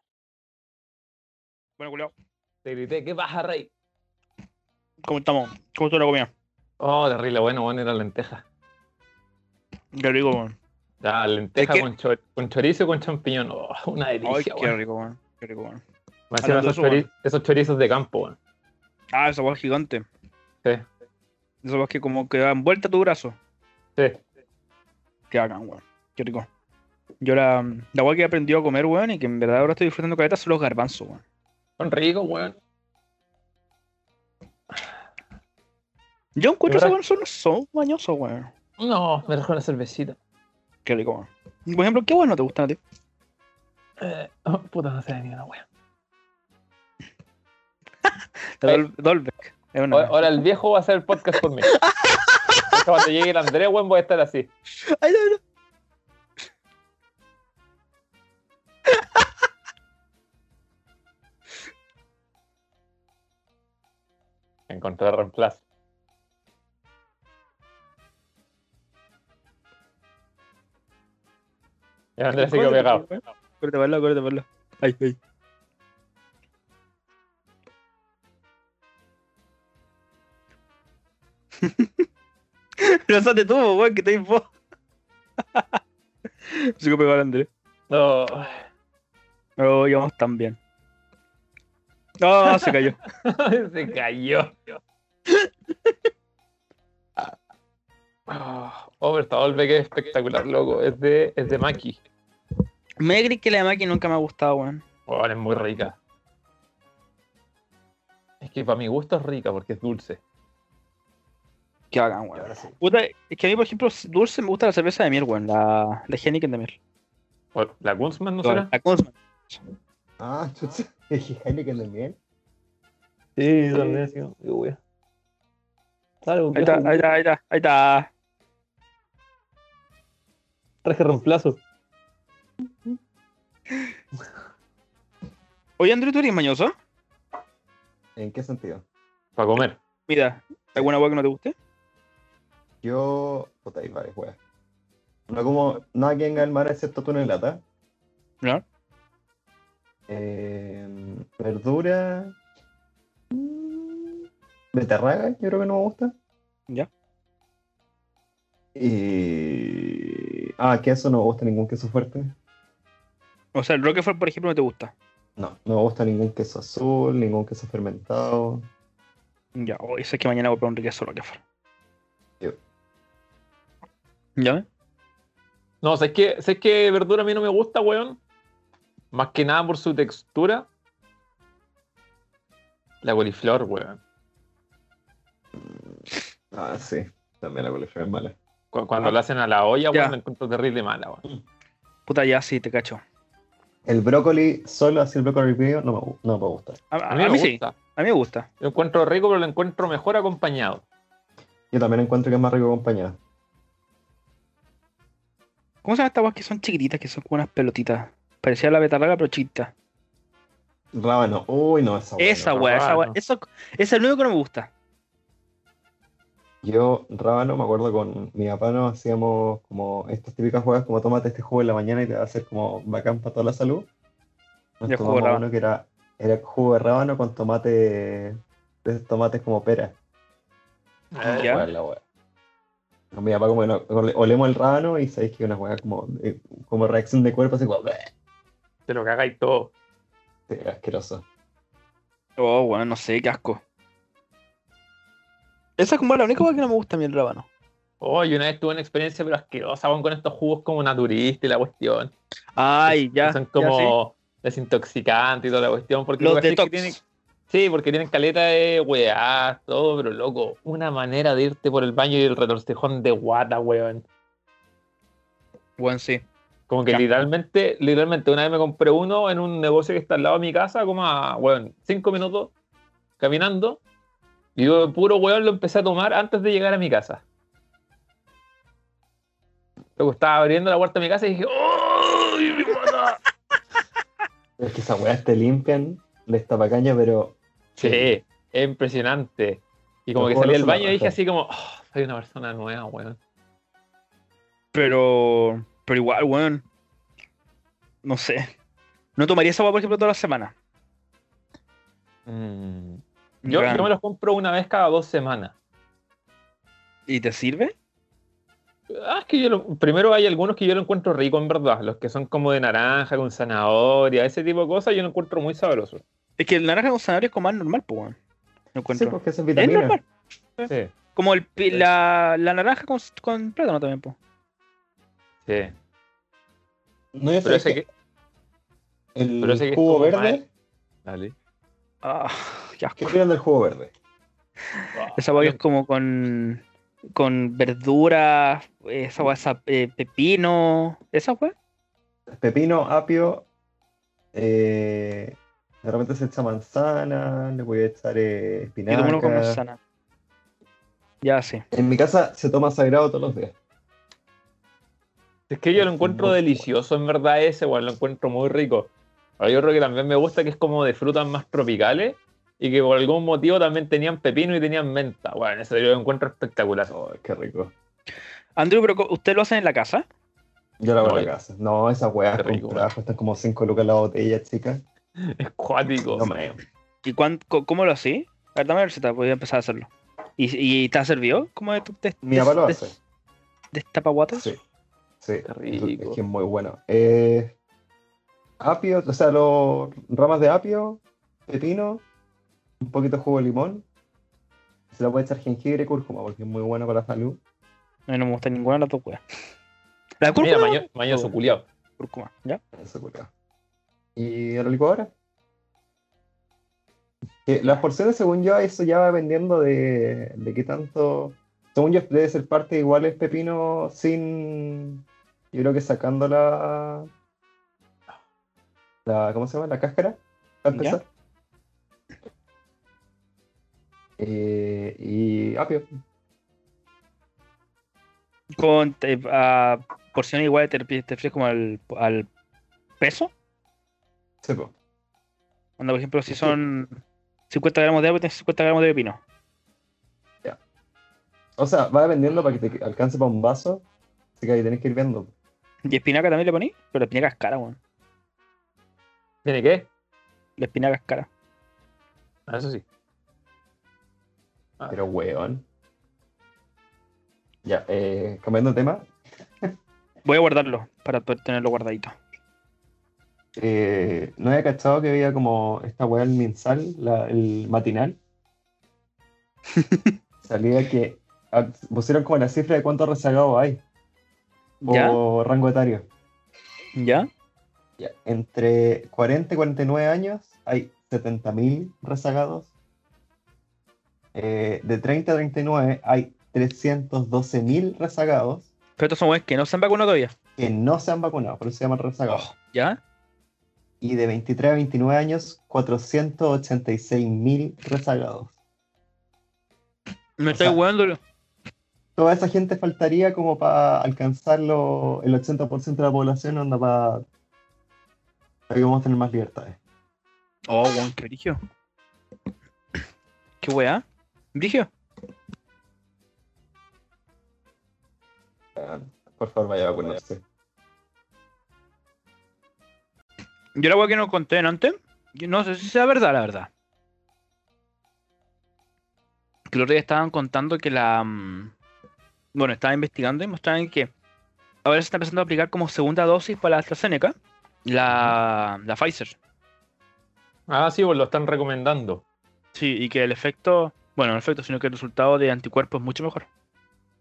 [SPEAKER 2] Bueno, culiao,
[SPEAKER 1] Te grité, ¿qué pasa, Rey?
[SPEAKER 2] ¿cómo estamos? ¿Cómo estuvo la comida?
[SPEAKER 1] Oh, terrible, bueno, bueno, era lenteja.
[SPEAKER 2] Qué rico, weón.
[SPEAKER 1] Ah, lenteja
[SPEAKER 2] Es que-
[SPEAKER 1] con, chor- con chorizo y con champiñón. Oh, una
[SPEAKER 2] Ay,
[SPEAKER 1] delicia,
[SPEAKER 2] qué
[SPEAKER 1] weón.
[SPEAKER 2] rico, weón. Qué rico, weón.
[SPEAKER 1] Me hacían
[SPEAKER 2] Hablando
[SPEAKER 1] esos,
[SPEAKER 2] de eso,
[SPEAKER 1] chori- esos chorizos de campo, weón.
[SPEAKER 2] Ah, esa weá es gigante.
[SPEAKER 1] Sí.
[SPEAKER 2] Esa weá que como que da vuelta tu brazo.
[SPEAKER 1] Sí.
[SPEAKER 2] Qué bacán, weón. Qué rico. Yo la, la weá que he aprendido a comer, weón, y que en verdad ahora estoy disfrutando caleta son los garbanzos, weón.
[SPEAKER 1] Son ricos, weón.
[SPEAKER 2] Yo encuentro
[SPEAKER 1] ¿Verdad?
[SPEAKER 2] esos weón son, son mañosos, weón.
[SPEAKER 1] No, me dejó una cervecita.
[SPEAKER 2] Qué rico, weón. Y, Por ejemplo, ¿qué weón no te gustan a ti?
[SPEAKER 1] Eh, oh, puta, no sé ni una weón.
[SPEAKER 2] Dol- Dolbeck. Es una
[SPEAKER 1] Ahora,
[SPEAKER 2] weá.
[SPEAKER 1] ahora el viejo va a hacer el podcast por mí. Entonces, Cuando llegue el Andrés, weón, voy a estar así.
[SPEAKER 2] Ay, no, no.
[SPEAKER 1] Encontrar reemplazo. El Andrés se quedó pegado.
[SPEAKER 2] Corta para el lado, corta para el lado. Ay, ay. Lánzate tú, weón, que te vos. Sigo pegado al Andrés.
[SPEAKER 1] No.
[SPEAKER 2] Oh, íbamos tan bien. No, se cayó.
[SPEAKER 1] se cayó. Ah, Oh, pero esta Dolbe que es espectacular, loco. Es de, es de Maki.
[SPEAKER 2] Me creí que la de Maki nunca me ha gustado, weón.
[SPEAKER 1] Weón, es muy rica. Es que para mi gusto es rica porque es dulce.
[SPEAKER 2] Qué bacán,
[SPEAKER 1] Y ahora
[SPEAKER 2] weón.
[SPEAKER 1] sí.
[SPEAKER 2] Puta, es que a mí, por ejemplo, dulce me gusta la cerveza de miel, weón. La, la Heineken de miel.
[SPEAKER 1] Bueno, ¿La Kunzman no será?
[SPEAKER 2] La Kunzman.
[SPEAKER 3] Ah, chucha. Dije Heineken también.
[SPEAKER 1] Sí,
[SPEAKER 3] también,
[SPEAKER 1] sí. Uy. Dale,
[SPEAKER 2] Ahí está, ahí está, ahí está, ahí está.
[SPEAKER 1] Traje reemplazo.
[SPEAKER 2] Oye, Andrew, ¿tú eres mañoso?
[SPEAKER 3] ¿En qué sentido?
[SPEAKER 1] Para comer.
[SPEAKER 2] Mira, ¿alguna hueá que no te guste?
[SPEAKER 3] Yo. Puta, hay varias weas. No como nada que venga del mar excepto tú en lata.
[SPEAKER 2] ¿No?
[SPEAKER 3] Eh, verdura. mm, Beterraga, yo creo que no me gusta.
[SPEAKER 2] Ya.
[SPEAKER 3] Y. Ah, queso no me gusta ningún queso fuerte.
[SPEAKER 2] O sea, el Roquefort, por ejemplo, no te gusta.
[SPEAKER 3] No, no me gusta ningún queso azul, ningún queso fermentado.
[SPEAKER 2] Ya, o eso es que mañana voy a probar un riquezo Roquefort.
[SPEAKER 3] Yo.
[SPEAKER 2] ¿Ya ves?
[SPEAKER 1] No, ¿sabes qué? ¿Sabes qué verdura a mí no me gusta, weón? Más que nada por su textura. La coliflor, weón.
[SPEAKER 3] Ah, sí. También la colección es mala.
[SPEAKER 1] Cu- Cuando la hacen a la olla,
[SPEAKER 2] Ya.
[SPEAKER 1] weón, la encuentro terrible mala, weón.
[SPEAKER 2] Puta, ya sí, te cacho.
[SPEAKER 3] El brócoli, solo así el brócoli hervido, no me, gu- no me gusta.
[SPEAKER 2] A, a-
[SPEAKER 1] A
[SPEAKER 2] a
[SPEAKER 1] mí,
[SPEAKER 2] mí,
[SPEAKER 1] me
[SPEAKER 2] sí,
[SPEAKER 1] gusta.
[SPEAKER 2] a mí me gusta.
[SPEAKER 1] Lo encuentro rico, pero lo encuentro mejor acompañado.
[SPEAKER 3] Yo también encuentro que es más rico acompañado.
[SPEAKER 2] ¿Cómo se llaman estas guas que son chiquititas, que son como unas pelotitas? Parecía la betarraga, pero chiquita.
[SPEAKER 3] Rábano. Uy, no, esa hueá.
[SPEAKER 2] esa
[SPEAKER 3] Ah, no.
[SPEAKER 2] weá, esa
[SPEAKER 1] rábano.
[SPEAKER 2] weá. Eso es el único que no me gusta.
[SPEAKER 3] Yo, rábano, me acuerdo con mi papá nos hacíamos como estas típicas juegas como tómate este jugo en la mañana y te va a hacer como bacán para toda la salud. Nos
[SPEAKER 2] Ya, jugo de
[SPEAKER 3] tomamos
[SPEAKER 2] rábano.
[SPEAKER 3] uno que era, era jugo de rábano con tomate, de esos tomates como pera.
[SPEAKER 1] Ah,
[SPEAKER 2] Ya.
[SPEAKER 3] Hueá, la hueá. No, mi papá como que no- ole- olemos el rábano y sabéis que una hueá como, eh, como reacción de cuerpo así como "Bleh".
[SPEAKER 1] Te lo cagáis todo.
[SPEAKER 3] Sí, asqueroso.
[SPEAKER 2] Oh, weón, no sé, qué asco. Esa es como la única weá que no me gusta a mí el rábano.
[SPEAKER 1] Oh, y una vez tuve una experiencia pero asquerosa weón, con estos jugos como naturistas y la cuestión.
[SPEAKER 2] Ay, ya.
[SPEAKER 1] que son
[SPEAKER 2] ya, sí.
[SPEAKER 1] como desintoxicantes y toda la cuestión. Porque
[SPEAKER 2] Los
[SPEAKER 1] lo que pasa es que
[SPEAKER 2] detox.
[SPEAKER 1] tienen- sí, porque tienen caleta de weá, todo, pero loco, una manera de irte por el baño y el retorcijón de guata, weón.
[SPEAKER 2] Weón, sí.
[SPEAKER 1] Como que
[SPEAKER 2] Ya.
[SPEAKER 1] literalmente, literalmente, una vez me compré uno en un negocio que está al lado de mi casa, como a, weón, cinco minutos caminando. Y yo, de puro weón, lo empecé a tomar antes de llegar a mi casa. Luego estaba abriendo la puerta de mi casa y dije, ¡Oh! mi guata!
[SPEAKER 3] Es que esas weas te limpian de esta pacaña, pero
[SPEAKER 1] Sí, es impresionante. Y como
[SPEAKER 3] Los
[SPEAKER 1] que
[SPEAKER 3] juegos
[SPEAKER 1] salí del
[SPEAKER 3] son la
[SPEAKER 1] baño y dije
[SPEAKER 3] raja.
[SPEAKER 1] así como, "Oh, soy una persona nueva, weón.
[SPEAKER 2] Pero. Pero igual, weón. No sé. No tomaría esa weá, por ejemplo, toda la semana.
[SPEAKER 3] Mm.
[SPEAKER 1] Yo,
[SPEAKER 2] Weón.
[SPEAKER 1] yo me los compro una vez cada dos semanas.
[SPEAKER 2] ¿Y te sirve?
[SPEAKER 1] Ah, es que yo lo- primero hay algunos que yo lo encuentro rico en verdad, los que son como de naranja, con zanahoria, ese tipo de cosas, yo lo encuentro muy sabroso.
[SPEAKER 2] Es que el naranja con zanahoria es como más normal, pues, weón. Lo
[SPEAKER 3] sí,
[SPEAKER 2] encuentro.
[SPEAKER 3] porque eso es
[SPEAKER 2] es
[SPEAKER 3] vitamina.
[SPEAKER 2] normal.
[SPEAKER 1] eh. Sí,
[SPEAKER 2] Como el, pi- la, la naranja con, con plátano también, pues.
[SPEAKER 1] sí.
[SPEAKER 3] No, yo
[SPEAKER 1] Pero
[SPEAKER 3] sé
[SPEAKER 1] ese
[SPEAKER 3] que
[SPEAKER 1] que...
[SPEAKER 3] el
[SPEAKER 1] pero ese que es
[SPEAKER 3] jugo
[SPEAKER 1] como
[SPEAKER 3] verde,
[SPEAKER 1] mal. Dale.
[SPEAKER 2] Ah, qué asco.
[SPEAKER 3] ¿qué opinan del jugo verde?
[SPEAKER 2] Esa hueá que es como con, con verduras, esa hueá, esa, eh, pepino, esa hueá.
[SPEAKER 3] Pepino, apio, eh, de repente se echa manzana, le voy a echar eh,
[SPEAKER 2] Y tomo uno con
[SPEAKER 3] espinaca.
[SPEAKER 2] manzana. Ya sé.
[SPEAKER 3] En mi casa se toma sagrado todos los días.
[SPEAKER 1] Es que yo lo encuentro delicioso, en verdad, ese, weón, lo encuentro muy rico. Hay otro que también me gusta, que es como de frutas más tropicales, y que por algún motivo también tenían pepino y tenían menta. Bueno, ese yo lo encuentro espectacular.
[SPEAKER 3] Oh, qué rico.
[SPEAKER 2] Andrew, pero co- ¿usted lo hace en la casa?
[SPEAKER 3] Yo la hago en
[SPEAKER 1] Oye.
[SPEAKER 3] la casa. No, esas weas
[SPEAKER 1] Qué
[SPEAKER 3] con
[SPEAKER 1] rico,
[SPEAKER 3] trabajo están como 5 lucas la botella, chica.
[SPEAKER 1] Es cuático.
[SPEAKER 3] No me.
[SPEAKER 2] ¿Y cuán- co- cómo lo hacía? A ver, dame la receta, voy a empezar a hacerlo. ¿Y, y te ha servido? ¿Cómo es tu test?
[SPEAKER 3] Mi papá lo hace.
[SPEAKER 2] ¿Destapaguatas?
[SPEAKER 3] Sí. Sí, es-
[SPEAKER 1] rico.
[SPEAKER 3] es que es muy bueno. Eh, apio, o sea, los ramas de apio, pepino, un poquito de jugo de limón. Se le puede echar jengibre y cúrcuma porque es muy bueno para la salud.
[SPEAKER 2] A mí no me gusta ninguna de las dos hueas. La
[SPEAKER 1] Mira,
[SPEAKER 2] cúrcuma,
[SPEAKER 1] maño- mañoso culiao.
[SPEAKER 2] cúrcuma, ¿ya?
[SPEAKER 3] Eso, culiao. ¿Y a la licuadora? Que las porciones, según yo, eso ya va dependiendo de, de qué tanto. Según yo, debe ser parte igual es pepino sin. Yo creo que sacando la. la ¿Cómo se llama? La cáscara. Para
[SPEAKER 2] Ya.
[SPEAKER 3] empezar. Eh, y apio.
[SPEAKER 2] Con eh, a porciones iguales te, refieres- te refieres como al, al peso.
[SPEAKER 3] Sepo.
[SPEAKER 2] Cuando, por ejemplo, si son 50 gramos de apio, tienes 50 gramos de pepino.
[SPEAKER 3] O sea, va dependiendo para que te alcance para un vaso. Así que ahí tenés que ir viendo.
[SPEAKER 2] ¿Y espinaca también le poní? Pero la espinaca es cara, weón.
[SPEAKER 1] ¿Tiene qué?
[SPEAKER 2] La espinaca es cara.
[SPEAKER 1] Ah, Eso sí.
[SPEAKER 3] Pero weón. Ya, eh, cambiando de tema.
[SPEAKER 2] Voy a guardarlo para poder tenerlo guardadito.
[SPEAKER 3] eh, no había cachado que había como esta weá el mensal, la- el matinal. Salía que ah, pusieron como la cifra de cuántos rezagados hay. O
[SPEAKER 2] ¿Ya?
[SPEAKER 3] rango etario.
[SPEAKER 2] ¿Ya?
[SPEAKER 3] Ya, Entre 40 y 49 años hay 70.000 rezagados. Eh, de 30 a 39 hay 312.000 rezagados
[SPEAKER 2] Pero estos son weones que no se han vacunado todavía.
[SPEAKER 3] Oh. que no se han vacunado, por eso se llaman rezagados.
[SPEAKER 2] ¿Ya?
[SPEAKER 3] Y de 23 a 29 años, 486.000 rezagados.
[SPEAKER 2] Me
[SPEAKER 3] estáis
[SPEAKER 2] estáis jugando.
[SPEAKER 3] Toda esa gente faltaría como para alcanzarlo el 80% de la población, onda para para que vamos a tener más libertades.
[SPEAKER 2] Oh, weón, qué brigio. ¿Qué weá? ¿Brigio?
[SPEAKER 3] Por favor, vaya a vacunarse.
[SPEAKER 2] Yo la weá que no conté antes, yo no sé si sea verdad, la verdad. Que el otro día estaban contando que la. mm, Bueno, estaba investigando y mostraban que ahora se está empezando a aplicar como segunda dosis para la AstraZeneca, la, la Pfizer.
[SPEAKER 1] Ah, sí, pues lo están recomendando.
[SPEAKER 2] Sí, y que el efecto, bueno, no el efecto, sino que el resultado de anticuerpos es mucho mejor.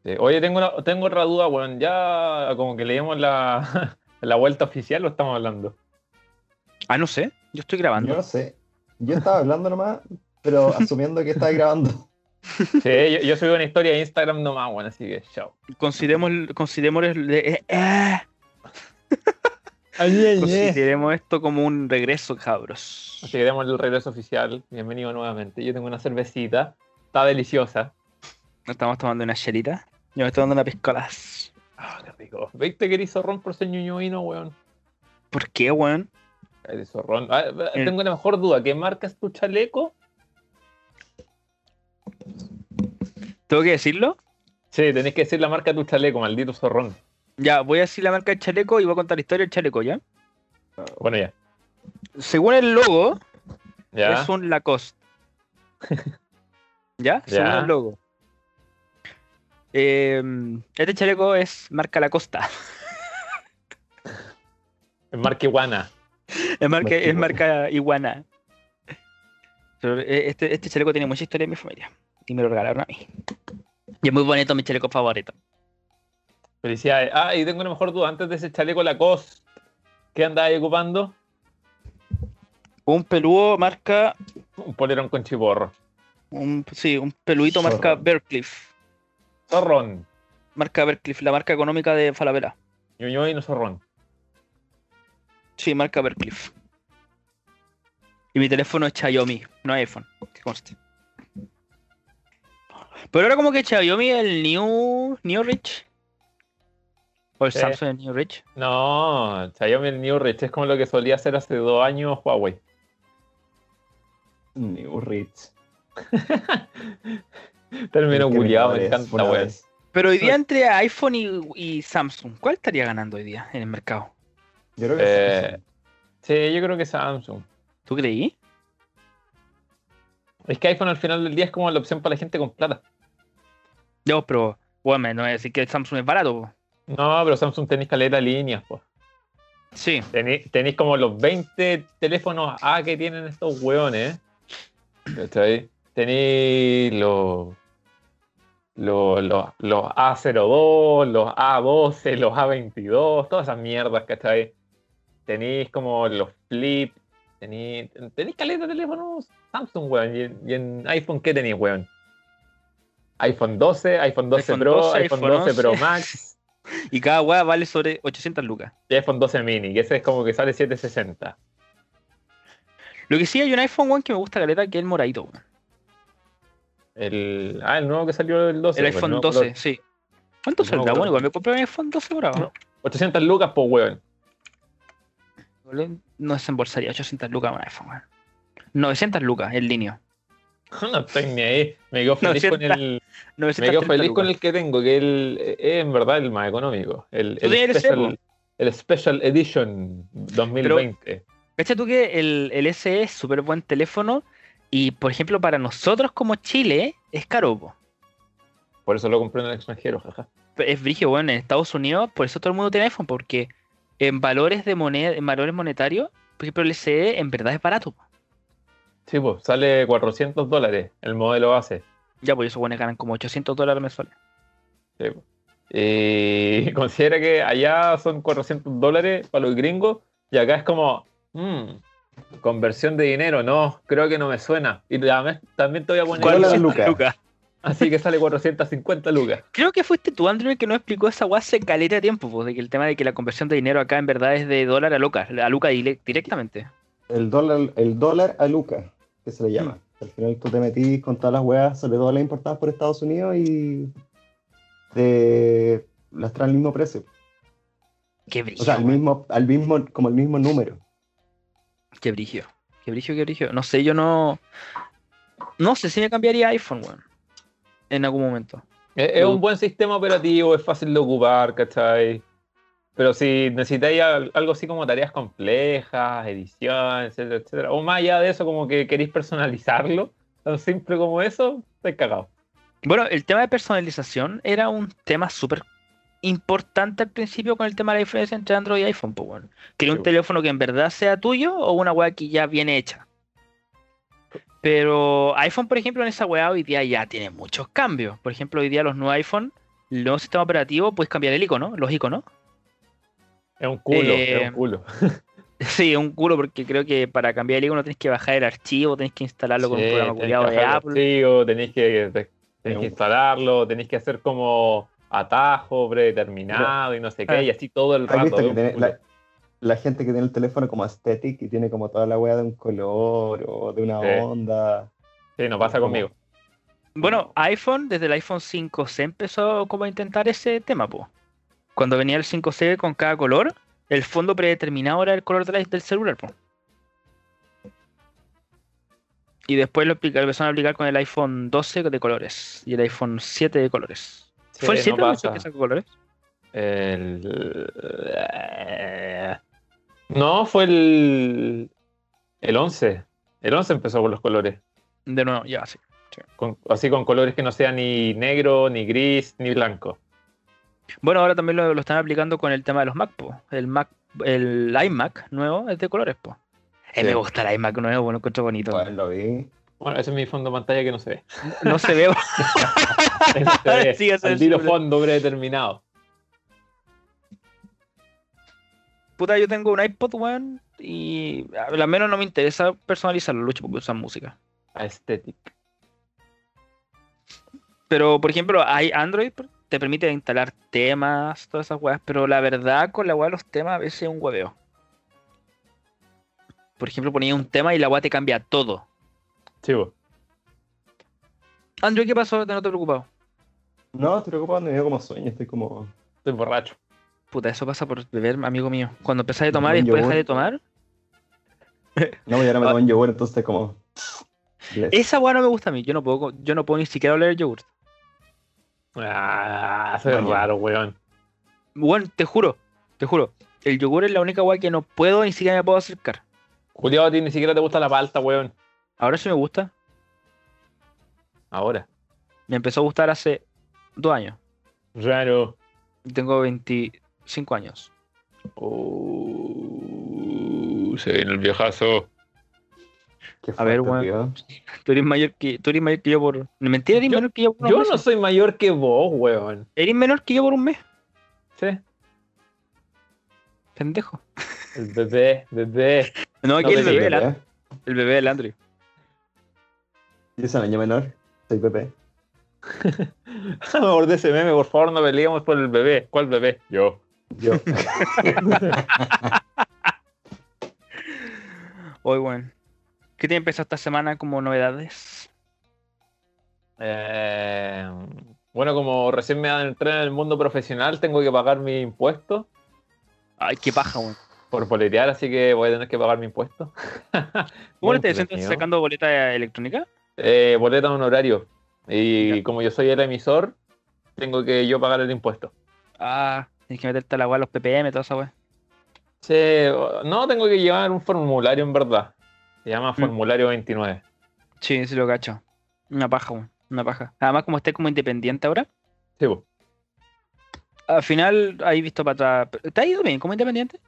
[SPEAKER 1] Sí. Eh, Oye, tengo, una- tengo otra duda, weón. Ya como que le dimos la, la vuelta oficial o estamos hablando.
[SPEAKER 2] Ah, no sé, yo
[SPEAKER 1] Ah,
[SPEAKER 2] estoy
[SPEAKER 3] Yo
[SPEAKER 2] grabando.
[SPEAKER 3] no sé. Yo estaba hablando nomás, pero asumiendo que estaba grabando.
[SPEAKER 1] Sí, yo, yo subí una historia de Instagram nomás, weón, así que chao.
[SPEAKER 2] Consideremos, consideremos, eh, eh, consideremos esto como un regreso, cabros.
[SPEAKER 1] Así que demos el regreso oficial. Bienvenido nuevamente. Yo tengo una cervecita. Está deliciosa.
[SPEAKER 2] Nos estamos tomando una chelita. Yo me estoy dando una piscolas.
[SPEAKER 1] Ah, qué rico. ¿Viste que el zorrón por ser ñuñuino, weón?
[SPEAKER 2] ¿Por qué, weón?
[SPEAKER 1] El zorrón. Ah, ah,
[SPEAKER 2] El-
[SPEAKER 1] Tengo la mejor duda. ¿Qué marcas tu chaleco?
[SPEAKER 2] ¿Tengo que decirlo?
[SPEAKER 1] Sí, tenés que decir la marca de tu chaleco, maldito zorrón.
[SPEAKER 2] Ya, voy a decir la marca del chaleco y voy a contar la historia del chaleco, ¿ya?
[SPEAKER 1] Bueno, ya.
[SPEAKER 2] Según el logo,
[SPEAKER 1] Ya.
[SPEAKER 2] es un Lacoste. ¿Ya? Según
[SPEAKER 1] Ya.
[SPEAKER 2] el logo. Eh, este chaleco es marca Lacosta.
[SPEAKER 1] Es marca iguana.
[SPEAKER 2] Es marca,
[SPEAKER 3] Marca
[SPEAKER 2] es marca iguana. Pero, eh, este, este chaleco tiene mucha historia en mi familia. Y me lo regalaron a mí. Y es muy bonito, mi chaleco favorito.
[SPEAKER 1] Felicidades. Ah, y tengo una mejor duda. Antes de ese chaleco Lacoste, ¿qué andabas ocupando?
[SPEAKER 2] Un peludo marca.
[SPEAKER 1] Un polerón con chiporro.
[SPEAKER 2] Un, sí, un peluito
[SPEAKER 3] Zorro.
[SPEAKER 2] marca Bercliffe.
[SPEAKER 1] Zorrón.
[SPEAKER 2] Marca Bercliffe, la marca económica de Falabella.
[SPEAKER 1] Ñuñuino zorrón.
[SPEAKER 2] Sí, marca Bercliffe. Y mi teléfono es Xiaomi, no iPhone, que conste. Pero ahora como que Xiaomi es el New, new Rich. O el
[SPEAKER 1] Sí.
[SPEAKER 2] Samsung es el New Rich.
[SPEAKER 1] No, Xiaomi el New Rich es como lo que solía hacer hace dos años Huawei.
[SPEAKER 3] New Rich.
[SPEAKER 1] Término culiado, me
[SPEAKER 3] Discriminadores,
[SPEAKER 1] encanta,
[SPEAKER 3] bueno,
[SPEAKER 1] weón.
[SPEAKER 3] es-
[SPEAKER 2] Pero hoy día entre iPhone y, y Samsung, ¿cuál estaría ganando hoy día en el mercado?
[SPEAKER 3] Yo creo que
[SPEAKER 1] Eh, sí, yo creo que Samsung.
[SPEAKER 2] ¿Tú creí?
[SPEAKER 1] Es que iPhone al final del día es como la opción para la gente con plata.
[SPEAKER 2] No, pero bueno, me- no voy a decir que el Samsung es barato. po.
[SPEAKER 1] No, pero Samsung tenéis caleta de líneas, pues.
[SPEAKER 2] Sí,
[SPEAKER 1] Tenéis, tenéis como los 20 teléfonos A que tienen estos hueones. ¿Cachai? Tenéis los, los, los, los A02, los A12, los A22, todas esas mierdas, ¿cachai? Tenéis como los flip, tenéis, tenéis caleta de teléfonos Samsung, weón. ¿Y en, y en iPhone qué tenéis, weón? iPhone 12, iPhone 12
[SPEAKER 2] iPhone
[SPEAKER 1] Pro,
[SPEAKER 2] 12,
[SPEAKER 1] iPhone
[SPEAKER 2] iPhone
[SPEAKER 1] 12 Pro
[SPEAKER 2] 11.
[SPEAKER 1] Max
[SPEAKER 2] y cada weá vale sobre 800 lucas.
[SPEAKER 1] y iPhone 12 mini, que ese es como que sale 760.
[SPEAKER 2] Lo que sí hay un iPhone One que me gusta caleta, que es el moradito. weón.
[SPEAKER 1] El, ah, el nuevo que salió el 12.
[SPEAKER 2] El
[SPEAKER 1] pues,
[SPEAKER 2] iPhone
[SPEAKER 1] ¿no?
[SPEAKER 2] 12, sí. ¿Cuánto
[SPEAKER 1] No,
[SPEAKER 2] saldrá?
[SPEAKER 1] pero-
[SPEAKER 2] Bueno, igual me compré un iPhone 12 por ahora.
[SPEAKER 1] 800 lucas, pues, weón.
[SPEAKER 2] weón. No desembolsaría 800 lucas un iPhone, weón. 900 lucas el línea.
[SPEAKER 1] No estoy ni ahí. Me quedo feliz, con, el,
[SPEAKER 2] 900
[SPEAKER 1] me quedo feliz con el que tengo, que el- es en verdad el más económico. El,
[SPEAKER 2] Tú
[SPEAKER 1] el,
[SPEAKER 2] tienes el
[SPEAKER 1] special,
[SPEAKER 2] Evo.
[SPEAKER 1] el Special Edition 2020.
[SPEAKER 2] Cacha tú que el, el SE es súper buen teléfono y, por ejemplo, para nosotros como Chile es caro, po.
[SPEAKER 1] Por eso lo compré en el extranjero, jaja.
[SPEAKER 2] es brillo, bueno, en Estados Unidos, por eso todo el mundo tiene iPhone, porque en valores de moneda, en valores monetarios, por ejemplo, el SE en verdad es barato. po.
[SPEAKER 1] Sí, pues, sale 400 dólares el modelo base.
[SPEAKER 2] Ya, pues esos buenos ganan como 800 dólares mensuales.
[SPEAKER 1] Sí, po. Y Eh, considera que allá son 400 dólares para los gringos y acá es como, mm, conversión de dinero, no, creo que no me suena. Y también, también te voy a poner...
[SPEAKER 3] ¿Cuál es la
[SPEAKER 2] 400
[SPEAKER 3] lucas?
[SPEAKER 1] Así que sale 450 lucas.
[SPEAKER 2] Creo que fuiste tú, Andrew, el que no explicó esa weá hace caleta de tiempo, pues, de que el tema de que la conversión de dinero acá en verdad es de dólar a loca, a luca dile- directamente.
[SPEAKER 3] El dólar, el dólar a Luca, que se le llama. Al final tú te metís con todas las weas, sobre todo las importadas por Estados Unidos y te las traen al mismo precio.
[SPEAKER 2] Qué brillo.
[SPEAKER 3] O sea, al mismo, al mismo, como el mismo número.
[SPEAKER 2] Qué brillo. Qué brillo, qué brillo. No sé, yo no. No sé si me cambiaría a iPhone, weón. En algún momento.
[SPEAKER 1] Es, es un buen sistema operativo, es fácil de ocupar, ¿cachai? Pero si necesitáis al- algo así como tareas complejas, edición, etcétera, etcétera, o más allá de eso, como que queréis personalizarlo, tan simple como eso, estáis cagados.
[SPEAKER 2] Bueno, el tema de personalización era un tema súper importante al principio con el tema de la diferencia entre Android y iPhone, pues, weón. Quería
[SPEAKER 1] Sí,
[SPEAKER 2] un
[SPEAKER 1] po.
[SPEAKER 2] teléfono que en verdad sea tuyo o una weá que ya viene hecha. Pero iPhone, por ejemplo, en esa weá hoy día ya tiene muchos cambios. Por ejemplo, hoy día los nuevos iPhone, los nuevos sistemas operativos, puedes cambiar el icono, los iconos.
[SPEAKER 1] Es un culo, es
[SPEAKER 2] Eh,
[SPEAKER 1] un culo.
[SPEAKER 2] Sí, un culo porque creo que para cambiar el icono tenés que bajar el archivo, tenés que instalarlo con un
[SPEAKER 1] Sí,
[SPEAKER 2] programa
[SPEAKER 1] tenéis
[SPEAKER 2] culiado
[SPEAKER 1] que
[SPEAKER 2] de
[SPEAKER 1] bajarlo
[SPEAKER 2] Apple.
[SPEAKER 1] frío, tenéis que, te- tenéis
[SPEAKER 3] un-
[SPEAKER 1] que instalarlo, tenéis que hacer como atajo predeterminado y no sé qué, y así todo el
[SPEAKER 3] ¿Has
[SPEAKER 1] rato.
[SPEAKER 3] visto
[SPEAKER 1] es
[SPEAKER 3] que
[SPEAKER 1] un
[SPEAKER 3] tiene
[SPEAKER 1] culo.
[SPEAKER 3] la, la gente que tiene el teléfono como aesthetic y tiene como toda la wea de un color o de una
[SPEAKER 1] Sí.
[SPEAKER 3] onda?
[SPEAKER 1] Sí, no pasa
[SPEAKER 3] como-
[SPEAKER 1] conmigo.
[SPEAKER 2] Bueno, iPhone, desde el iPhone 5C empezó como a intentar ese tema, po. Cuando venía el 5C con cada color, el fondo predeterminado era el color de la- del celular, po. Y después lo, aplica- lo empezaron a aplicar con el iPhone 12 de colores y el iPhone 7 de colores.
[SPEAKER 1] Sí,
[SPEAKER 2] ¿Fue el
[SPEAKER 1] no
[SPEAKER 2] 7 o el
[SPEAKER 1] pasa.
[SPEAKER 2] 8 que sacó colores?
[SPEAKER 1] El... No, fue el. El 11. El 11 empezó con los colores.
[SPEAKER 2] De nuevo, ya, sí.
[SPEAKER 1] Con- así con colores que no sean ni negro, ni gris, ni blanco.
[SPEAKER 2] Bueno, ahora también lo, lo están aplicando con el tema de los Mac, po. El Mac, el iMac nuevo es de colores, po. Eh,
[SPEAKER 3] Sí.
[SPEAKER 2] me gusta el iMac nuevo, lo encuentro bonito.
[SPEAKER 3] Bueno, lo vi.
[SPEAKER 1] Bueno, ese es mi fondo de pantalla que no se ve.
[SPEAKER 2] No se ve.
[SPEAKER 1] Ahí no se ve.
[SPEAKER 2] Sí, ese
[SPEAKER 1] Al
[SPEAKER 2] es
[SPEAKER 1] tiro
[SPEAKER 2] el-
[SPEAKER 1] fondo predeterminado.
[SPEAKER 2] Puta, yo tengo un iPod, weón, y al menos no me interesa personalizarlo, Lucho, porque usan música.
[SPEAKER 1] Aesthetic.
[SPEAKER 2] Pero, por ejemplo, hay Android pr- te permite instalar temas, todas esas weas, pero la verdad, con la wea de los temas a veces es un hueveo. Por ejemplo, ponía un tema y la wea te cambia todo.
[SPEAKER 1] Chivo.
[SPEAKER 2] Android, ¿qué pasó? No te preocupado.
[SPEAKER 3] No, estoy preocupado, me dio como sueño, estoy como.
[SPEAKER 1] Estoy borracho.
[SPEAKER 2] Puta, eso pasa por beber, amigo mío. Cuando empezás a tomar y
[SPEAKER 3] Un
[SPEAKER 2] después
[SPEAKER 3] yogur.
[SPEAKER 2] dejas de tomar,
[SPEAKER 3] No, y ahora me
[SPEAKER 2] Ah.
[SPEAKER 3] tomo un yogur, entonces estoy como. Bless.
[SPEAKER 2] esa wea no me gusta a mí. Yo no puedo, co- yo no puedo ni siquiera oler el yogur.
[SPEAKER 1] Ah, soy
[SPEAKER 3] Vaya.
[SPEAKER 1] raro, weón.
[SPEAKER 2] Bueno, te juro, te juro. El yogur es la única wea que no puedo ni siquiera me puedo acercar.
[SPEAKER 1] Julio, a ti ni siquiera te gusta la palta, weón.
[SPEAKER 2] Ahora sí me gusta.
[SPEAKER 1] Ahora.
[SPEAKER 2] Me empezó a gustar hace dos años.
[SPEAKER 1] Raro.
[SPEAKER 2] Tengo 25 años.
[SPEAKER 1] Uh, se viene el viejazo.
[SPEAKER 3] Qué
[SPEAKER 2] a ver,
[SPEAKER 3] fuerte,
[SPEAKER 2] weón.
[SPEAKER 3] tío.
[SPEAKER 2] Tú eres mayor que, tú eres mayor que yo por. No, Mentira, eres
[SPEAKER 1] Yo-
[SPEAKER 2] menor que yo por unos
[SPEAKER 1] Yo no
[SPEAKER 2] meses.
[SPEAKER 1] soy mayor que vos, weón.
[SPEAKER 2] Eres menor que yo por un mes,
[SPEAKER 1] Sí.
[SPEAKER 2] pendejo.
[SPEAKER 1] El bebé, bebé.
[SPEAKER 2] No, aquí
[SPEAKER 1] No,
[SPEAKER 2] el,
[SPEAKER 1] sí,
[SPEAKER 2] bebé,
[SPEAKER 1] bebé.
[SPEAKER 2] del Andrew-
[SPEAKER 3] Pepe, ¿eh?
[SPEAKER 2] el bebé del Andrew.
[SPEAKER 3] Yo soy un año menor, soy Pepe.
[SPEAKER 1] Me acordé de ese meme, por favor, no peleemos por el bebé. ¿Cuál bebé? Yo.
[SPEAKER 3] Yo.
[SPEAKER 2] Hoy, bueno. ¿Qué te empezó esta semana como novedades?
[SPEAKER 1] Eh, bueno, como recién me entré en el mundo profesional, tengo que pagar mi impuesto
[SPEAKER 2] Ay, qué paja, weón.
[SPEAKER 1] por boletear, así que voy a tener que pagar mi impuesto.
[SPEAKER 2] ¿Cómo
[SPEAKER 1] Muy
[SPEAKER 2] le te sientes
[SPEAKER 1] entretenido.
[SPEAKER 2] sacando boleta electrónica?
[SPEAKER 1] Eh, boleta honorario. Y
[SPEAKER 2] Ya.
[SPEAKER 1] como yo soy el emisor, tengo que yo pagar el impuesto.
[SPEAKER 2] Ah, tienes que meterte a la weá, los PPM, toda esa weá.
[SPEAKER 1] Sí, no, tengo que llevar un formulario en verdad. Se
[SPEAKER 2] Mm.
[SPEAKER 1] llama formulario 29.
[SPEAKER 2] Sí, sí lo cacho. Una paja, weón. Una paja. Además, como estés como independiente ahora,
[SPEAKER 1] Sí, po.
[SPEAKER 2] al final ahí visto para atrás. ¿Te ha ido bien como independiente?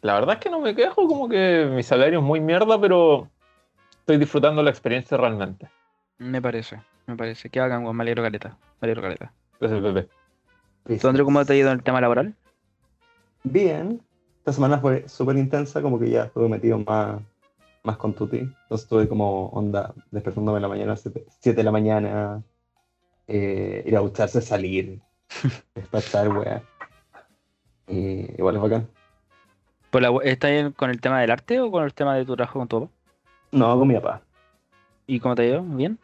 [SPEAKER 1] La verdad es que no me quejo, como que mi salario es muy mierda, pero estoy disfrutando la experiencia realmente.
[SPEAKER 2] Me parece, me parece. Que hagan, weón. Me alegro caleta. Me alegro caleta.
[SPEAKER 1] Gracias, Pepe.
[SPEAKER 2] ¿Tú, Andrew, cómo te ha ido en el tema laboral?
[SPEAKER 3] Bien. Esta semana fue súper intensa, como que ya estuve metido más más con Tuti. Entonces estuve como onda, despertándome en la mañana, 7 de la mañana, eh, ir a ducharse, salir, despachar, weá. Y igual es bacán.
[SPEAKER 2] Pues la- ¿Estás en- con el tema del arte o con el tema de tu trabajo con tu papá?
[SPEAKER 3] No, con mi papá.
[SPEAKER 2] ¿Y cómo te ha ido? ¿Bien?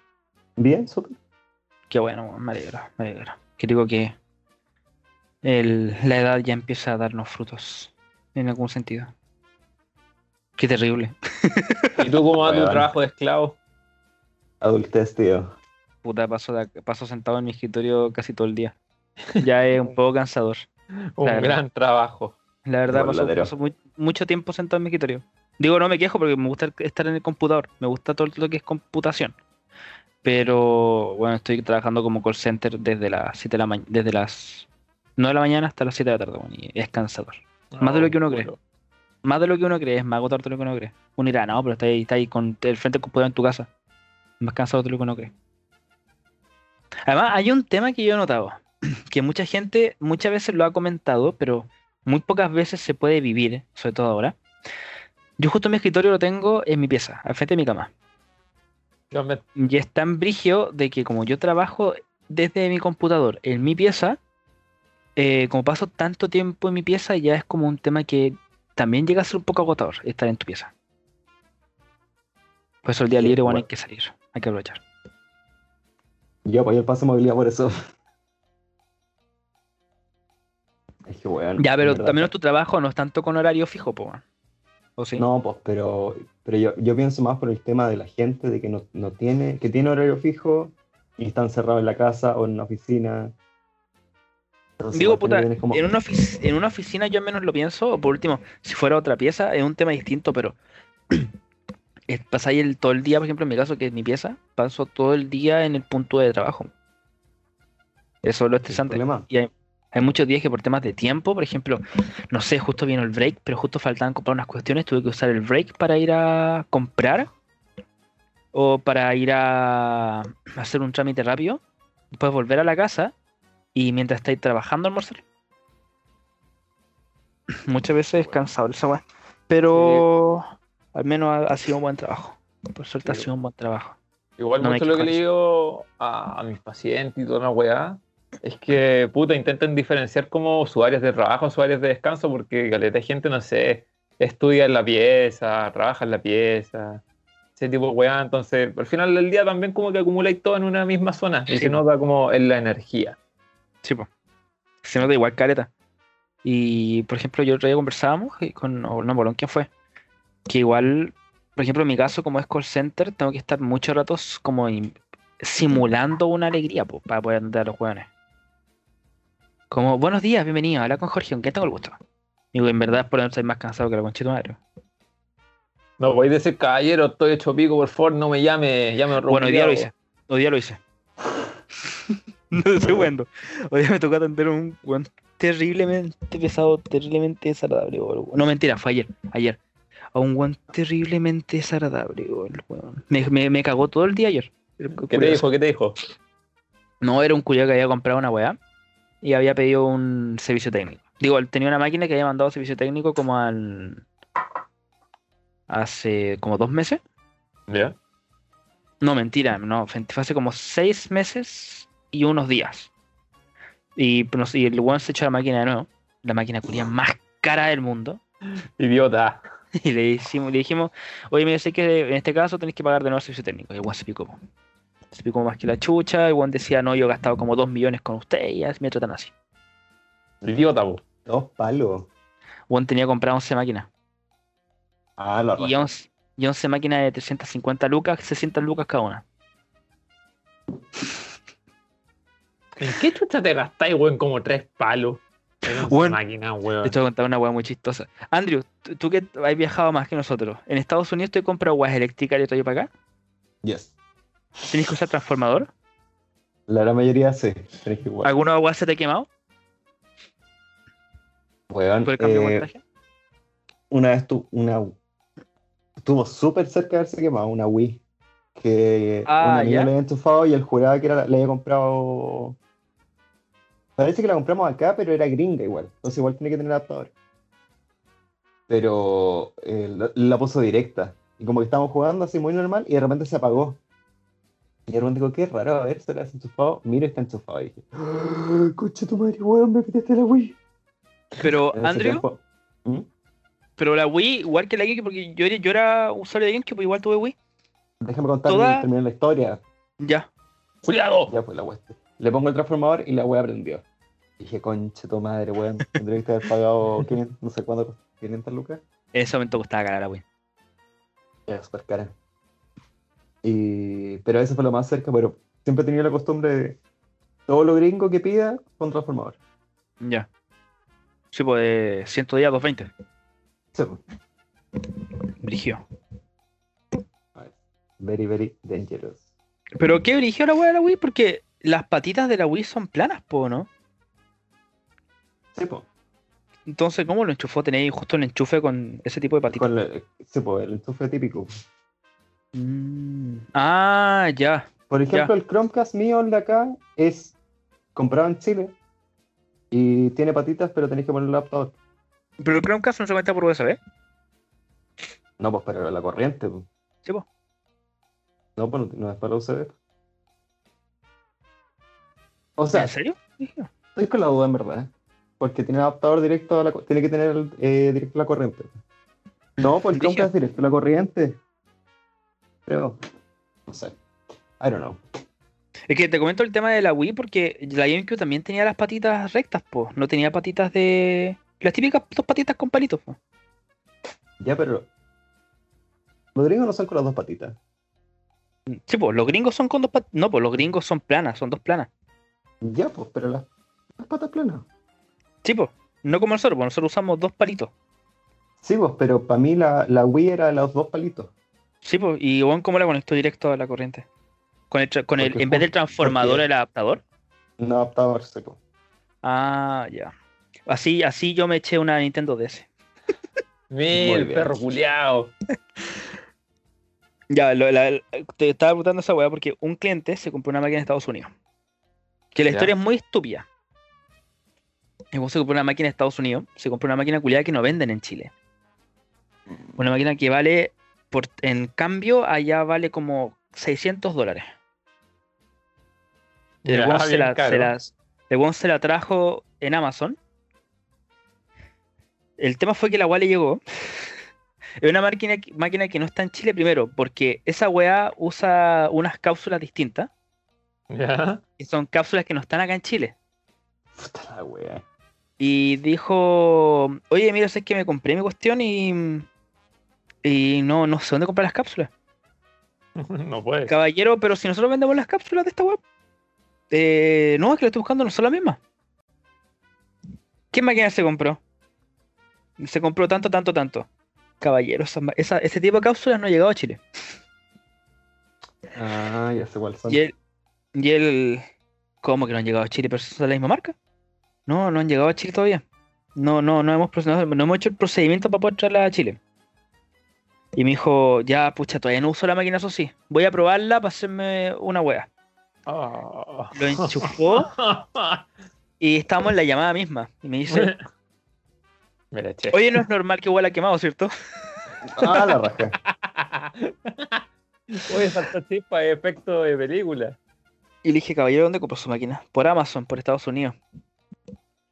[SPEAKER 3] Bien, súper.
[SPEAKER 2] Qué bueno, weón, me alegro, me alegro. Que digo que el- la edad ya empieza a darnos frutos, en algún sentido. Qué terrible.
[SPEAKER 1] ¿Y tú cómo va tu
[SPEAKER 3] Weón.
[SPEAKER 1] trabajo de esclavo?
[SPEAKER 3] Adultez, tío.
[SPEAKER 2] Puta, paso, de ac- paso sentado en mi escritorio casi todo el día. Ya es un poco cansador.
[SPEAKER 1] Un
[SPEAKER 2] Claro.
[SPEAKER 1] gran trabajo.
[SPEAKER 2] La verdad,
[SPEAKER 3] Igual
[SPEAKER 2] paso,
[SPEAKER 3] ladero.
[SPEAKER 2] paso mu- mucho tiempo sentado en mi escritorio. Digo, no me quejo porque me gusta estar en el computador. Me gusta todo lo que es computación. Pero bueno, estoy trabajando como call center desde las 7 de la mañana, desde las 9 de la mañana hasta las 7 de la tarde, bueno, y es cansador. Más de lo que uno cree.
[SPEAKER 1] culo.
[SPEAKER 2] Más de lo que uno cree, es más agotador de lo que uno cree. Uno dirá, no, pero está ahí, está ahí con el frente del computador en tu casa. Más cansado de lo que uno cree. Además, hay un tema que yo he notado, que mucha gente muchas veces lo ha comentado, pero muy pocas veces se puede vivir, sobre todo ahora. Yo justo mi escritorio lo tengo en mi pieza, al frente de mi cama.
[SPEAKER 1] Yo me-
[SPEAKER 2] Y es tan brigio de que como yo trabajo desde mi computador en mi pieza, eh, como paso tanto tiempo en mi pieza, ya es como un tema que también llega a ser un poco agotador estar en tu pieza. Por eso el día
[SPEAKER 3] Sí,
[SPEAKER 2] libre, bueno, hay
[SPEAKER 3] bueno.
[SPEAKER 2] que salir, hay que aprovechar.
[SPEAKER 3] Yo apoyo el paso de movilidad por eso. Es que weón.
[SPEAKER 2] Ya, pero
[SPEAKER 3] en verdad,
[SPEAKER 2] también es tu trabajo, no es tanto con horario fijo, po. weón. ¿O sí?
[SPEAKER 3] No, pues, pero, pero yo, yo pienso más por el tema de la gente, de que no, no tiene, que tiene horario fijo y está encerrado en la casa o en una oficina. Entonces,
[SPEAKER 2] Digo,
[SPEAKER 3] igual
[SPEAKER 2] puta,
[SPEAKER 3] también es como-
[SPEAKER 2] en una, ofici- en una oficina yo al menos lo pienso, o por último, si fuera otra pieza, es un tema distinto, pero es- pasáis el, todo el día, por ejemplo, en mi caso, que es mi pieza, paso todo el día en el punto de trabajo. Eso es lo estresante.
[SPEAKER 3] problema.
[SPEAKER 2] Y hay, hay muchos días que por temas de tiempo, por ejemplo, no sé, justo vino el break, pero justo faltaban comprar unas cuestiones, tuve que usar el break para ir a comprar o para ir a hacer un trámite rápido, después volver a la casa y mientras estáis trabajando almorzar. Muchas veces es cansador esa weá. Pero al menos ha, ha sido un buen trabajo. Por suerte ha
[SPEAKER 1] Sí.
[SPEAKER 2] sido un buen trabajo.
[SPEAKER 1] Igual
[SPEAKER 2] No me
[SPEAKER 1] mucho lo que
[SPEAKER 2] quejo
[SPEAKER 1] le
[SPEAKER 2] de
[SPEAKER 1] digo a, a mis pacientes y toda una weá es que, puta, intenten diferenciar como sus áreas de trabajo, sus áreas de descanso, porque caleta de gente, no sé, estudia en la pieza, trabaja en la pieza, ese tipo de weá. Entonces, al final del día también como que acumuláis todo en una misma zona y
[SPEAKER 2] Sí,
[SPEAKER 1] se
[SPEAKER 2] po.
[SPEAKER 1] nota como en la energía.
[SPEAKER 2] Sí, po. Se nota igual careta. Y, por ejemplo, yo otro día conversábamos y con, o no, Bolón, ¿quién fue? Que igual, por ejemplo, en mi caso, como es call center, tengo que estar muchos ratos como im- simulando una alegría po, para poder atender a los jóvenes. Como, buenos días, bienvenido, habla con Jorge, aunque tengo el gusto. Digo, en verdad, por no estoy más cansado que la conchita madre.
[SPEAKER 1] No voy a decir, caballero, estoy hecho pico, por favor, no me llame, ya me robé
[SPEAKER 2] Bueno,
[SPEAKER 1] un
[SPEAKER 2] hoy día lo
[SPEAKER 1] trago".
[SPEAKER 2] hice. Hoy día lo hice. no te estoy jugando. Hoy día me tocó atender a un weón terriblemente pesado, terriblemente desagradable. weón. No, mentira, fue ayer. Ayer. A un weón terriblemente desagradable. weón, weón. Me, me- me cagó todo el día ayer. El
[SPEAKER 1] ¿Qué te
[SPEAKER 2] culiao.
[SPEAKER 1] dijo? ¿Qué te dijo?
[SPEAKER 2] No, era un culiao que había comprado una weá y había pedido un servicio técnico. Digo, él tenía una máquina que había mandado servicio técnico como al. hace como dos meses.
[SPEAKER 1] ¿Ya?
[SPEAKER 2] No, mentira, no, fue fue hace como seis meses y unos días. Y, pues, no sé, y el weón se echó la máquina de nuevo, la máquina culia más cara del mundo.
[SPEAKER 1] Idiota.
[SPEAKER 2] Y le dijimos, le dijimos oye, mira, sé que en este caso tenés que pagar de nuevo el servicio técnico. Y el weón se picó. po. Se picó más que la chucha. El weón decía, no, yo he gastado como dos millones con usted y así me tratan así.
[SPEAKER 1] Idiota, po.
[SPEAKER 3] Dos palos.
[SPEAKER 2] El weón tenía comprado 11 máquinas.
[SPEAKER 3] Ah, lo
[SPEAKER 2] Y 11, y 11 máquinas de 350 lucas, 600 lucas cada una.
[SPEAKER 1] ¿En qué chucha te gastáis, weón? Como tres palos. En una
[SPEAKER 2] Weón.
[SPEAKER 1] máquina, weón.
[SPEAKER 3] Ah.
[SPEAKER 2] Te voy a contar una hueá muy chistosa. Andrew, tú- tú que has viajado más que nosotros, en Estados Unidos te compras hueás eléctricas y yo para acá.
[SPEAKER 3] Yes.
[SPEAKER 2] ¿Tienes que usar transformador?
[SPEAKER 3] La gran mayoría sí. Tenés que igual.
[SPEAKER 2] ¿Alguna hueá se te ha quemado
[SPEAKER 3] Weón,
[SPEAKER 2] por el cambio de
[SPEAKER 3] eh,
[SPEAKER 2] voltaje?
[SPEAKER 3] una vez tu, una, estuvo súper cerca de haberse quemado una Wii. Que
[SPEAKER 2] Ah,
[SPEAKER 3] una niña
[SPEAKER 2] ¿ya?
[SPEAKER 3] le había enchufado y él juraba que era- le había comprado. Parece que la compramos acá, pero era gringa igual. Entonces igual tiene que tener adaptador. Pero eh, la, la puso directa. Y como que estábamos jugando así muy normal y de repente se apagó. Y de repente digo, qué raro, a ver, se la has enchufado. Miro y está enchufado. Y dije, "Ah, concha tu madre, weón, me metiste la Wii.
[SPEAKER 2] Pero,
[SPEAKER 3] En ese
[SPEAKER 2] Andrew,
[SPEAKER 3] tiempo- ¿Mm?
[SPEAKER 2] pero la Wii, igual que la GameCube, porque yo, era- yo era usuario de GameCube, igual tuve Wii.
[SPEAKER 3] Déjame contar
[SPEAKER 2] Toda-
[SPEAKER 3] y terminar la historia.
[SPEAKER 2] Ya.
[SPEAKER 1] ¡Cuidado!
[SPEAKER 3] Ya pues la wea. Le pongo el transformador y la wea prendió. Dije, concha tu madre, weón. Tendría que haber pagado 500, no sé cuándo, costó, 500 lucas.
[SPEAKER 2] En ese momento costaba cara la Wii.
[SPEAKER 3] Era súper cara. Y... Pero eso fue lo más cerca, pero siempre he tenido la costumbre de todo lo gringo que pida con transformador.
[SPEAKER 2] Ya. Sí, pues de 110 a 220.
[SPEAKER 3] Sí, pues.
[SPEAKER 2] Brigio.
[SPEAKER 3] Very, very dangerous.
[SPEAKER 2] Pero qué brigio la weá de la Wii, porque las patitas de la Wii son planas, po, ¿no?
[SPEAKER 3] Sí, po.
[SPEAKER 2] Entonces, ¿cómo lo enchufó? Tenéis justo un enchufe con ese tipo de patitas.
[SPEAKER 3] Con el, sí, po, el enchufe típico.
[SPEAKER 2] Mm. Ah, ya.
[SPEAKER 3] Por ejemplo, el Chromecast mío, el de acá, es comprado en Chile y tiene patitas, pero tenéis que poner el adaptador.
[SPEAKER 2] Pero el Chromecast no se cuenta por USB.
[SPEAKER 3] No, pues para la corriente. po.
[SPEAKER 2] Sí, pues. po.
[SPEAKER 3] No, pues no- no es para USB. O sea,
[SPEAKER 2] ¿En serio? Brigio.
[SPEAKER 3] estoy con la duda en verdad. ¿eh? Porque tiene adaptador directo a la co- tiene que tener eh, directo a la corriente. No, pues el
[SPEAKER 2] Brígido.
[SPEAKER 3] Chromecast directo a la corriente. Creo. No sé. I don't know.
[SPEAKER 2] Es que te comento el tema de la Wii porque la GameCube también tenía las patitas rectas, po. No tenía patitas de. Las típicas dos patitas con palitos, po.
[SPEAKER 3] Ya, pero. Los gringos no son con las dos patitas.
[SPEAKER 2] Sí, pues los gringos son con dos patitas. No, pues los gringos son planas, son dos planas.
[SPEAKER 3] Ya, pues, pero las, las patas planas.
[SPEAKER 2] Sí, pues. No como nosotros, pues nosotros usamos dos palitos.
[SPEAKER 3] Sí, pues, pero para mí la, la Wii era los dos palitos.
[SPEAKER 2] Sí, pues. ¿Y bueno, cómo la conectó directo a la corriente? Con el, tra- con el
[SPEAKER 3] Porque
[SPEAKER 2] en vez del
[SPEAKER 3] justo-
[SPEAKER 2] transformador,
[SPEAKER 3] porque-
[SPEAKER 2] el adaptador.
[SPEAKER 3] Un adaptador seco.
[SPEAKER 2] Ah, ya. Así, así yo me eché una Nintendo DS.
[SPEAKER 1] Mira,
[SPEAKER 3] Muy
[SPEAKER 1] el
[SPEAKER 3] bien.
[SPEAKER 1] perro culiao.
[SPEAKER 2] Ya, lo- la- la- te estaba preguntando esa weá porque un cliente se compró una máquina en Estados Unidos. Que la
[SPEAKER 1] Ya.
[SPEAKER 2] historia es muy estúpida. El weón se compró una máquina en Estados Unidos, se compró una máquina culiada que no venden en Chile. Una máquina que vale, por, en cambio, allá vale como 600 dólares. Y El
[SPEAKER 1] Ya,
[SPEAKER 2] weón se
[SPEAKER 1] ah, bien
[SPEAKER 2] la,
[SPEAKER 1] caro.
[SPEAKER 2] se las- el weón se la trajo en Amazon. El tema fue que la weá le llegó. Es una máquina, que- máquina que no está en Chile primero, porque esa weá usa unas cápsulas distintas,
[SPEAKER 1] Ya.
[SPEAKER 2] que son cápsulas que no están acá en Chile.
[SPEAKER 3] Puta la wea.
[SPEAKER 2] Y dijo, oye, mira, sé que me compré mi cuestión y, y no, no sé dónde comprar las cápsulas.
[SPEAKER 1] No puede.
[SPEAKER 2] Caballero, pero si nosotros vendemos las cápsulas de esta web, eh, no, es que lo estoy buscando, no son las mismas. ¿Qué máquina se compró? Se compró tanto, tanto, tanto. Caballero, esa ma- esa- ese tipo de cápsulas no ha llegado a Chile.
[SPEAKER 3] Ah, ya sé cuál son.
[SPEAKER 2] Y él, y él, ¿cómo que no han llegado a Chile? ¿Pero son de la misma marca? No, no han llegado a Chile todavía. No, no, no hemos, proced- no hemos hecho el procedimiento para poder traerla a Chile. Y me dijo, ya, pucha, todavía no uso la máquina, eso sí. Voy a probarla para hacerme una wea.
[SPEAKER 1] Ah.
[SPEAKER 2] Lo enchufó y estábamos en la llamada misma. Y me dice,
[SPEAKER 1] Mira, che.
[SPEAKER 2] oye, no es normal que huela quemado, ¿cierto?
[SPEAKER 3] Ah, la raja.
[SPEAKER 1] Oye, salta chispa es efecto de película.
[SPEAKER 2] Y le dije, caballero, ¿dónde compró su máquina? Por Amazon, por Estados Unidos.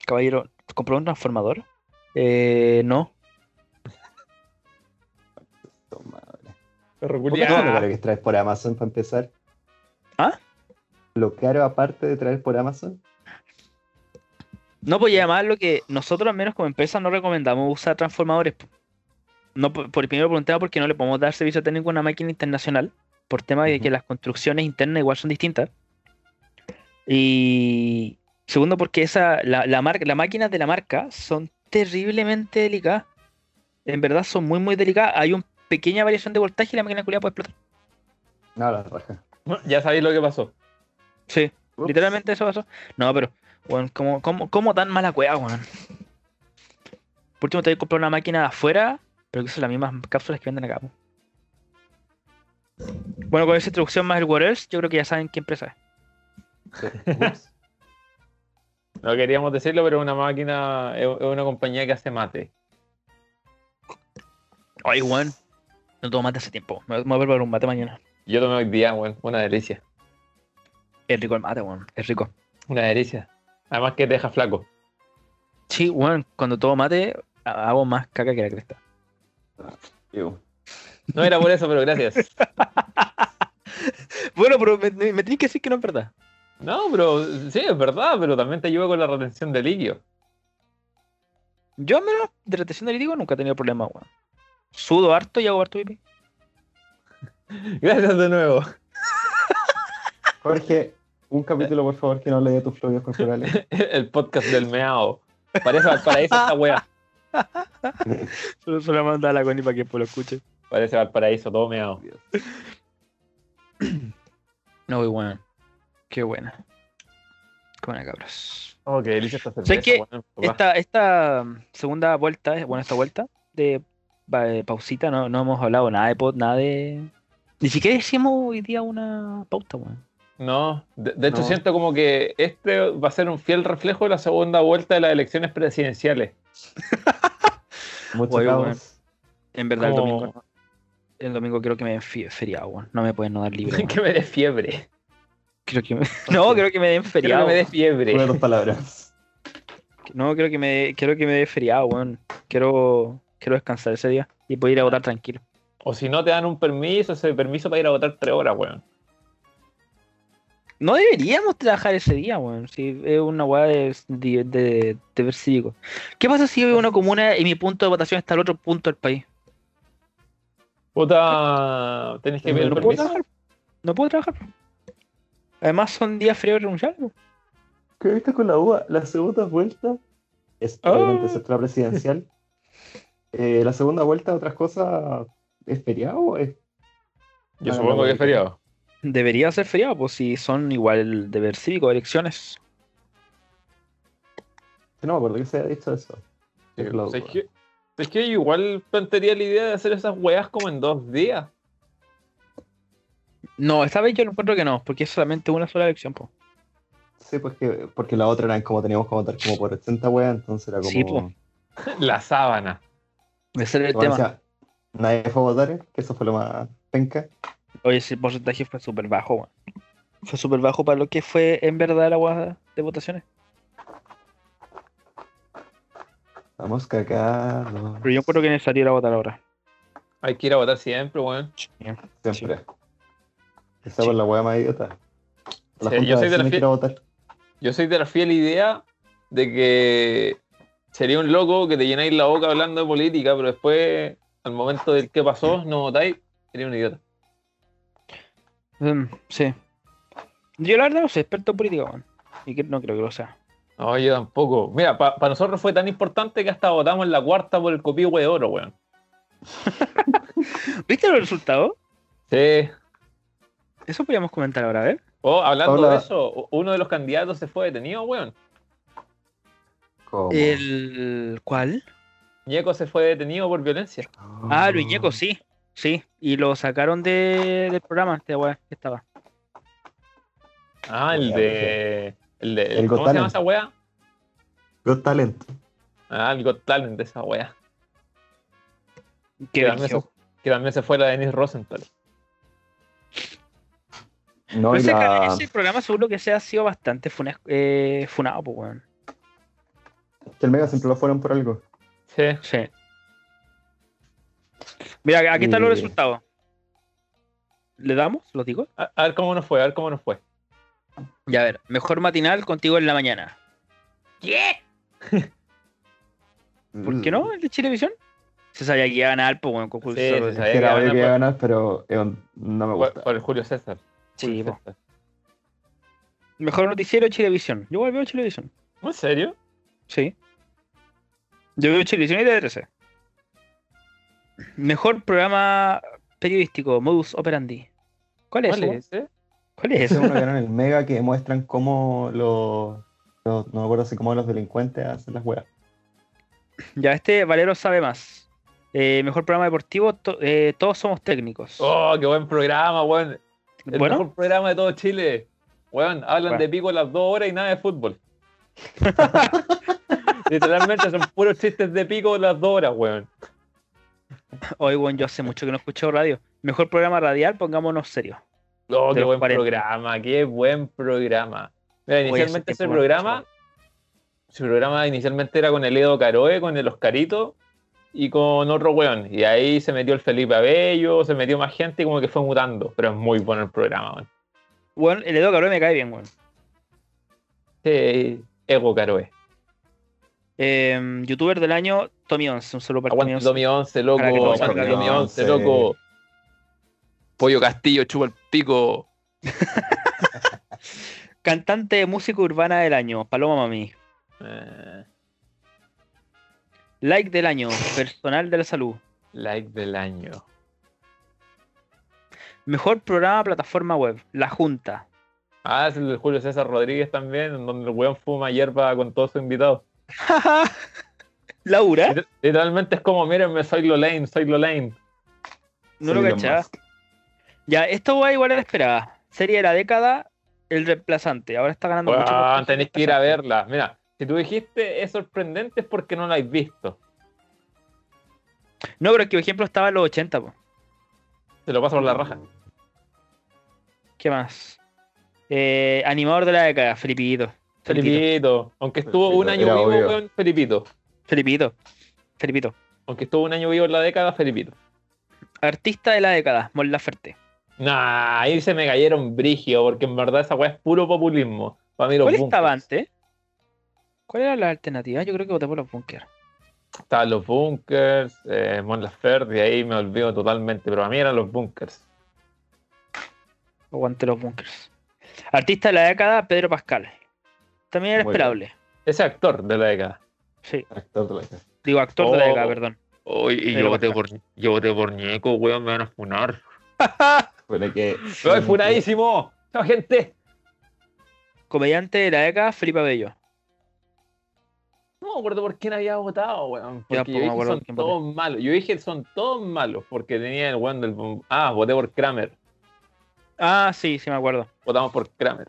[SPEAKER 2] Caballero, ¿compró un transformador? Eh, no.
[SPEAKER 3] Tu madre.
[SPEAKER 1] Perro
[SPEAKER 3] ¿Por qué son lo caro
[SPEAKER 1] culiao.
[SPEAKER 3] que traes por Amazon para empezar?
[SPEAKER 2] ¿Ah?
[SPEAKER 3] Lo caro aparte de traer por Amazon.
[SPEAKER 2] No, pues y además lo que nosotros al menos como empresa no recomendamos usar transformadores. po. No, por, por- primero por un tema porque no le podemos dar servicio técnico a una máquina internacional, por tema de que
[SPEAKER 3] Ujú.
[SPEAKER 2] las construcciones internas igual son distintas. Y segundo porque esa, la, la, mar- la máquina de la marca son terriblemente delicadas. En verdad son muy muy delicadas. Hay una pequeña variación de voltaje y la máquina culiada puede explotar.
[SPEAKER 3] No, la raja.
[SPEAKER 1] Ah, Ya sabéis lo que pasó.
[SPEAKER 2] Sí,
[SPEAKER 3] Ups.
[SPEAKER 2] literalmente eso pasó. No, pero, weón, ¿cómo, cómo, cómo tan mala cueva, weón? Por último, te voy a comprar una máquina de afuera, pero que son las mismas cápsulas que venden acá. po. Bueno, con esa introducción más el What Else, yo creo que ya saben qué empresa es.
[SPEAKER 3] Sí. Ups.
[SPEAKER 1] No queríamos decirlo, pero es una máquina, es es una compañía que hace mate.
[SPEAKER 2] Ay, weón. No tomo mate hace tiempo. Me me voy a preparar un mate mañana.
[SPEAKER 1] Yo tomé hoy día, weón. Una delicia.
[SPEAKER 2] Es rico el mate, weón. Es rico.
[SPEAKER 1] Una delicia. Además que te deja flaco.
[SPEAKER 2] Sí, weón. Cuando tomo mate, ha- hago más caca que la cresta.
[SPEAKER 3] Ew.
[SPEAKER 1] No era por eso, pero gracias.
[SPEAKER 2] Bueno, pero me, me, me tenés que decir que no es verdad.
[SPEAKER 1] No, pero sí, es verdad, pero también te ayuda con la retención de líquido.
[SPEAKER 2] Yo, al menos, de retención de líquido nunca he tenido problemas, weón. Sudo harto y hago harto pipí.
[SPEAKER 1] Gracias de nuevo.
[SPEAKER 3] Jorge, un capítulo, por favor, que no le dé tus fluidos corporales.
[SPEAKER 1] El podcast del meao. Para eso, para eso esta weá.
[SPEAKER 2] Solo, solo manda a la Connie para que pues, lo escuche.
[SPEAKER 1] Parece Valparaíso, todo meado.
[SPEAKER 2] No, voy weón. Qué buena. Qué buena, cabros.
[SPEAKER 1] Oh, qué delicia esta cerveza.
[SPEAKER 2] Sé que
[SPEAKER 1] weón, papá.
[SPEAKER 2] Esta, esta mm, segunda vuelta, eh, bueno, esta vuelta de, pa- de pausita, no, no hemos hablado nada de pod, nada de. Ni siquiera hicimos hoy día una pauta, weón.
[SPEAKER 1] No, de, de hecho
[SPEAKER 3] No.
[SPEAKER 1] siento como que este va a ser un fiel reflejo de la segunda vuelta de las elecciones presidenciales.
[SPEAKER 3] Mucho
[SPEAKER 2] Oye, weón.
[SPEAKER 3] caos.
[SPEAKER 2] En verdad, el
[SPEAKER 1] Como-
[SPEAKER 2] domingo. no- El domingo creo que me den fie- feriado, weón. No me pueden no dar libre. weón.
[SPEAKER 1] que me dé fiebre.
[SPEAKER 2] Creo que me- No, creo que me den
[SPEAKER 1] Quiero que
[SPEAKER 2] feriado.
[SPEAKER 1] me dé
[SPEAKER 3] Una de
[SPEAKER 1] fiebre.
[SPEAKER 3] tus palabras.
[SPEAKER 2] No, creo que me quiero que me dé feriado, weón. Quiero, quiero descansar ese día y puedo ir a votar tranquilo.
[SPEAKER 1] O si no te dan un permiso, ese permiso para ir a votar tres horas, weón.
[SPEAKER 2] No deberíamos trabajar ese día, weón. Si es una weá de, de, de deber cívico. ¿Qué pasa si vivo en una comuna y mi punto de votación está al otro punto del país?
[SPEAKER 1] Puta, tenés que pedir
[SPEAKER 2] No puedo
[SPEAKER 1] permiso.
[SPEAKER 2] trabajar. No puedo trabajar. Además son días fríos renunciables. weón.
[SPEAKER 3] ¿Qué viste con la UA? La segunda vuelta es
[SPEAKER 2] Ah.
[SPEAKER 3] obviamente sector presidencial. Eh, la segunda vuelta, otras cosas, ¿es feriado? Es...
[SPEAKER 1] Yo
[SPEAKER 3] Ah,
[SPEAKER 1] supongo que es
[SPEAKER 3] no,
[SPEAKER 1] feriado.
[SPEAKER 2] Debería ser feriado, pues si son igual el deber cívico, elecciones.
[SPEAKER 3] No me acuerdo que se haya dicho eso.
[SPEAKER 2] Eh,
[SPEAKER 3] Es la
[SPEAKER 1] O sea, Es
[SPEAKER 3] UA.
[SPEAKER 1] que, es que yo igual plantearía la idea de hacer esas weas como en dos días.
[SPEAKER 2] No, esta vez yo encuentro que no, porque es solamente una sola elección, po.
[SPEAKER 3] Sí, pues que, porque la otra eran como teníamos que votar como por 80 weas, entonces era como.
[SPEAKER 2] Sí, po.
[SPEAKER 1] La sábana.
[SPEAKER 2] Ese era el
[SPEAKER 3] como
[SPEAKER 2] tema.
[SPEAKER 3] decía, Nadie fue a votar, ¿eh? que eso fue lo más penca.
[SPEAKER 2] Oye, ese porcentaje fue súper bajo, weón. Fue súper bajo para lo que fue en verdad la guada de votaciones.
[SPEAKER 3] Vamos cagados.
[SPEAKER 2] Pero yo creo que necesario ir a votar ahora.
[SPEAKER 1] Hay que ir a votar siempre, weón.
[SPEAKER 3] Siempre. Esa
[SPEAKER 2] Sí.
[SPEAKER 3] fue la wea más idiota. La
[SPEAKER 1] Sí,
[SPEAKER 3] junta
[SPEAKER 1] yo soy
[SPEAKER 3] de
[SPEAKER 1] de la
[SPEAKER 3] vecinos
[SPEAKER 1] fie-
[SPEAKER 3] quiere votar.
[SPEAKER 1] Yo soy de la fiel idea de que sería un loco que te llenáis la boca hablando de política, pero después, al momento del qué pasó, no votáis, sería un idiota.
[SPEAKER 2] Mm, sí. Yo la verdad no soy experto en política, weón. Y que no creo que lo sea.
[SPEAKER 1] No, yo tampoco. Mira, para nosotros fue tan importante que hasta votamos en la cuarta por el copihue de oro, weón.
[SPEAKER 2] ¿Viste los resultados?
[SPEAKER 1] Sí.
[SPEAKER 2] Eso podríamos comentar ahora, ¿eh?
[SPEAKER 1] Oh, hablando
[SPEAKER 3] Hola.
[SPEAKER 1] de eso, u- uno de los candidatos se fue detenido, weón.
[SPEAKER 3] ¿Cómo?
[SPEAKER 2] ¿El cuál?
[SPEAKER 1] Ñeco se fue detenido por violencia.
[SPEAKER 2] Ah, Luis Ñeco, sí. Sí. Y lo sacaron de, del programa, este weón que estaba.
[SPEAKER 1] Ah, el
[SPEAKER 3] Ya,
[SPEAKER 1] de. El de.
[SPEAKER 3] El Got
[SPEAKER 1] ¿Cómo se llama
[SPEAKER 3] Talent.
[SPEAKER 1] esa weá?
[SPEAKER 3] Got Talent.
[SPEAKER 1] Ah, el Got Talent, esa weá.
[SPEAKER 2] Qué
[SPEAKER 1] Que también, se,
[SPEAKER 2] brígido.
[SPEAKER 1] que también se fue la Denise Rosenthal.
[SPEAKER 2] Pero
[SPEAKER 3] No, y
[SPEAKER 2] Pues ese, ca-
[SPEAKER 3] la-
[SPEAKER 2] ese programa seguro que se ha sido bastante funa- eh, funado, pues, weón.
[SPEAKER 3] que el Mega siempre lo fueron por algo.
[SPEAKER 1] Sí.
[SPEAKER 2] Sí. Mira, aquí están los
[SPEAKER 3] Eh.
[SPEAKER 2] resultados. ¿Le damos? ¿Los digo?
[SPEAKER 1] A, a ver cómo nos fue, a ver cómo nos fue.
[SPEAKER 2] Ya, a ver. Mejor matinal contigo en la mañana. ¿Qué? ¿Por qué no? ¿El de Chilevisión? Se sabía que iba a ganar, pues, weón, con Julio
[SPEAKER 1] Mm. Sí, se
[SPEAKER 2] César Rodríguez.
[SPEAKER 1] sabía.
[SPEAKER 3] Era obvio
[SPEAKER 1] Ganar
[SPEAKER 3] que iba a
[SPEAKER 1] por-
[SPEAKER 3] ganar, pero eh, no me
[SPEAKER 1] Por,
[SPEAKER 3] gusta.
[SPEAKER 1] por el Julio César.
[SPEAKER 2] Sí,
[SPEAKER 1] Julio
[SPEAKER 2] po.
[SPEAKER 1] César.
[SPEAKER 2] pues. Mejor noticiero Chilevisión. Yo igual veo Chilevisión.
[SPEAKER 1] ¿En serio?
[SPEAKER 2] Sí. Yo veo Chilevisión y TDRC. Mejor programa periodístico, Modus Operandi. ¿Cuál es?
[SPEAKER 1] ¿Cuál
[SPEAKER 2] ese,
[SPEAKER 1] es ese?
[SPEAKER 2] weón? ¿Cuál es?
[SPEAKER 3] Ese
[SPEAKER 2] ese?
[SPEAKER 3] es uno que era en el Mega que muestran cómo los. los- no me acuerdo si cómo los delincuentes hacen las weas.
[SPEAKER 2] Ya, este Valero sabe más. Eh, mejor programa deportivo, to- eh, todos somos técnicos.
[SPEAKER 1] Oh, qué buen programa, weón. El
[SPEAKER 2] bueno,
[SPEAKER 1] mejor programa de todo Chile. Weón, hablan
[SPEAKER 2] Bueno.
[SPEAKER 1] de pico las dos horas y nada de fútbol. Literalmente son puros chistes de pico las dos horas, weón.
[SPEAKER 2] Hoy, weón, yo hace mucho que no escucho radio. Mejor programa radial, pongámonos serios.
[SPEAKER 1] Oh,
[SPEAKER 2] De
[SPEAKER 1] qué
[SPEAKER 2] los
[SPEAKER 1] buen
[SPEAKER 2] 40.
[SPEAKER 1] programa, qué buen programa. Mira,
[SPEAKER 2] Oye,
[SPEAKER 1] inicialmente
[SPEAKER 2] ese
[SPEAKER 1] ese
[SPEAKER 2] tipo de
[SPEAKER 1] programa, su programa inicialmente era con el Edo Caroe, con el Oscarito y con otro weón. Y ahí se metió el Felipe Abello, se metió más gente y como que fue mutando. Pero es muy bueno el programa, weón.
[SPEAKER 2] Weón, el Edo Cabrón me cae bien, weón.
[SPEAKER 1] Sí, Ego Caroe.
[SPEAKER 2] Eh, Youtuber del año, Tommy 11. Un saludo para Tommy
[SPEAKER 1] Aguante
[SPEAKER 2] 11.
[SPEAKER 1] Tommy 11, loco.
[SPEAKER 2] Para que todos
[SPEAKER 1] Aguante
[SPEAKER 2] salgan
[SPEAKER 1] Tommy
[SPEAKER 3] bien.
[SPEAKER 1] 11, loco. Pollo Castillo, chupa el pico.
[SPEAKER 2] Cantante de música urbana del año, Paloma Mami.
[SPEAKER 1] Eh,
[SPEAKER 2] Like del año, personal de la salud.
[SPEAKER 1] like del año.
[SPEAKER 2] Mejor programa, plataforma web, La Junta.
[SPEAKER 1] Ah, es el de Julio César Rodríguez también, en donde el weón fuma hierba con todos sus invitados.
[SPEAKER 3] ¿Eh?
[SPEAKER 2] Laura,
[SPEAKER 1] Liter- Literalmente es como, mírenme, soy Lolaine, soy Lolaine.
[SPEAKER 2] no lo cachaba. Ya, esto va igual a la esperada. Serie de la década, El Reemplazante. Ahora está ganando mucho.
[SPEAKER 1] Weón,
[SPEAKER 2] por-
[SPEAKER 1] tenéis que ir a verla. Mira, si tú dijiste es sorprendente es porque no la has visto.
[SPEAKER 2] No, pero es que, por ejemplo, estaba en los 80, po.
[SPEAKER 1] Se lo paso por la
[SPEAKER 3] Mm,
[SPEAKER 1] raja.
[SPEAKER 2] ¿Qué más? Eh, animador de la década, Felipito. Felipito.
[SPEAKER 1] Felipito. Aunque estuvo un
[SPEAKER 3] Felipito,
[SPEAKER 1] año
[SPEAKER 3] era
[SPEAKER 1] vivo,
[SPEAKER 3] obvio.
[SPEAKER 1] weón, Felipito.
[SPEAKER 2] Felipito. Felipito.
[SPEAKER 1] Aunque estuvo un año vivo en la década, Felipito.
[SPEAKER 2] Artista de la década, Mon Laferte.
[SPEAKER 1] Nah, ahí se me cayeron brigio, porque en verdad esa weá es puro populismo. Para mí los
[SPEAKER 2] ¿Cuál estaba
[SPEAKER 1] bunkers.
[SPEAKER 2] antes? ¿Cuál era la alternativa? Yo creo que voté por los bunkers.
[SPEAKER 1] Estaban los bunkers, eh, Mon Laferte, y ahí me olvido totalmente, pero a mí eran los bunkers.
[SPEAKER 2] Aguante los bunkers. Artista de la década, Pedro Pascal. También era
[SPEAKER 3] Muy
[SPEAKER 2] esperable.
[SPEAKER 1] Ese actor de la década.
[SPEAKER 2] Sí.
[SPEAKER 3] Actor de la década.
[SPEAKER 2] Digo, actor de la
[SPEAKER 1] Oh.
[SPEAKER 2] década, perdón.
[SPEAKER 1] y
[SPEAKER 2] yo voté por-
[SPEAKER 1] yo voté por Ñeco, weón, me van a funar.
[SPEAKER 3] Pero que.
[SPEAKER 1] ¡Soy funadísimo! ¡Chao, gente!
[SPEAKER 2] Comediante de la década, Felipe Bello.
[SPEAKER 1] No me acuerdo por quién había votado, weón.
[SPEAKER 2] Yo
[SPEAKER 1] Porque yo
[SPEAKER 2] tampoco pues, me
[SPEAKER 1] dije
[SPEAKER 2] acuerdo
[SPEAKER 1] son
[SPEAKER 2] por quién voté.
[SPEAKER 1] todos malos. Yo dije son todos malos porque tenía el weón del. bom- Ah, voté por Kramer.
[SPEAKER 2] Ah, sí, sí me acuerdo.
[SPEAKER 1] Votamos por Kramer.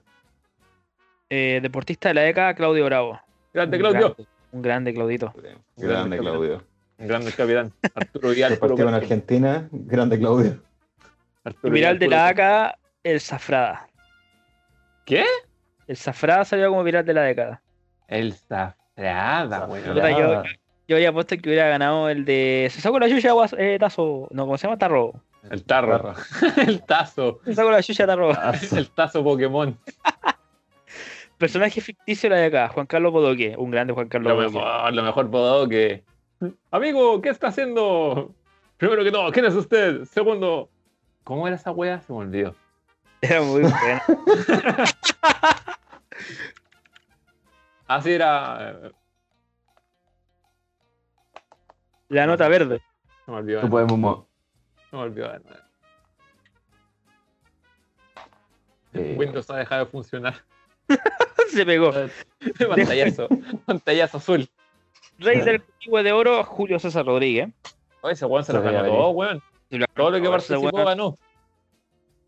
[SPEAKER 2] Eh, deportista de la década, Claudio Bravo.
[SPEAKER 1] Grande,
[SPEAKER 2] Un
[SPEAKER 1] Claudio.
[SPEAKER 2] grande, Un grande Claudito.
[SPEAKER 3] Grande Claudio.
[SPEAKER 1] Grande capitán. Arturo Vidal.
[SPEAKER 3] El partido en
[SPEAKER 1] Arturo Vidal,
[SPEAKER 3] Argentina, grande Claudio.
[SPEAKER 1] Arturo
[SPEAKER 2] Viral de
[SPEAKER 1] puro
[SPEAKER 2] la
[SPEAKER 1] Vidal.
[SPEAKER 2] década, El Zafrada.
[SPEAKER 1] ¿Qué?
[SPEAKER 2] El Zafrada salió como viral de la década.
[SPEAKER 1] El Zafrada, weón.
[SPEAKER 2] Puta, yo- Yo había puesto que hubiera ganado el de. Se sacó la Yuya Guas- eh, Tazo. No, ¿cómo se llama? Tarro.
[SPEAKER 1] El Tarro. el Tazo.
[SPEAKER 2] Se sacó la Yuya Tarro.
[SPEAKER 1] El Tazo Pokémon.
[SPEAKER 2] Personaje ficticio de la década, Juan Carlos Bodoque. Un grande Juan Carlos
[SPEAKER 1] Lo
[SPEAKER 2] Bodoque.
[SPEAKER 1] mejor, ah, lo mejor podado que. Amigo, ¿qué está haciendo? Primero que todo, ¿quién es usted? Segundo, ¿cómo era esa wea? Se me olvidó.
[SPEAKER 2] Era muy bueno.
[SPEAKER 1] Así Ah, era. eh,
[SPEAKER 2] La nota verde.
[SPEAKER 1] Se me olvidó.
[SPEAKER 3] No podemos. mo-
[SPEAKER 1] Se me olvidó. eh.
[SPEAKER 3] eh,
[SPEAKER 1] Windows ha dejado de funcionar.
[SPEAKER 2] Se pegó.
[SPEAKER 1] pantallazo. pantallazo azul.
[SPEAKER 2] Rey del Cubihue de Oro, Julio César Rodríguez.
[SPEAKER 1] Oye, ese weón se lo
[SPEAKER 3] Se veía
[SPEAKER 1] ganó
[SPEAKER 3] venir.
[SPEAKER 1] todo, weón.
[SPEAKER 2] Se lo
[SPEAKER 1] Todo lo que
[SPEAKER 2] ganó ¿eh? ese
[SPEAKER 1] participó
[SPEAKER 2] weón.
[SPEAKER 1] ganó.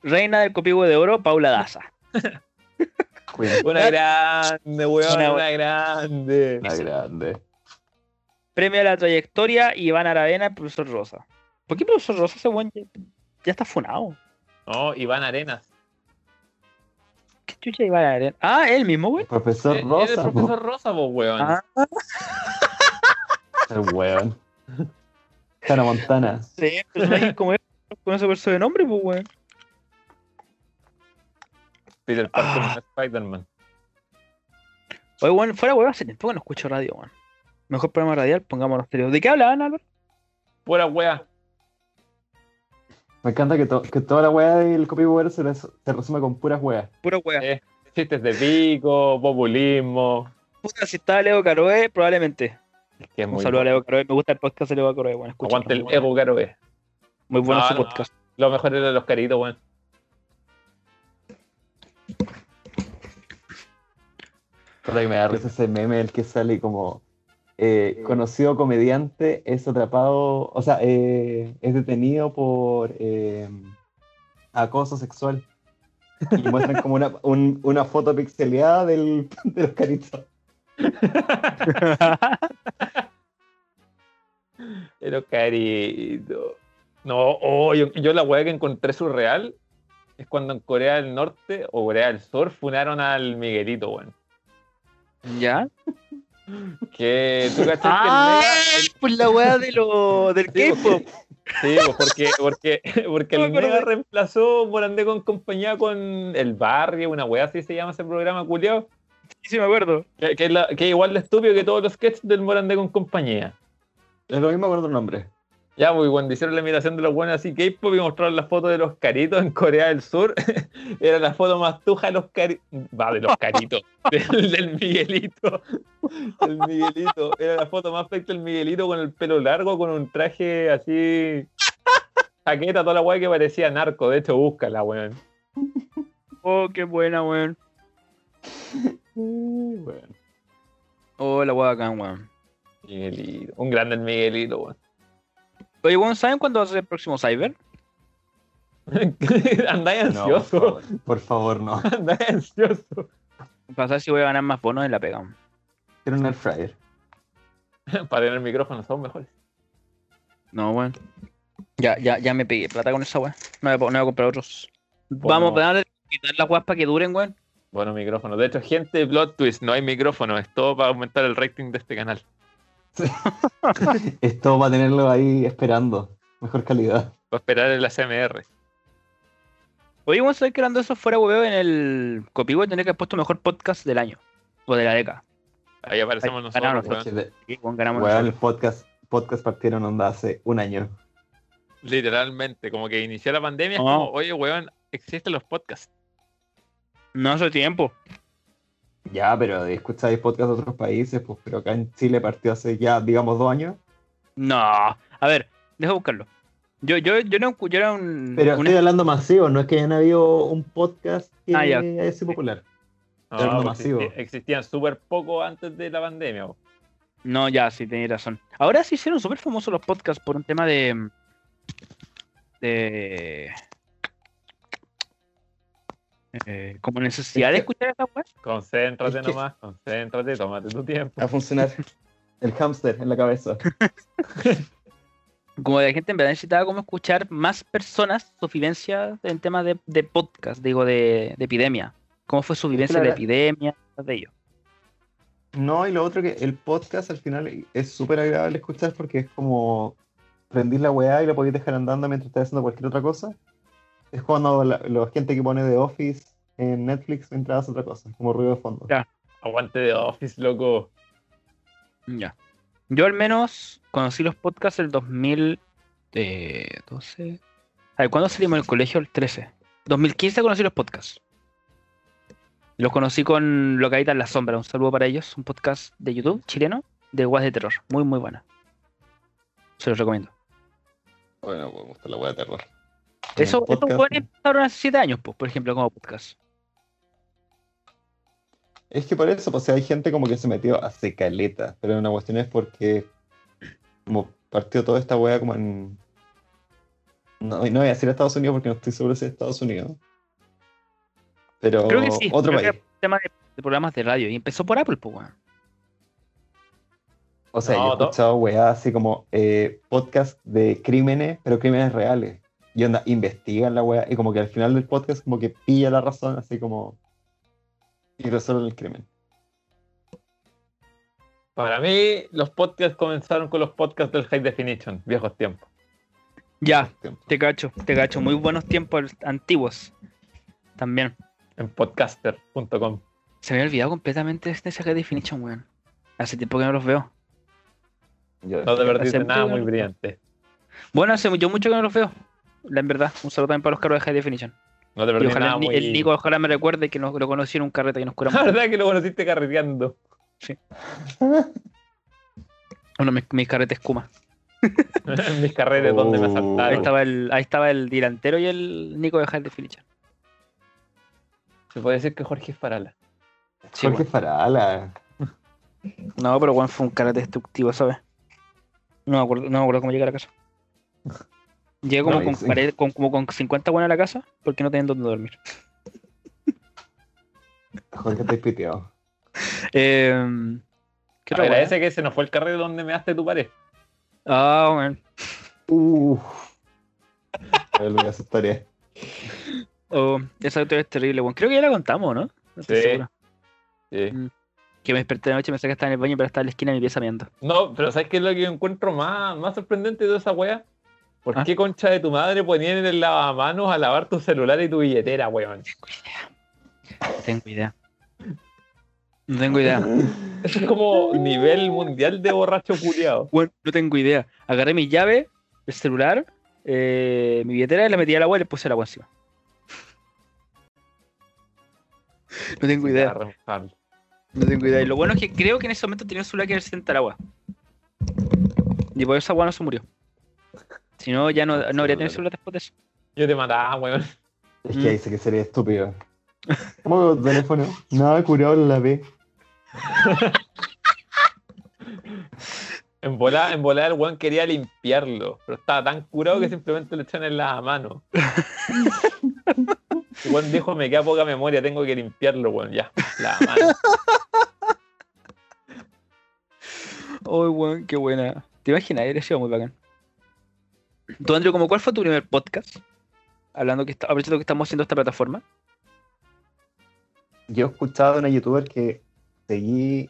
[SPEAKER 2] Reina del Copihue de Oro, Paula Daza.
[SPEAKER 3] Queen,
[SPEAKER 1] Una grande, weón.
[SPEAKER 2] Una-
[SPEAKER 1] Una, grande.
[SPEAKER 3] La grande.
[SPEAKER 2] Premio a la trayectoria, Iván Aravena, Profesor Rosa. ¿Por qué Profesor Rosa ese weón ya, ya está funado?
[SPEAKER 1] No, Iván Arenas.
[SPEAKER 2] ¿Qué chucha Iván Aravena? Ah, él mismo,
[SPEAKER 3] El
[SPEAKER 2] güey.
[SPEAKER 3] profesor
[SPEAKER 1] Eh, Era el
[SPEAKER 3] Rosa. po.
[SPEAKER 1] profesor Rosa, vos, weón.
[SPEAKER 2] Ah,
[SPEAKER 3] El weón. Hannah Montana.
[SPEAKER 2] sí, personaje como él, con ese verso de nombre, pues, weón.
[SPEAKER 1] Peter Parker
[SPEAKER 2] Ah.
[SPEAKER 1] no es Spider-Man.
[SPEAKER 2] Oye, weón, fuera weón, hace tiempo que no escucho radio, weón. Mejor programa radial, pongámonos serios. ¿De qué hablaban, Álvaro?
[SPEAKER 1] Pura wea.
[SPEAKER 3] Me encanta que, to- que toda la weá del copyboard se, res- se resume con puras weas.
[SPEAKER 2] Pura weón.
[SPEAKER 1] Eh. Chistes de pico, populismo.
[SPEAKER 2] Puta, si estaba Leo Caroe, probablemente.
[SPEAKER 1] Que es
[SPEAKER 2] Un
[SPEAKER 1] muy
[SPEAKER 2] saludo
[SPEAKER 1] bueno.
[SPEAKER 2] a Leo Caroe. Me gusta el podcast de Leo Caroe, weón. escúchalo,
[SPEAKER 1] Aguante el
[SPEAKER 2] muy bueno.
[SPEAKER 1] ego, caro. eh.
[SPEAKER 2] Muy bueno
[SPEAKER 1] No,
[SPEAKER 2] su
[SPEAKER 1] no,
[SPEAKER 2] podcast.
[SPEAKER 1] Lo mejor era los caritos, weón.
[SPEAKER 3] Puta que me da risa ese meme el que sale como eh, conocido comediante es atrapado, o sea, eh, es detenido por eh, acoso sexual. Y muestran como una, un- una foto pixeleada del, de los caritos.
[SPEAKER 1] Pero carito. No, oh, yo, yo la weá que encontré surreal es cuando en Corea del Norte o Corea del Sur funaron al Miguelito, weón.
[SPEAKER 2] ¿Ya?
[SPEAKER 1] Que tú cachas
[SPEAKER 2] Ah,
[SPEAKER 1] que
[SPEAKER 2] pues la weá de lo, del
[SPEAKER 1] Sí,
[SPEAKER 2] K-pop.
[SPEAKER 1] el Mega. Sí, pues, porque, porque, porque
[SPEAKER 2] No
[SPEAKER 1] el
[SPEAKER 2] me acordé.
[SPEAKER 1] Mega reemplazó Morandé con compañía con El Barrio, una weá así se llama ese programa culiao.
[SPEAKER 2] Sí, sí, me acuerdo.
[SPEAKER 1] Que, que es la- que es igual de estúpido que todos los sketches del Morandé con compañía.
[SPEAKER 3] Es lo mismo con otro nombre.
[SPEAKER 1] Ya, pues cuando hicieron la imitación de los buenos así K-pop y mostraron las fotos de los caritos en Corea del Sur, era la foto más tuja de los caritos. Va, de los caritos. del, del Miguelito. El Miguelito. Era la foto más perfecta del Miguelito con el pelo largo, con un traje así. Jaqueta, toda la weá que parecía narco. De hecho, búscala, weón.
[SPEAKER 2] Oh, qué buena, weón.
[SPEAKER 1] Weón.
[SPEAKER 2] Oh, la weá bacán, weón.
[SPEAKER 1] Miguelito. Un grande el Miguelito, weón.
[SPEAKER 2] Oye, weón, ¿saben cuándo va a ser el próximo Cyber?
[SPEAKER 1] Andáis
[SPEAKER 3] No, por
[SPEAKER 1] ansioso.
[SPEAKER 3] favor, por favor, no.
[SPEAKER 1] Andáis ansioso.
[SPEAKER 2] Para saber si voy a ganar más bonos en la pega.
[SPEAKER 3] Quiero un air fryer.
[SPEAKER 1] Para tener micrófonos, son mejores.
[SPEAKER 2] No, weón. Ya, ya, ya me pegué plata con esa weá. No voy a, po- no voy a comprar otros.
[SPEAKER 1] Bueno.
[SPEAKER 2] Vamos a darle- quitar las weas para que duren, weón.
[SPEAKER 1] Bueno, micrófono. De hecho, gente, plot twist, no hay micrófono. Es todo para aumentar el rating de este canal.
[SPEAKER 3] Esto va a tenerlo ahí esperando. Mejor calidad.
[SPEAKER 1] Para esperar el ACMR.
[SPEAKER 2] Oye, weón, ¿sabes que hablando de eso fuera hueveo en el Copihue tendría que haber puesto mejor podcast del año? O de la década.
[SPEAKER 1] Ahí aparecemos
[SPEAKER 2] Ahí, ganaron,
[SPEAKER 1] nosotros.
[SPEAKER 3] Porque
[SPEAKER 1] weón.
[SPEAKER 3] de-
[SPEAKER 2] Sí, weón, ganamos
[SPEAKER 3] Weón,
[SPEAKER 2] nosotros.
[SPEAKER 3] el podcast, podcast partieron onda hace un año.
[SPEAKER 1] Literalmente, como que inició la pandemia. es
[SPEAKER 2] No.
[SPEAKER 1] como, oye, weón, existen los podcasts.
[SPEAKER 2] No hace tiempo.
[SPEAKER 3] Ya, pero escucháis podcast de otros países, pues, pero acá en Chile partió hace ya, digamos, dos años.
[SPEAKER 2] No. A ver, deja buscarlo. Yo, yo, yo era un. Yo era un
[SPEAKER 3] Pero
[SPEAKER 2] un-
[SPEAKER 3] estoy hablando masivo, no es que hayan habido un podcast que
[SPEAKER 2] Ah, ya.
[SPEAKER 3] haya sido popular.
[SPEAKER 1] No,
[SPEAKER 3] Eran
[SPEAKER 1] pues,
[SPEAKER 3] masivos.
[SPEAKER 1] existi- existían súper poco antes de la pandemia. weón.
[SPEAKER 2] No, ya, sí, tenías razón. Ahora se hicieron súper famosos los podcasts por un tema de. de. eh, como necesidad
[SPEAKER 3] Es
[SPEAKER 2] de
[SPEAKER 3] que-
[SPEAKER 2] escuchar esa weá.
[SPEAKER 1] Concéntrate
[SPEAKER 3] Es que-
[SPEAKER 1] nomás, concéntrate, tómate tu tiempo.
[SPEAKER 3] A funcionar. El hámster en la cabeza.
[SPEAKER 2] Como la gente en verdad necesitaba como escuchar más personas su vivencia en temas de, de podcast, digo, de, de epidemia. ¿Cómo fue su vivencia de
[SPEAKER 3] verdad-
[SPEAKER 2] epidemia? De ello.
[SPEAKER 3] No, y lo otro que el podcast al final es súper agradable escuchar porque es como prendís la weá y la podéis dejar andando mientras estás haciendo cualquier otra cosa. Es cuando la, la gente que pone The Office en Netflix mientras hace otra cosa, como ruido de fondo.
[SPEAKER 2] Ya.
[SPEAKER 1] Aguante de Office, loco.
[SPEAKER 2] Ya. Yo al menos conocí los podcasts el 2012. A ver, ¿cuándo salimos del colegio? El 13. 2015 conocí los podcasts. Los conocí con Locadita en la Sombra. Un saludo para ellos. Un podcast de YouTube chileno de Guas de Terror. Muy, muy buena. Se los recomiendo.
[SPEAKER 3] Bueno, pues me gusta la weá de terror.
[SPEAKER 2] Eso,
[SPEAKER 3] Un
[SPEAKER 2] estos
[SPEAKER 3] podcast.
[SPEAKER 2] jóvenes empezaron hace 7 años, pues, por ejemplo, como podcast.
[SPEAKER 3] Es que por eso, pues o sea, hay gente como que se metió a secaleta, pero una cuestión es porque como partió toda esta wea como en... No, y no voy a decir Estados Unidos porque no estoy seguro si es Estados Unidos. Pero
[SPEAKER 2] Creo que sí.
[SPEAKER 3] otro
[SPEAKER 2] creo que
[SPEAKER 3] país.
[SPEAKER 2] era un tema de, de programas de radio. Y empezó por Apple, pues, weón.
[SPEAKER 3] O sea,
[SPEAKER 1] No,
[SPEAKER 3] yo he
[SPEAKER 1] to-
[SPEAKER 3] escuchado weá así como eh, podcast de crímenes, pero crímenes reales. Y onda, investigan la weá y como que al final del podcast como que pilla la razón, así como... Y resuelven el crimen.
[SPEAKER 1] Para mí, los podcasts comenzaron con los podcasts del High Definition, viejos tiempos.
[SPEAKER 2] Ya,
[SPEAKER 3] Tiempo.
[SPEAKER 2] te cacho, te cacho. Muy buenos tiempos antiguos. También.
[SPEAKER 1] En podcaster.com.
[SPEAKER 2] Se me había olvidado completamente este High Definition, weón. Hace tiempo que no los veo.
[SPEAKER 3] Yo-
[SPEAKER 1] No te perdiste
[SPEAKER 2] Acepto,
[SPEAKER 1] nada muy
[SPEAKER 2] digamos.
[SPEAKER 1] brillante.
[SPEAKER 2] Bueno, hace mu- yo mucho que no los veo. La en verdad. Un saludo también para los caros de High Definition.
[SPEAKER 1] No te
[SPEAKER 2] Y
[SPEAKER 1] perdiste
[SPEAKER 2] ojalá
[SPEAKER 1] nada
[SPEAKER 2] el, Ni-
[SPEAKER 1] muy...
[SPEAKER 2] el Nico ojalá me recuerde que nos, lo conocí en un carrete que nos
[SPEAKER 1] La
[SPEAKER 2] curamos.
[SPEAKER 1] verdad que lo conociste carreteando.
[SPEAKER 2] Uno de mis, mis carretes Kuma.
[SPEAKER 1] en mis carreras donde me
[SPEAKER 3] Oh.
[SPEAKER 2] Ahí
[SPEAKER 1] asaltaron.
[SPEAKER 2] estaba, el, ahí estaba el delantero y el Nico de High Definition.
[SPEAKER 1] Se puede decir que Jorge es Farala.
[SPEAKER 2] Sí,
[SPEAKER 3] Jorge Farala.
[SPEAKER 2] weón. No, pero Juan fue un carrete destructivo, ¿sabes? No me acuerdo, no me acuerdo cómo llegué a la casa. Llegué como,
[SPEAKER 3] No,
[SPEAKER 2] con,
[SPEAKER 3] sí.
[SPEAKER 2] cuare- con- como con 50 buenas a la casa porque no tenían dónde dormir.
[SPEAKER 3] Jorge te piteado.
[SPEAKER 2] Eh, ¿Qué otra weá?
[SPEAKER 1] Agradece que se nos fue el carrete donde me daste tu pared.
[SPEAKER 2] Ah, weón.
[SPEAKER 3] Uff. A ver, me asustaría.
[SPEAKER 2] Oh, esa historia es terrible, weón. Creo que ya la contamos, ¿no? No estoy
[SPEAKER 1] Sí.
[SPEAKER 2] seguro. Mm.
[SPEAKER 1] Sí.
[SPEAKER 2] Que me desperté de noche, me saqué hasta en el baño, pero estaba en la esquina de mi pieza meando.
[SPEAKER 1] No, pero ¿sabes qué es lo que encuentro más, más sorprendente de toda esa wea? ¿Por
[SPEAKER 2] Ah.
[SPEAKER 1] qué concha de tu madre ponían en el lavamanos a lavar tu celular y tu billetera, weón?
[SPEAKER 2] No tengo idea. No tengo idea.
[SPEAKER 1] Eso es como nivel mundial de borracho culiado.
[SPEAKER 2] Bueno, no tengo idea. Agarré mi llave, el celular, eh, mi billetera y la metí al agua y le puse el agua encima. No tengo idea, no tengo idea. Y lo bueno es que creo que en ese momento tenía un celular que era resistente al agua. Y por esa agua no se murió. Si no, ya no, no habría tenido celular después de eso.
[SPEAKER 1] Yo te mataba, weón.
[SPEAKER 3] Es
[SPEAKER 2] Mm.
[SPEAKER 3] que dice que sería estúpido. ¿Cómo veo tu teléfono? Nada, curado en la B.
[SPEAKER 1] En volada, en volada el weón quería limpiarlo, pero estaba tan curado que simplemente lo echan en las manos. El weón dijo, me queda poca memoria, tengo que limpiarlo, weón, ya. La mano.
[SPEAKER 2] Oh, weón, qué buena. ¿Te imaginas? Hubiera sido muy bacán. Tú, Andrew, ¿cómo cuál fue tu primer podcast? Hablando que está, aprovechando que estamos haciendo esta plataforma.
[SPEAKER 3] Yo he escuchado a una youtuber que seguí,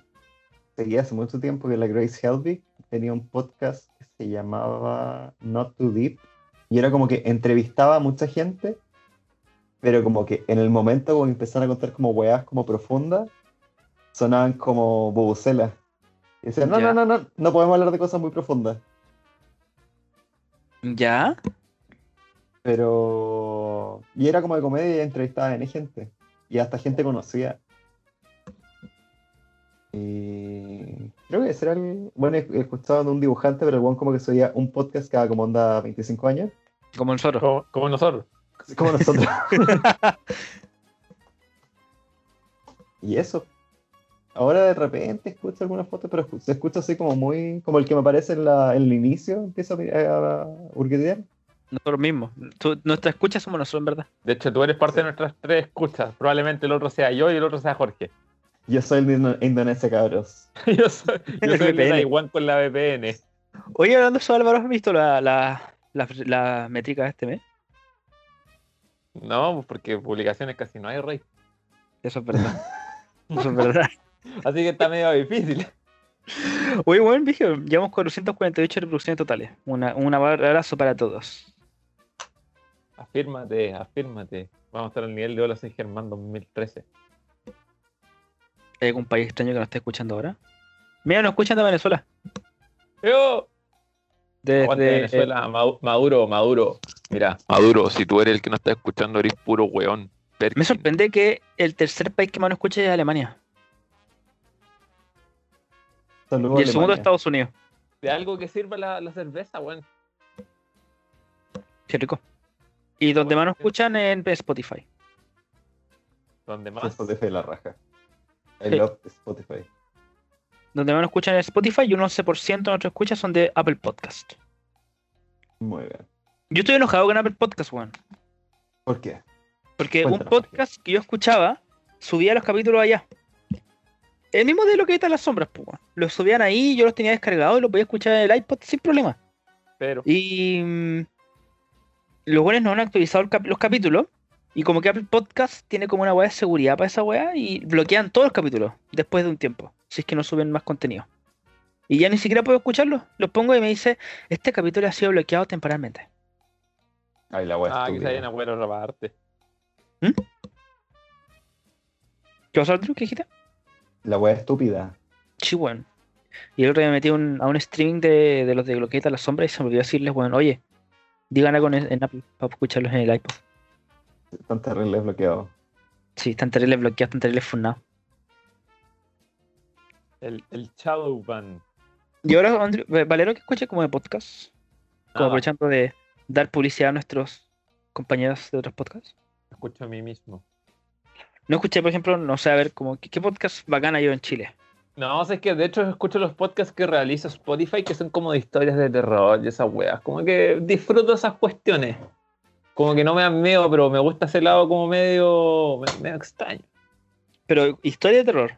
[SPEAKER 3] seguí hace mucho tiempo, que es la Grace Helbig. Tenía un podcast que se llamaba Not Too Deep. Y era como que entrevistaba a mucha gente, pero como que en el momento como que empezaron a contar como weas como profundas, sonaban como bubucelas. Y decían, no,
[SPEAKER 2] Ya.
[SPEAKER 3] no, no, no, no podemos hablar de cosas muy profundas.
[SPEAKER 2] ¿Ya?
[SPEAKER 3] Pero. Y era como de comedia y entrevistaba a N gente. Y hasta gente conocida. Y. Creo que ese era el. Bueno, he he escuchado de un dibujante, pero el buen como que subía un podcast cada como onda 25 años.
[SPEAKER 2] Como nosotros.
[SPEAKER 1] Como, como nosotros.
[SPEAKER 3] Así Como nosotros. y eso. Ahora de repente escucho algunas fotos, pero escu- se escucha así como muy. como el que me aparece en, la- en el inicio, empieza a, a, a hurguetear.
[SPEAKER 2] Nosotros mismos. Tú- nuestra escucha somos nosotros, en verdad.
[SPEAKER 1] De hecho, tú eres parte de nuestras tres escuchas. Probablemente el otro sea yo y el otro sea Jorge.
[SPEAKER 3] Yo soy de Indo- Indonesia, cabros.
[SPEAKER 1] Yo soy, yo
[SPEAKER 2] El
[SPEAKER 1] soy el de
[SPEAKER 2] VPN.
[SPEAKER 1] Taiwán con la VPN.
[SPEAKER 2] Oye, hablando de eso, Álvaro, ¿has visto la, la, la, la métrica de este mes?
[SPEAKER 1] No, porque publicaciones casi no hay, rey.
[SPEAKER 2] Eso es verdad. Eso es verdad.
[SPEAKER 1] Así que está medio difícil.
[SPEAKER 2] Oye, bueno, Vigio, llevamos 448 reproducciones totales. Una, un abrazo para todos.
[SPEAKER 1] Afírmate, afírmate. Vamos a estar al nivel de Hola Soy Germán 2013.
[SPEAKER 2] ¿Hay algún país extraño que nos esté escuchando ahora? Mira, nos escuchan de Venezuela.
[SPEAKER 1] ¡Yo!
[SPEAKER 2] Desde, eh,
[SPEAKER 1] Aguante Venezuela, Mau- Maduro, Maduro. Mira, Maduro, si tú eres el que no está escuchando, eres puro weón.
[SPEAKER 2] eh, me sorprende que el tercer país que más nos escucha es Alemania.
[SPEAKER 3] Saludos
[SPEAKER 2] Y el
[SPEAKER 3] a
[SPEAKER 2] segundo
[SPEAKER 3] Alemania.
[SPEAKER 2] es Estados Unidos.
[SPEAKER 1] De algo que sirva la, la cerveza, weón.
[SPEAKER 2] Qué rico. Y donde
[SPEAKER 1] Bueno,
[SPEAKER 2] más nos escuchan en Spotify.
[SPEAKER 1] Donde
[SPEAKER 3] Sí,
[SPEAKER 1] más.
[SPEAKER 3] Spotify la raja. I
[SPEAKER 2] Sí.
[SPEAKER 3] love Spotify.
[SPEAKER 2] Donde más nos escuchan en Spotify y un 11% de nuestros escuchas son de Apple Podcast.
[SPEAKER 3] Muy bien.
[SPEAKER 2] Yo estoy enojado con Apple Podcast, weón.
[SPEAKER 3] ¿Por qué?
[SPEAKER 2] Porque
[SPEAKER 3] Cuéntanos,
[SPEAKER 2] un
[SPEAKER 3] Jorge.
[SPEAKER 2] podcast que yo escuchaba, subía los capítulos allá. El mismo de lo que está en las sombras, pues. weón. Los subían ahí, yo los tenía descargados y los podía escuchar en el iPod sin problema.
[SPEAKER 1] Pero,
[SPEAKER 2] Y mm, los buenos no han actualizado el cap- los capítulos. Y como que Apple Podcast tiene como una weá de seguridad para esa weá y bloquean todos los capítulos después de un tiempo, si es que no suben más contenido. Y ya ni siquiera puedo escucharlos. Los pongo y me dice, este capítulo ha sido bloqueado temporalmente.
[SPEAKER 3] Ay, la wea
[SPEAKER 1] ah, que se
[SPEAKER 3] estúpida.
[SPEAKER 1] vayan a poder grabarte.
[SPEAKER 2] ¿Qué pasó, Andrew? ¿Qué dijiste?
[SPEAKER 3] La wea estúpida.
[SPEAKER 2] Sí, weón. Y el otro día me metí a un- a un streaming de, de los de Gloqueta a la Sombra y se me olvidó decirles, weón, oye, digan algo en, en Apple para escucharlos en el iPod.
[SPEAKER 3] Están terribles bloqueados.
[SPEAKER 2] Sí, están terribles bloqueados, están terribles funados.
[SPEAKER 1] El, el Shadow Ban.
[SPEAKER 2] Y ahora, Andrew- eh, Valero, que escuche como de podcast,
[SPEAKER 1] Nada,
[SPEAKER 2] como aprovechando de dar publicidad a nuestros compañeros de otros podcasts.
[SPEAKER 1] escucho a mí mismo.
[SPEAKER 2] No escuché, por ejemplo, no sé, a ver, como, ¿qué, qué podcast bacana yo en Chile?
[SPEAKER 1] No, o sea, es que de hecho escucho los podcasts que realiza Spotify que son como de historias de terror y esas weas. Como que disfruto esas cuestiones. Como que no me dan miedo, pero me gusta ese lado como medio, medio extraño.
[SPEAKER 2] Pero, historia de terror.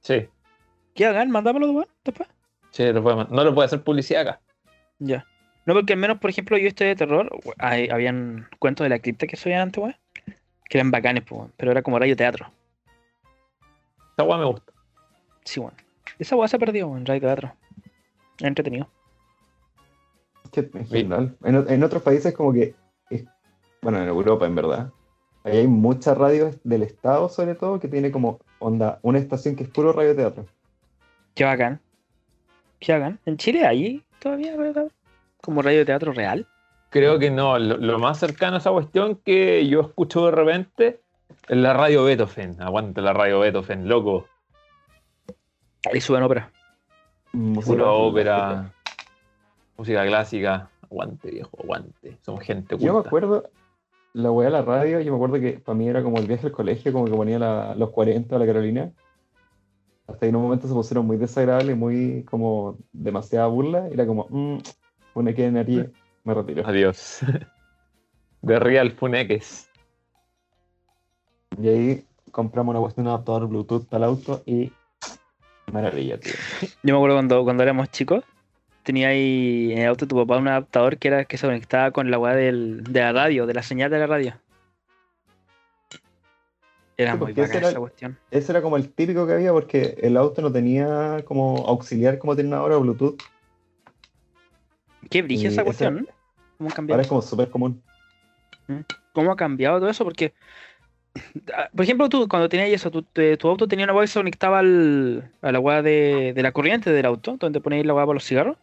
[SPEAKER 1] Sí,
[SPEAKER 2] ¿Qué hagan? Mándamelo, weón, después.
[SPEAKER 1] sí, lo puedo man- no lo puedo hacer publicidad acá.
[SPEAKER 2] Ya. No, porque al menos, por ejemplo, yo este de terror, we- hay- habían cuentos de la cripta que subían antes, weón. Que eran bacanes, pues, weón, pero era como radio teatro.
[SPEAKER 1] Esta weá me gusta.
[SPEAKER 2] Sí, weón. Esa weá se ha perdido, weón, radio teatro. Era entretenido.
[SPEAKER 3] Que en general, en, o- en otros países como que, es- bueno, en Europa en verdad, ahí hay muchas radios del Estado sobre todo que tiene como onda una estación que es puro radioteatro.
[SPEAKER 2] Qué bacán. Qué bacán. ¿En Chile ahí todavía, radio teatro? Como radio teatro real.
[SPEAKER 1] Creo que no, lo, lo más cercano a esa cuestión que yo escucho de repente es la radio Beethoven. Aguante la radio Beethoven, loco.
[SPEAKER 2] Ahí suben ópera.
[SPEAKER 3] Música
[SPEAKER 1] Pura ópera, música clásica. Aguante, viejo, aguante. Somos gente
[SPEAKER 3] Yo me
[SPEAKER 1] culta.
[SPEAKER 3] acuerdo, la weá de la radio, yo me acuerdo que para mí era como el viaje al colegio, como que ponía la- los 40 a la Carolina. Hasta que en un momento se pusieron muy desagradables, muy como demasiada burla. y Era como, mmm, una que en nariz, me retiro.
[SPEAKER 1] Adiós. De Real Funeques.
[SPEAKER 3] Y ahí compramos una cuestión de adaptador Bluetooth para el auto y maravilla, tío.
[SPEAKER 2] Yo me acuerdo cuando, cuando éramos chicos, tenía ahí en el auto de tu papá un adaptador que era que se conectaba con la weá del- de la radio, de la señal de la radio. Era
[SPEAKER 3] Sí,
[SPEAKER 2] muy
[SPEAKER 3] porque ese
[SPEAKER 2] bacana
[SPEAKER 3] era-
[SPEAKER 2] esa cuestión.
[SPEAKER 3] Ese era como el típico que había porque el auto no tenía como auxiliar como tiene ahora Bluetooth.
[SPEAKER 2] Qué brige
[SPEAKER 3] y
[SPEAKER 2] esa
[SPEAKER 3] ese-
[SPEAKER 2] cuestión. ¿eh? ¿Cómo ha cambiado?
[SPEAKER 3] Ahora es como súper común.
[SPEAKER 2] ¿Cómo ha cambiado todo eso? Porque, ah, por ejemplo, tú cuando tenías eso, tu, te- tu auto tenía una weá que se conectaba al, a la weá de, de la corriente del auto, donde ponéis la weá para los cigarros.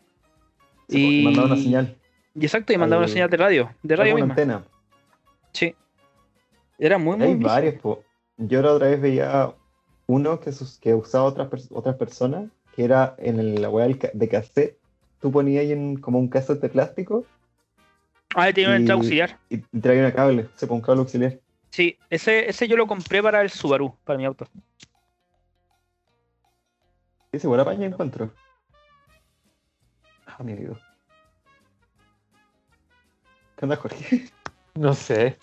[SPEAKER 3] pues, Y...
[SPEAKER 2] y,
[SPEAKER 3] Mandaba una señal.
[SPEAKER 2] y exacto, y mandaba una
[SPEAKER 3] al-
[SPEAKER 2] señal de radio, de
[SPEAKER 3] Era
[SPEAKER 2] radio
[SPEAKER 3] como una
[SPEAKER 2] misma.
[SPEAKER 3] antena.
[SPEAKER 2] Sí. Era muy, muy
[SPEAKER 3] Hay
[SPEAKER 2] brígido.
[SPEAKER 3] varios, po. Yo la otra vez veía uno que, sus- que usaba otras, pers- otras personas, que era en el- la weá del ca- de cassette. Tú ponías ahí en, como un cassette de plástico
[SPEAKER 2] Ah, él tenía una entrada
[SPEAKER 3] Y-
[SPEAKER 2] auxiliar.
[SPEAKER 3] y, y traía una cable, se ponía un cable auxiliar.
[SPEAKER 2] Sí, ese, ese yo lo compré para el Subaru, para mi auto.
[SPEAKER 3] Y se buena paña encuentro. Ah, mi amigo. ¿Qué onda, Jorge?
[SPEAKER 1] No sé.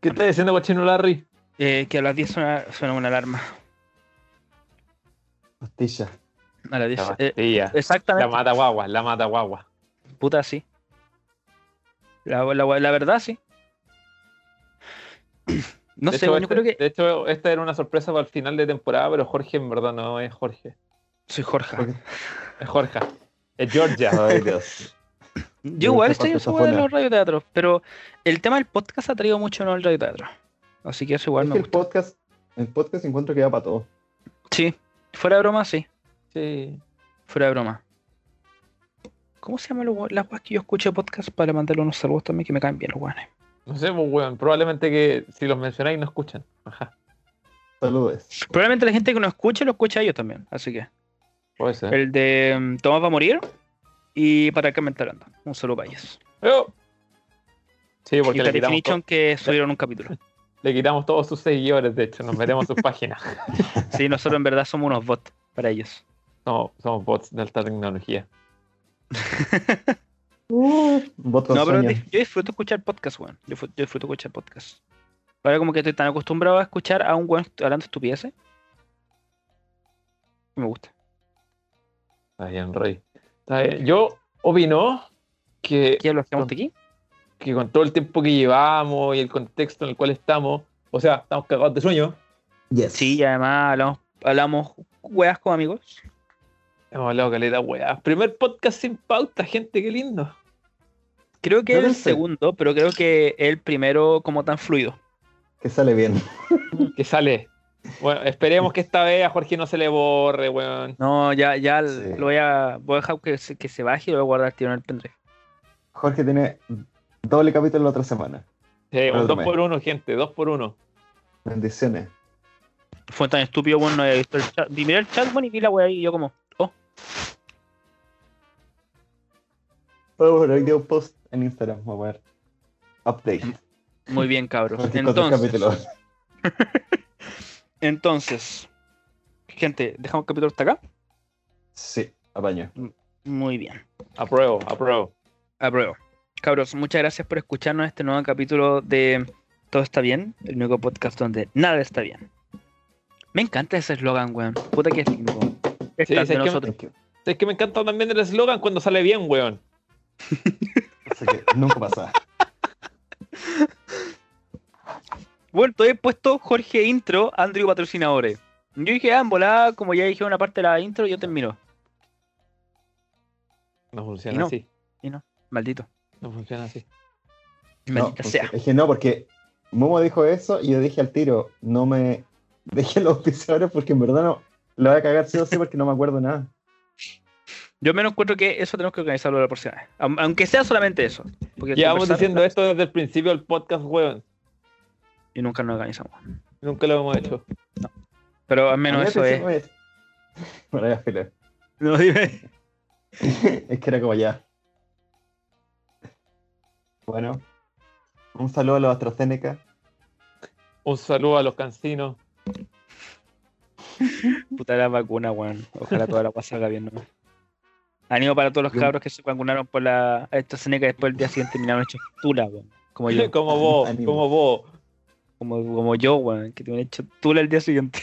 [SPEAKER 1] ¿Qué está diciendo Cochino Larry?
[SPEAKER 2] Eh, que a las 10 suena, suena una alarma.
[SPEAKER 3] Hostilla.
[SPEAKER 2] A las 10.
[SPEAKER 1] La
[SPEAKER 2] eh,
[SPEAKER 1] pastilla. La
[SPEAKER 2] exactamente.
[SPEAKER 1] mata guagua, la mata guagua.
[SPEAKER 2] Puta, sí. La, la- la verdad, sí. No
[SPEAKER 1] de
[SPEAKER 2] sé,
[SPEAKER 1] hecho,
[SPEAKER 2] bueno, yo
[SPEAKER 1] este-
[SPEAKER 2] creo que
[SPEAKER 1] de hecho, esta era una sorpresa para el final de temporada, pero Jorge en verdad no es Jorge.
[SPEAKER 2] soy Jorge.
[SPEAKER 3] Jorge.
[SPEAKER 1] Es Jorge. Es Georgia.
[SPEAKER 3] Ay, Dios.
[SPEAKER 2] Yo igual
[SPEAKER 3] Jorge
[SPEAKER 2] estoy en
[SPEAKER 3] Jorge
[SPEAKER 2] su hueá de
[SPEAKER 3] Zafona.
[SPEAKER 2] los radioteatros, pero el tema del podcast ha traído mucho no al radioteatro. Así que eso igual
[SPEAKER 3] Es
[SPEAKER 2] me
[SPEAKER 3] que el
[SPEAKER 2] gusta.
[SPEAKER 3] podcast, el podcast encuentro que va para todo.
[SPEAKER 2] Sí, fuera de broma, sí.
[SPEAKER 1] Sí.
[SPEAKER 2] Fuera de broma. ¿Cómo se llaman los hue- las weas que yo escucho de podcast para mandarle unos saludos también que me caen bien los weones?
[SPEAKER 1] No sé, pues, weón. Probablemente que si los mencionáis no escuchan. Ajá.
[SPEAKER 3] Saludos.
[SPEAKER 2] Probablemente la gente que nos escuche lo escucha a ellos también. Así que
[SPEAKER 1] Ah. Puede ser.
[SPEAKER 2] el de mm, Tomás va a morir y para acá me está hablando. Un saludo para ellos.
[SPEAKER 1] ¡Oh! Sí,
[SPEAKER 2] Y
[SPEAKER 1] porque
[SPEAKER 2] The
[SPEAKER 1] le quitamos,
[SPEAKER 2] Definition que subieron un capítulo.
[SPEAKER 1] to- le quitamos todos sus seguidores, de hecho. Nos metemos a sus páginas.
[SPEAKER 2] Sí, nosotros en verdad somos unos bots para ellos.
[SPEAKER 1] No, somos bots de alta tecnología.
[SPEAKER 3] Uh, bot con
[SPEAKER 2] No, pero
[SPEAKER 3] sueño.
[SPEAKER 2] dis- yo disfruto escuchar podcast, weón. Yo, fu- yo disfruto escuchar podcast. Ahora como que estoy tan acostumbrado a escuchar a un weón hablando estupideces. Me gusta.
[SPEAKER 1] Está bien, Rey. Está bien. Yo opino que
[SPEAKER 2] ¿Qué lo hacemos de aquí?
[SPEAKER 1] que con todo el tiempo que llevamos y el contexto en el cual estamos, o sea, estamos cagados de sueño.
[SPEAKER 3] Yes.
[SPEAKER 2] Sí, y además hablamos, hablamos weas con amigos.
[SPEAKER 1] Hemos hablado caleta, weá. Primer podcast sin pauta, gente, qué lindo.
[SPEAKER 2] Creo que
[SPEAKER 3] Yo
[SPEAKER 2] es el
[SPEAKER 3] pensé-
[SPEAKER 2] segundo, pero creo que el primero como tan fluido.
[SPEAKER 3] Que sale bien.
[SPEAKER 1] Que sale. Bueno, esperemos que esta vez a Jorge no se le borre, weón.
[SPEAKER 2] No, ya, ya l-
[SPEAKER 3] Sí.
[SPEAKER 2] lo voy a, voy a dejar que se, que se baje y lo voy a guardar tío en el pendrive.
[SPEAKER 3] Jorge tiene doble capítulo la otra semana.
[SPEAKER 1] Sí, un
[SPEAKER 3] Perdón,
[SPEAKER 1] dos
[SPEAKER 3] me-
[SPEAKER 1] por uno, gente, dos por uno.
[SPEAKER 3] Bendiciones.
[SPEAKER 2] Fue tan estúpido, bueno, no había visto el chat. Vi miré el chat, bueno, y vi la wea y yo como, oh,
[SPEAKER 3] Vamos a poner un post en Instagram, vamos a ver. Update.
[SPEAKER 2] muy bien, cabros.
[SPEAKER 3] Jorge con tres
[SPEAKER 2] Entonces,
[SPEAKER 3] capítulos.
[SPEAKER 2] entonces, gente, dejamos el capítulo hasta acá.
[SPEAKER 3] Sí, apaño.
[SPEAKER 2] Muy bien.
[SPEAKER 1] Apruebo, apruebo.
[SPEAKER 2] Apruebo. Cabros, muchas gracias por escucharnos este nuevo capítulo de Todo está bien, el único podcast donde nada está bien. Me encanta ese eslogan, weón. Puta que es lindo. Es
[SPEAKER 1] Sí,
[SPEAKER 2] parte
[SPEAKER 1] sé
[SPEAKER 2] de
[SPEAKER 1] que-
[SPEAKER 2] nosotros.
[SPEAKER 3] Thank you.
[SPEAKER 1] Es que me encanta también el eslogan cuando sale bien, weón.
[SPEAKER 3] Así que nunca pasa.
[SPEAKER 2] Bueno, todavía he puesto Jorge Intro, Andrew Patrocinadores. Yo dije, ah, en volada, como ya dije una parte de la intro, yo termino.
[SPEAKER 1] No
[SPEAKER 2] Y
[SPEAKER 1] funciona
[SPEAKER 2] no.
[SPEAKER 1] así.
[SPEAKER 2] Maldito.
[SPEAKER 1] No funciona así.
[SPEAKER 2] Maldita
[SPEAKER 3] No, pues
[SPEAKER 2] sea.
[SPEAKER 3] porque- Es que no, porque Momo dijo eso y yo dije al tiro, no me deje los pisadores porque en verdad no lo voy a cagar sí o sí porque no me acuerdo nada.
[SPEAKER 2] Yo menos encuentro que eso tenemos que organizarlo la próxima vez. Am- Aunque sea solamente eso. Porque
[SPEAKER 1] Llevamos
[SPEAKER 2] conversar-
[SPEAKER 1] diciendo esto desde el principio del podcast, weón.
[SPEAKER 2] Y nunca nos organizamos.
[SPEAKER 1] Nunca lo hemos hecho.
[SPEAKER 2] Pero al menos
[SPEAKER 3] A mí
[SPEAKER 2] eso
[SPEAKER 3] al
[SPEAKER 2] es.
[SPEAKER 3] principio me- pues. Bueno, ya, filo.
[SPEAKER 2] No, dime.
[SPEAKER 3] Es que era como ya. Bueno, un saludo a los AstraZeneca.
[SPEAKER 1] Un saludo a los cancinos.
[SPEAKER 2] Puta la vacuna, weón. Ojalá toda la cosa salga bien, ¿no? Ánimo para todos los
[SPEAKER 3] Yo-
[SPEAKER 2] cabros que se vacunaron por la AstraZeneca y después el día siguiente terminaron hechos tula, weón. Como yo,
[SPEAKER 1] Como vos,
[SPEAKER 3] Ánimo.
[SPEAKER 1] como vos.
[SPEAKER 2] como, como yo, weón, que terminé hecho tula el día siguiente.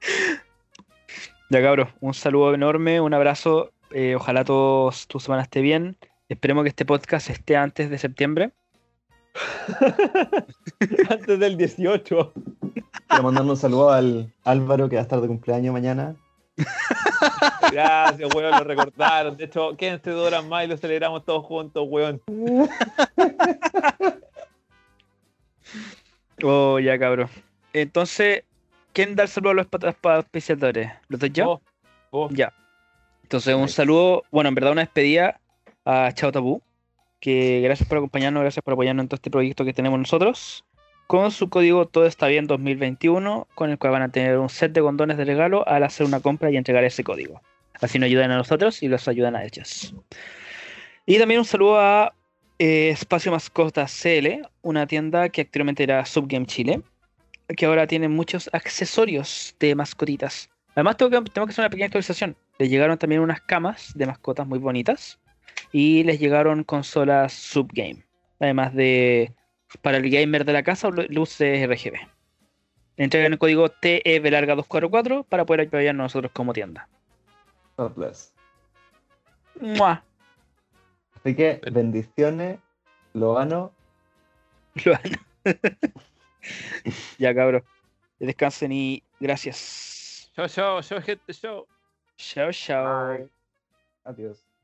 [SPEAKER 2] ya, cabros, un saludo enorme, un abrazo. eh, ojalá todos tu semana esté bien. Esperemos que este podcast esté antes de septiembre.
[SPEAKER 1] Antes del 18.
[SPEAKER 3] Quiero mandarle un saludo al Álvaro que va a estar de cumpleaños mañana.
[SPEAKER 1] Gracias, weón, lo recordaron. De hecho, quédense dos horas más y lo celebramos todos juntos, weón.
[SPEAKER 2] Oh, ya, cabros. Entonces, ¿quién da el saludo a los patas auspiciadores? ¿Los doy yo?
[SPEAKER 1] Vos, vos.
[SPEAKER 2] Ya. Entonces, un saludo, bueno, en verdad una despedida a Chao Tabú, que gracias por acompañarnos, gracias por apoyarnos en todo este proyecto que tenemos nosotros, con su código Todo está bien 2021, con el cual van a tener un set de condones de regalo al hacer una compra y entregar ese código. Así nos ayudan a nosotros y los ayudan a ellos. Y también un saludo a eh, Espacio Mascota CL, una tienda que actualmente era Subgame Chile, que ahora tiene muchos accesorios de mascotitas. Además, tengo que, tengo que hacer una pequeña actualización. Les llegaron también unas camas de mascotas muy bonitas. Y les llegaron consolas subgame. Además de para el gamer de la casa, lu- luces RGB. Entregan el código E TEBLARGA244 para poder apoyarnos nosotros como tienda.
[SPEAKER 3] God bless.
[SPEAKER 2] ¡Mua!
[SPEAKER 3] Así que bendiciones, Loano.
[SPEAKER 2] Luana. ya, cabrón. Descansen y gracias.
[SPEAKER 1] Yo, yo, yo, gente, yo.
[SPEAKER 2] Chao, chao.
[SPEAKER 3] Adiós.